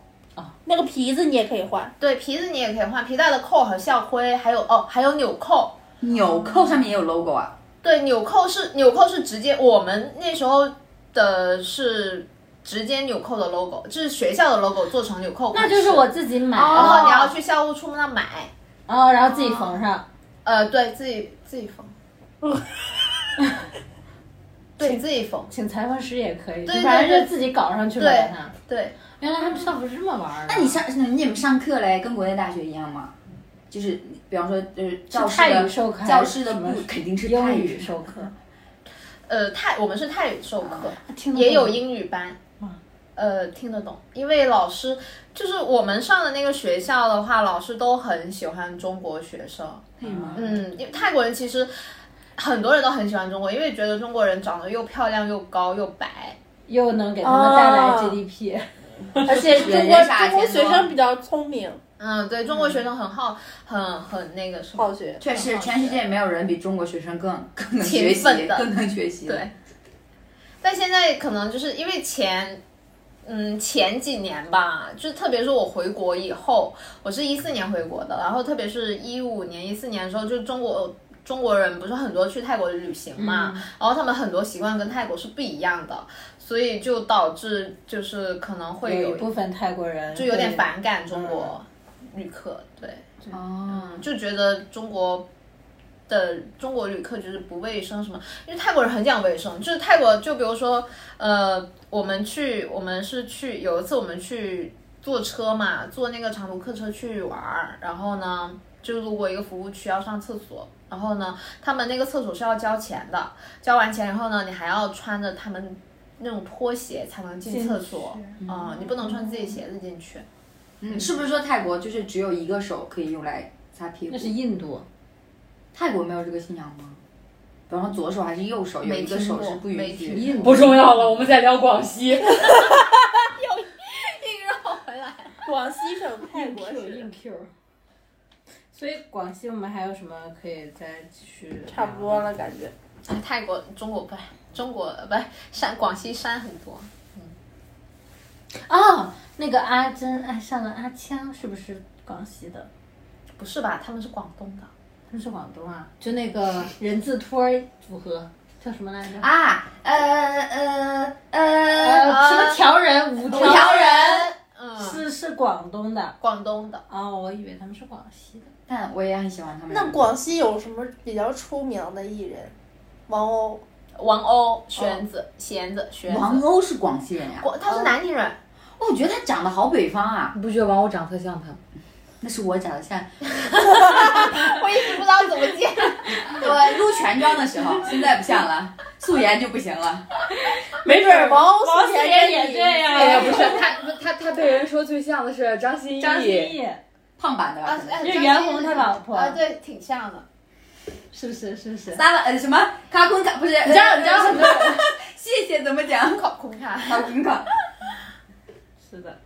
Speaker 3: 那个皮子你也可以换，
Speaker 4: 对皮子你也可以换，皮带的扣和校徽，还有哦还有纽扣，
Speaker 2: 纽扣上面也有 logo 啊。
Speaker 4: 对纽扣是纽扣是直接我们那时候的是直接纽扣的 logo，就是学校的 logo 做成纽扣款
Speaker 5: 那就
Speaker 4: 式，
Speaker 5: 是我自己买，
Speaker 4: 然
Speaker 5: 然
Speaker 4: 后你要去校务处那买，
Speaker 5: 后然后自己缝上。
Speaker 4: 呃，对自己自己缝， 对自己缝，
Speaker 5: 请裁缝师也可以，
Speaker 4: 对
Speaker 5: 反正
Speaker 4: 对
Speaker 5: 就
Speaker 4: 对
Speaker 5: 自己搞上去
Speaker 4: 对
Speaker 5: 了它。
Speaker 4: 对，
Speaker 5: 原来他们校服是这么玩儿的。
Speaker 2: 那你上你们上课嘞，跟国内大学一样吗？就是比方说，就是教室
Speaker 5: 泰
Speaker 2: 的
Speaker 5: 语授课还是
Speaker 2: 教室的
Speaker 5: 什么
Speaker 2: 不肯定是泰
Speaker 5: 英
Speaker 2: 语
Speaker 5: 语授课，
Speaker 4: 呃泰我们是泰语授课，
Speaker 5: 啊听得懂
Speaker 4: 也有英语班。呃，听得懂，因为老师就是我们上的那个学校的话，老师都很喜欢中国学生。
Speaker 2: 语吗？
Speaker 4: 嗯，因为泰国人其实很多人都很喜欢中国，因为觉得中国人长得又漂亮又高又白。
Speaker 5: 又能给他们带来
Speaker 3: 哦
Speaker 5: GDP，、
Speaker 3: 而且
Speaker 2: 人家
Speaker 3: 中国
Speaker 2: 啥
Speaker 3: 中国
Speaker 2: 钱多
Speaker 3: 学生比较聪明，
Speaker 4: 嗯，对中国学生很好，很很那个什么
Speaker 3: 好。学。
Speaker 2: 确实，
Speaker 4: 很好
Speaker 2: 全世界没有人比中国学生更更能
Speaker 4: 勤
Speaker 2: 学习
Speaker 4: 奋，的
Speaker 2: 更能学习。
Speaker 4: 对，但现在可能就是因为前，嗯，前几年吧，就特别是我回国以后，我是一四年回国的，然后特别是一五年、一四年的时候，就中国中国人不是很多去泰国旅行嘛，
Speaker 5: 嗯
Speaker 4: 然后他们很多习惯跟泰国是不一样的，所以就导致就是可能会
Speaker 5: 有
Speaker 4: 有
Speaker 5: 一部分泰国人就
Speaker 4: 有点反感中国旅客，对，
Speaker 2: 哦，
Speaker 4: 就觉得中国的中国旅客就是不卫生什么，因为泰国人很讲卫生，就是泰国就比如说呃，我们去我们是去有一次我们去坐车嘛，坐那个长途客车去玩儿，然后呢就路过一个服务区要上厕所。然后呢，他们那个厕所是要交钱的，交完钱以后呢，你还要穿着他们那种拖鞋才能进厕所啊、你不能穿自己鞋子进去。
Speaker 2: 嗯，是不是说泰国就是只有一个手可以用来擦屁股
Speaker 5: 那？是印度，
Speaker 2: 泰国没有这个信仰吗？比方说左手还是右手，有
Speaker 4: 没
Speaker 2: 一个
Speaker 4: 听
Speaker 2: 手
Speaker 4: 过
Speaker 2: 是不
Speaker 4: 没
Speaker 2: 允
Speaker 4: 听
Speaker 2: 许。
Speaker 1: 不重要了，我们在聊广西。
Speaker 3: 广西省泰 国市，
Speaker 5: 硬 Q。所以广西我们还有什么可以再继续？
Speaker 3: 差不多。了感觉。
Speaker 4: 哎泰国、中国不是中国不是山广西山很多，
Speaker 5: 哦，那个阿珍爱上了阿枪，是不是广西的？
Speaker 4: 不是吧？他们是广东的。
Speaker 5: 他们是广东啊，就那个人字拖儿组合叫什么来着？
Speaker 2: 啊，呃呃
Speaker 5: 呃，
Speaker 2: 呃，
Speaker 5: 什
Speaker 3: 啊
Speaker 5: 么条人五
Speaker 2: 五条
Speaker 5: 条
Speaker 2: 人。
Speaker 4: 嗯，
Speaker 5: 是是广东的
Speaker 4: 广东的。
Speaker 5: 哦，我以为他们是广西的。
Speaker 2: 但我也很喜欢他们。
Speaker 3: 那广西有什么比较出名的艺人？王鸥，
Speaker 4: 王鸥、玄子、弦子、玄
Speaker 2: 王
Speaker 4: 子，
Speaker 2: 鸥是广西人呀？
Speaker 4: 广他是南宁人，
Speaker 2: 哦，我觉得他长得好北方啊。
Speaker 1: 你不觉得王鸥长得特像他吗？
Speaker 2: 那是我长得像
Speaker 4: 我一直不知道怎么接。
Speaker 2: 对，撸全妆的时候，现在不像了，素颜就不行了。
Speaker 1: 没准儿
Speaker 3: 王鸥
Speaker 5: 王
Speaker 3: 素
Speaker 5: 姐
Speaker 3: 颜真
Speaker 5: 也
Speaker 3: 绫
Speaker 5: 这样
Speaker 1: 哎呀，不是他，他他被人说最像的是张歆艺。
Speaker 5: 张歆艺
Speaker 2: 胖版的吧？可能
Speaker 4: 哎
Speaker 5: 这
Speaker 4: 张
Speaker 5: 袁
Speaker 4: 馨
Speaker 5: 弘他老婆
Speaker 4: 啊，对，挺像的。
Speaker 5: 是不是？是不是？
Speaker 2: 撒了呃什么？卡坤卡不是？你
Speaker 4: 你知道你知道什么？
Speaker 2: 谢谢怎么讲？
Speaker 4: 考空看。
Speaker 2: 卡坤卡。
Speaker 5: 是的，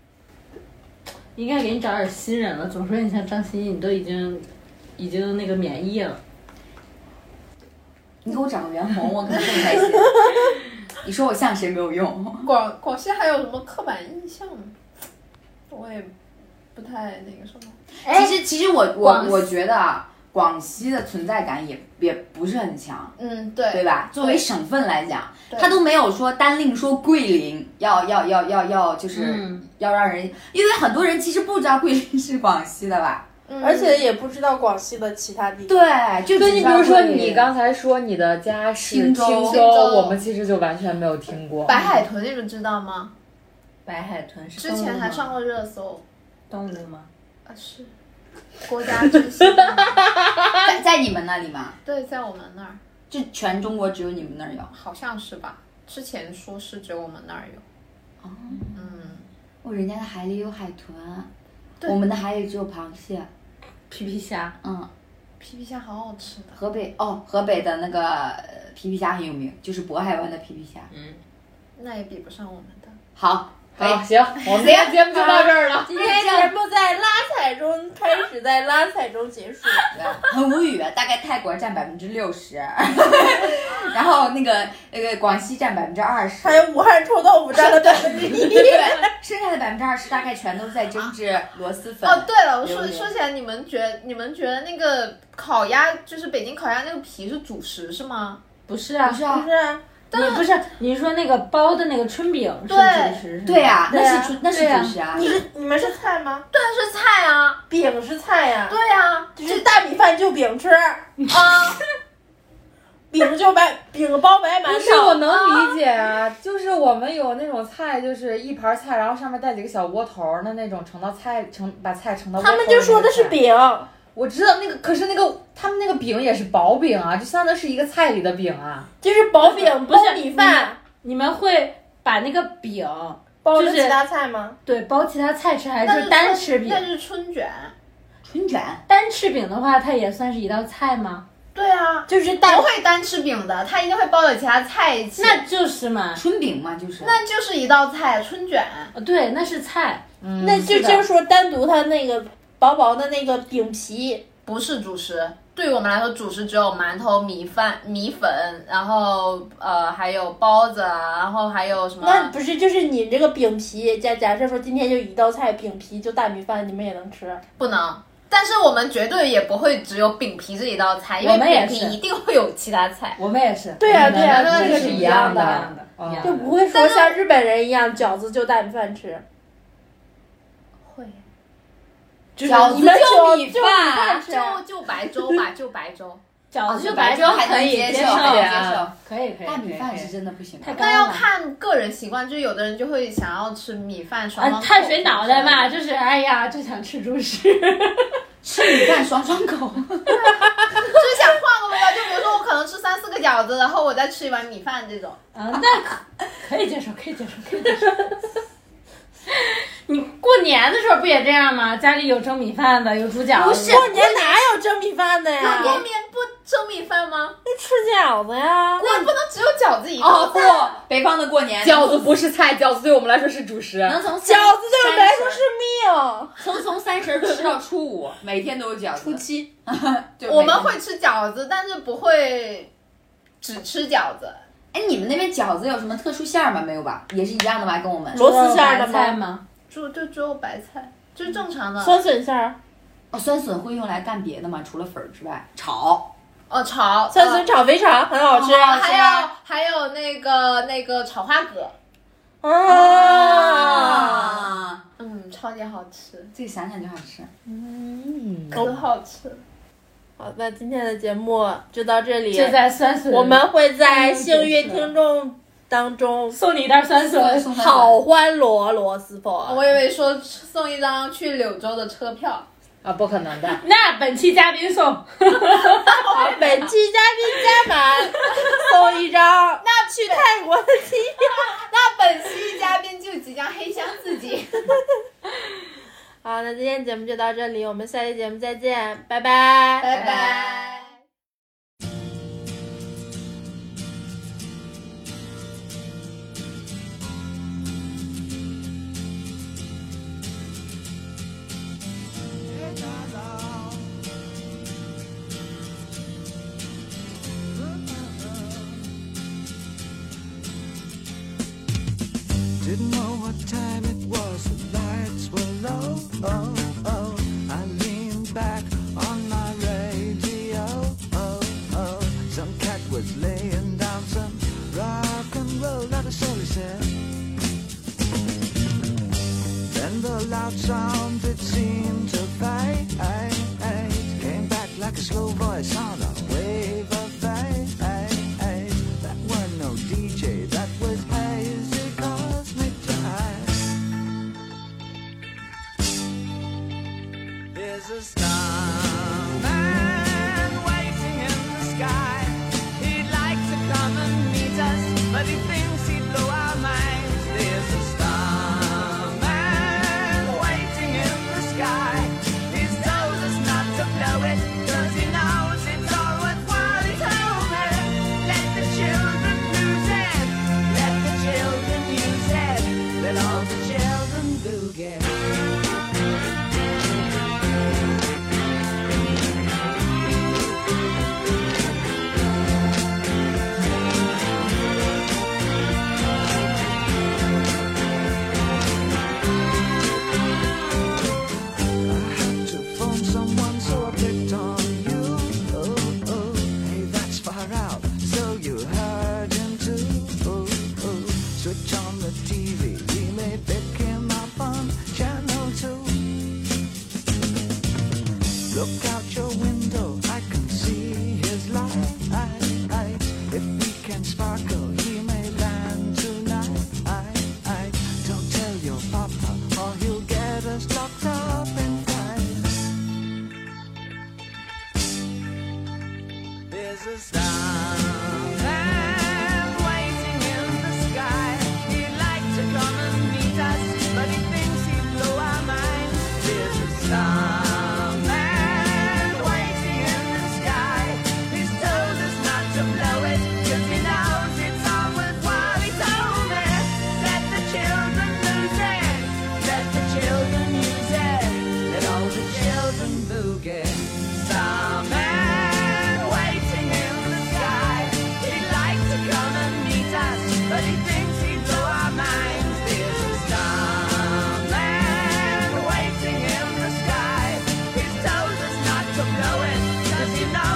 Speaker 5: 应该给你找点新人了。总说你像张歆艺，你都已经已经那个免疫了。
Speaker 2: 你给我找个袁弘，我可能更开 心。你说我像谁没有用？
Speaker 4: 广广西还有什么刻板印象吗？我也不太那个什么。
Speaker 5: 哎
Speaker 2: 其实其实我我
Speaker 5: 广西
Speaker 2: 我觉得啊，广西的存在感也也不是很强。
Speaker 4: 嗯，
Speaker 2: 对
Speaker 4: 对。
Speaker 2: 吧？作为省份来讲，
Speaker 4: 对
Speaker 2: 他都没有说单另说桂林要要要要要，就是、
Speaker 5: 嗯
Speaker 2: 要让人，因为很多人其实不知道桂林是广西的吧？
Speaker 4: 嗯
Speaker 3: 而且也不知道广西的其他地方。
Speaker 2: 对，就
Speaker 1: 对，
Speaker 2: 只
Speaker 1: 你
Speaker 2: 知
Speaker 1: 比
Speaker 2: 道
Speaker 1: 如说
Speaker 2: 桂林
Speaker 1: 你刚才说你的家是
Speaker 2: 青州
Speaker 1: 州，
Speaker 2: 青
Speaker 4: 州
Speaker 1: 我们其实就完全没有听过。
Speaker 4: 白海豚，你们知道吗？
Speaker 5: 白海豚是
Speaker 4: 之前还上过热搜。
Speaker 5: 动物吗？
Speaker 4: 啊，是国家之星。
Speaker 2: 在在你们那里嘛，
Speaker 4: 对，在我们那儿
Speaker 2: 就全中国只有你们那儿有。
Speaker 4: 好像是吧？之前说是只有我们那儿有。嗯，
Speaker 2: 哦，人家的海里有海豚，
Speaker 4: 对
Speaker 2: 我们的海里只有螃蟹。
Speaker 5: 皮皮虾，
Speaker 2: 嗯，
Speaker 4: 皮皮虾好好吃的，
Speaker 2: 河北哦，河北的那个呃皮皮虾很有名，就是渤海湾的皮皮虾。
Speaker 4: 那也比不上我们的。
Speaker 2: 好，可以
Speaker 1: 好，行，我们今天节目就到这儿了。
Speaker 3: 今天节目在拉踩中开始，在拉踩中结束。
Speaker 2: 呃很无语，大概泰国占百分之六十， 然后那个那个广西占百分之二十，
Speaker 3: 还有武汉臭豆腐占了百分之一。
Speaker 2: 剩下的百分之二十大概全都在精致螺蛳粉。
Speaker 4: 哦，对了，我说
Speaker 2: 榴莲
Speaker 4: 说起来，你们觉你们觉得那个烤鸭，就是北京烤鸭那个皮是主食是吗？
Speaker 5: 不是啊，
Speaker 2: 不是啊
Speaker 3: 不是 啊，
Speaker 5: 你不是你说那个包的那个春饼是
Speaker 4: 对
Speaker 5: 主食是吗？
Speaker 2: 对啊呀、
Speaker 5: 对呀
Speaker 2: 那是主那是
Speaker 5: 对呀
Speaker 2: 主食啊。
Speaker 3: 你是你们是菜吗？
Speaker 4: 对，是菜啊，
Speaker 3: 饼是菜呀、
Speaker 4: 对啊，
Speaker 3: 就是大米饭就饼吃，
Speaker 4: 啊，
Speaker 3: 饼就白饼包白
Speaker 1: 不
Speaker 3: 馒
Speaker 1: 是我
Speaker 3: 头。
Speaker 1: 能理解啊，就是我们有那种菜，就是一盘菜，然后上面带几个小窝头儿的那种，盛到菜盛把菜盛到窝头
Speaker 3: 他
Speaker 1: 儿
Speaker 3: 们就说
Speaker 1: 那
Speaker 3: 的
Speaker 1: 个
Speaker 3: 是
Speaker 1: 菜。
Speaker 3: 饼，
Speaker 1: 我知道那个，可是那个他们那个饼也是薄饼啊，就相当于是一个菜里的饼啊。
Speaker 3: 就是薄饼
Speaker 5: 不是
Speaker 3: 包米饭，
Speaker 5: 你们会把那个饼
Speaker 3: 包
Speaker 5: 就
Speaker 3: 了
Speaker 5: 是
Speaker 3: 其他菜吗？
Speaker 5: 对包其他菜吃，还
Speaker 4: 那
Speaker 5: 是单吃饼
Speaker 4: 那？是春卷，
Speaker 2: 春卷，
Speaker 5: 单吃饼的话，它也算是一道菜吗？
Speaker 4: 对啊，
Speaker 3: 就是
Speaker 4: 不
Speaker 3: 大
Speaker 4: 会单吃饼的，它一定会包着其他菜一起。
Speaker 5: 那就是嘛。
Speaker 2: 春饼嘛，就是。
Speaker 4: 那就是一道菜，春卷。
Speaker 5: 呃对，那是菜。
Speaker 1: 嗯，
Speaker 3: 那就是
Speaker 1: 的
Speaker 3: 就是说单独它那个薄薄的那个饼皮，
Speaker 4: 不是主食，对于我们来说，主食只有馒头、米饭、米粉，然后呃还有包子啊，然后还有什么？
Speaker 3: 那不是就是你这个饼皮，假假设说今天就一道菜，饼皮就大米饭，你们也能吃。
Speaker 4: 不能。但是我们绝对也不会只有饼皮这一道菜，因为
Speaker 5: 我们也
Speaker 4: 饼
Speaker 5: 是
Speaker 4: 皮一定会有其他菜。
Speaker 5: 我们也是。
Speaker 3: 对呀
Speaker 5: 我们
Speaker 3: 对呀啊
Speaker 5: 的
Speaker 3: 这个是
Speaker 5: 一
Speaker 3: 一样
Speaker 5: 样的，哦
Speaker 3: 的
Speaker 1: 嗯
Speaker 5: 一样的
Speaker 3: 嗯就不会说像日本人一样饺子就大米饭吃，
Speaker 4: 会，
Speaker 5: 就是
Speaker 2: 饺子
Speaker 3: 你们
Speaker 2: 就
Speaker 3: 就
Speaker 2: 米
Speaker 3: 就米饭吃，
Speaker 4: 就
Speaker 5: 啊
Speaker 4: 就白粥吧，就白 粥。
Speaker 5: 饺子就
Speaker 2: 白
Speaker 5: 白
Speaker 2: 粥还
Speaker 5: 可
Speaker 2: 能
Speaker 5: 以
Speaker 2: 接受，可以接
Speaker 5: 受，
Speaker 2: 受
Speaker 5: 啊。可以可以。
Speaker 2: 大米
Speaker 5: 可
Speaker 2: 饭
Speaker 5: 以
Speaker 2: 是真的不行啊，
Speaker 5: 太干
Speaker 4: 那要
Speaker 5: 了
Speaker 4: 看个人习惯，就是有的人就会想要吃米饭爽
Speaker 5: 啊，
Speaker 4: 爽口。
Speaker 5: 碳水脑袋嘛，就是哎呀，就想吃主食。
Speaker 2: 吃米饭爽爽口。
Speaker 4: 就是想换个味道，就比如说我可能吃三四个饺子，然后我再吃一碗米饭这种。
Speaker 5: 啊，那可可以接受，可以接受，可以接受。 你过年的时候不也这样吗？家里有蒸米饭的，有煮饺子的。
Speaker 3: 过年哪有蒸米饭的呀？
Speaker 4: 过年不蒸米饭吗？
Speaker 3: 就吃饺子呀。
Speaker 4: 那不能只有饺子一个。
Speaker 2: 哦不，北方的 过年
Speaker 1: 饺子不是菜，饺子对我们来说是主食。
Speaker 2: 能从三
Speaker 3: 饺子对我们来说是命。
Speaker 2: 从从三十吃到初五，每天都有饺子。初七， 就
Speaker 4: 我们
Speaker 2: 每天
Speaker 4: 会吃饺子，但是不会只吃饺子。
Speaker 2: 哎，你们那边饺子有什么特殊馅儿吗？没有吧？也是一样的吧？跟我们
Speaker 3: 螺丝馅儿的
Speaker 5: 白菜
Speaker 3: 吗？
Speaker 5: 吗？
Speaker 4: 就就只有白菜，就是正常的。
Speaker 3: 酸笋馅儿，
Speaker 2: 哦，酸笋会用来干别的吗？除了粉儿之外，炒
Speaker 4: 哦，炒
Speaker 3: 酸笋炒肥肠很好吃
Speaker 4: 呃
Speaker 3: 啊。
Speaker 4: 还有还有那个那个炒花蛤，
Speaker 3: 啊，
Speaker 2: 啊，
Speaker 4: 嗯，超级好吃，
Speaker 2: 这个想想就好吃。
Speaker 1: 嗯，
Speaker 3: 哦
Speaker 4: 可好吃。
Speaker 3: 好的，今天的节目就到这里
Speaker 5: 就，在酸笋。
Speaker 3: 我们会在幸运听众当中
Speaker 5: 送你一袋酸笋。
Speaker 2: 送
Speaker 3: 好欢螺螺蛳粉。
Speaker 4: 哦我以为说送一张去柳州的车票，
Speaker 1: 啊，不可能的。
Speaker 5: 那本期嘉宾送，
Speaker 3: 好，本期嘉宾加满 送一张那去泰国的机票。
Speaker 4: 那本期嘉宾就即将黑箱自己，
Speaker 3: 好，那今天节目就到这里，我们下期节目再见，拜拜。
Speaker 4: 拜拜。
Speaker 6: Didn't know what time it was, the lights were low. Oh, oh. I leaned back on my radio. Oh, oh. Some cat was laying down some rock and roll that is all he said. Then the loud sound that seemed to fade came back like a slow voice on a wave of fate. That were no DJ, that was hazy cosmic time. There's a starman waiting in the sky. He'd like to come and meet us, but he thinks he'd blow our minds. There's a starman waiting in the sky. is a starman waiting in the sky. He'd like to come and meet us, but he thinks he'd blow our minds. There's a starman waiting in the sky. He's told us not to blow it, 'cause he knows it's all worthwhile. He told me, let the children lose it, let the children use it, let all the children boogie. Starman waiting in the sky. He'd like to come and meet us, but he thinks he'd blow our minds. There's a starman waiting in the sky. He's told us not to blow it, 'cause he knows.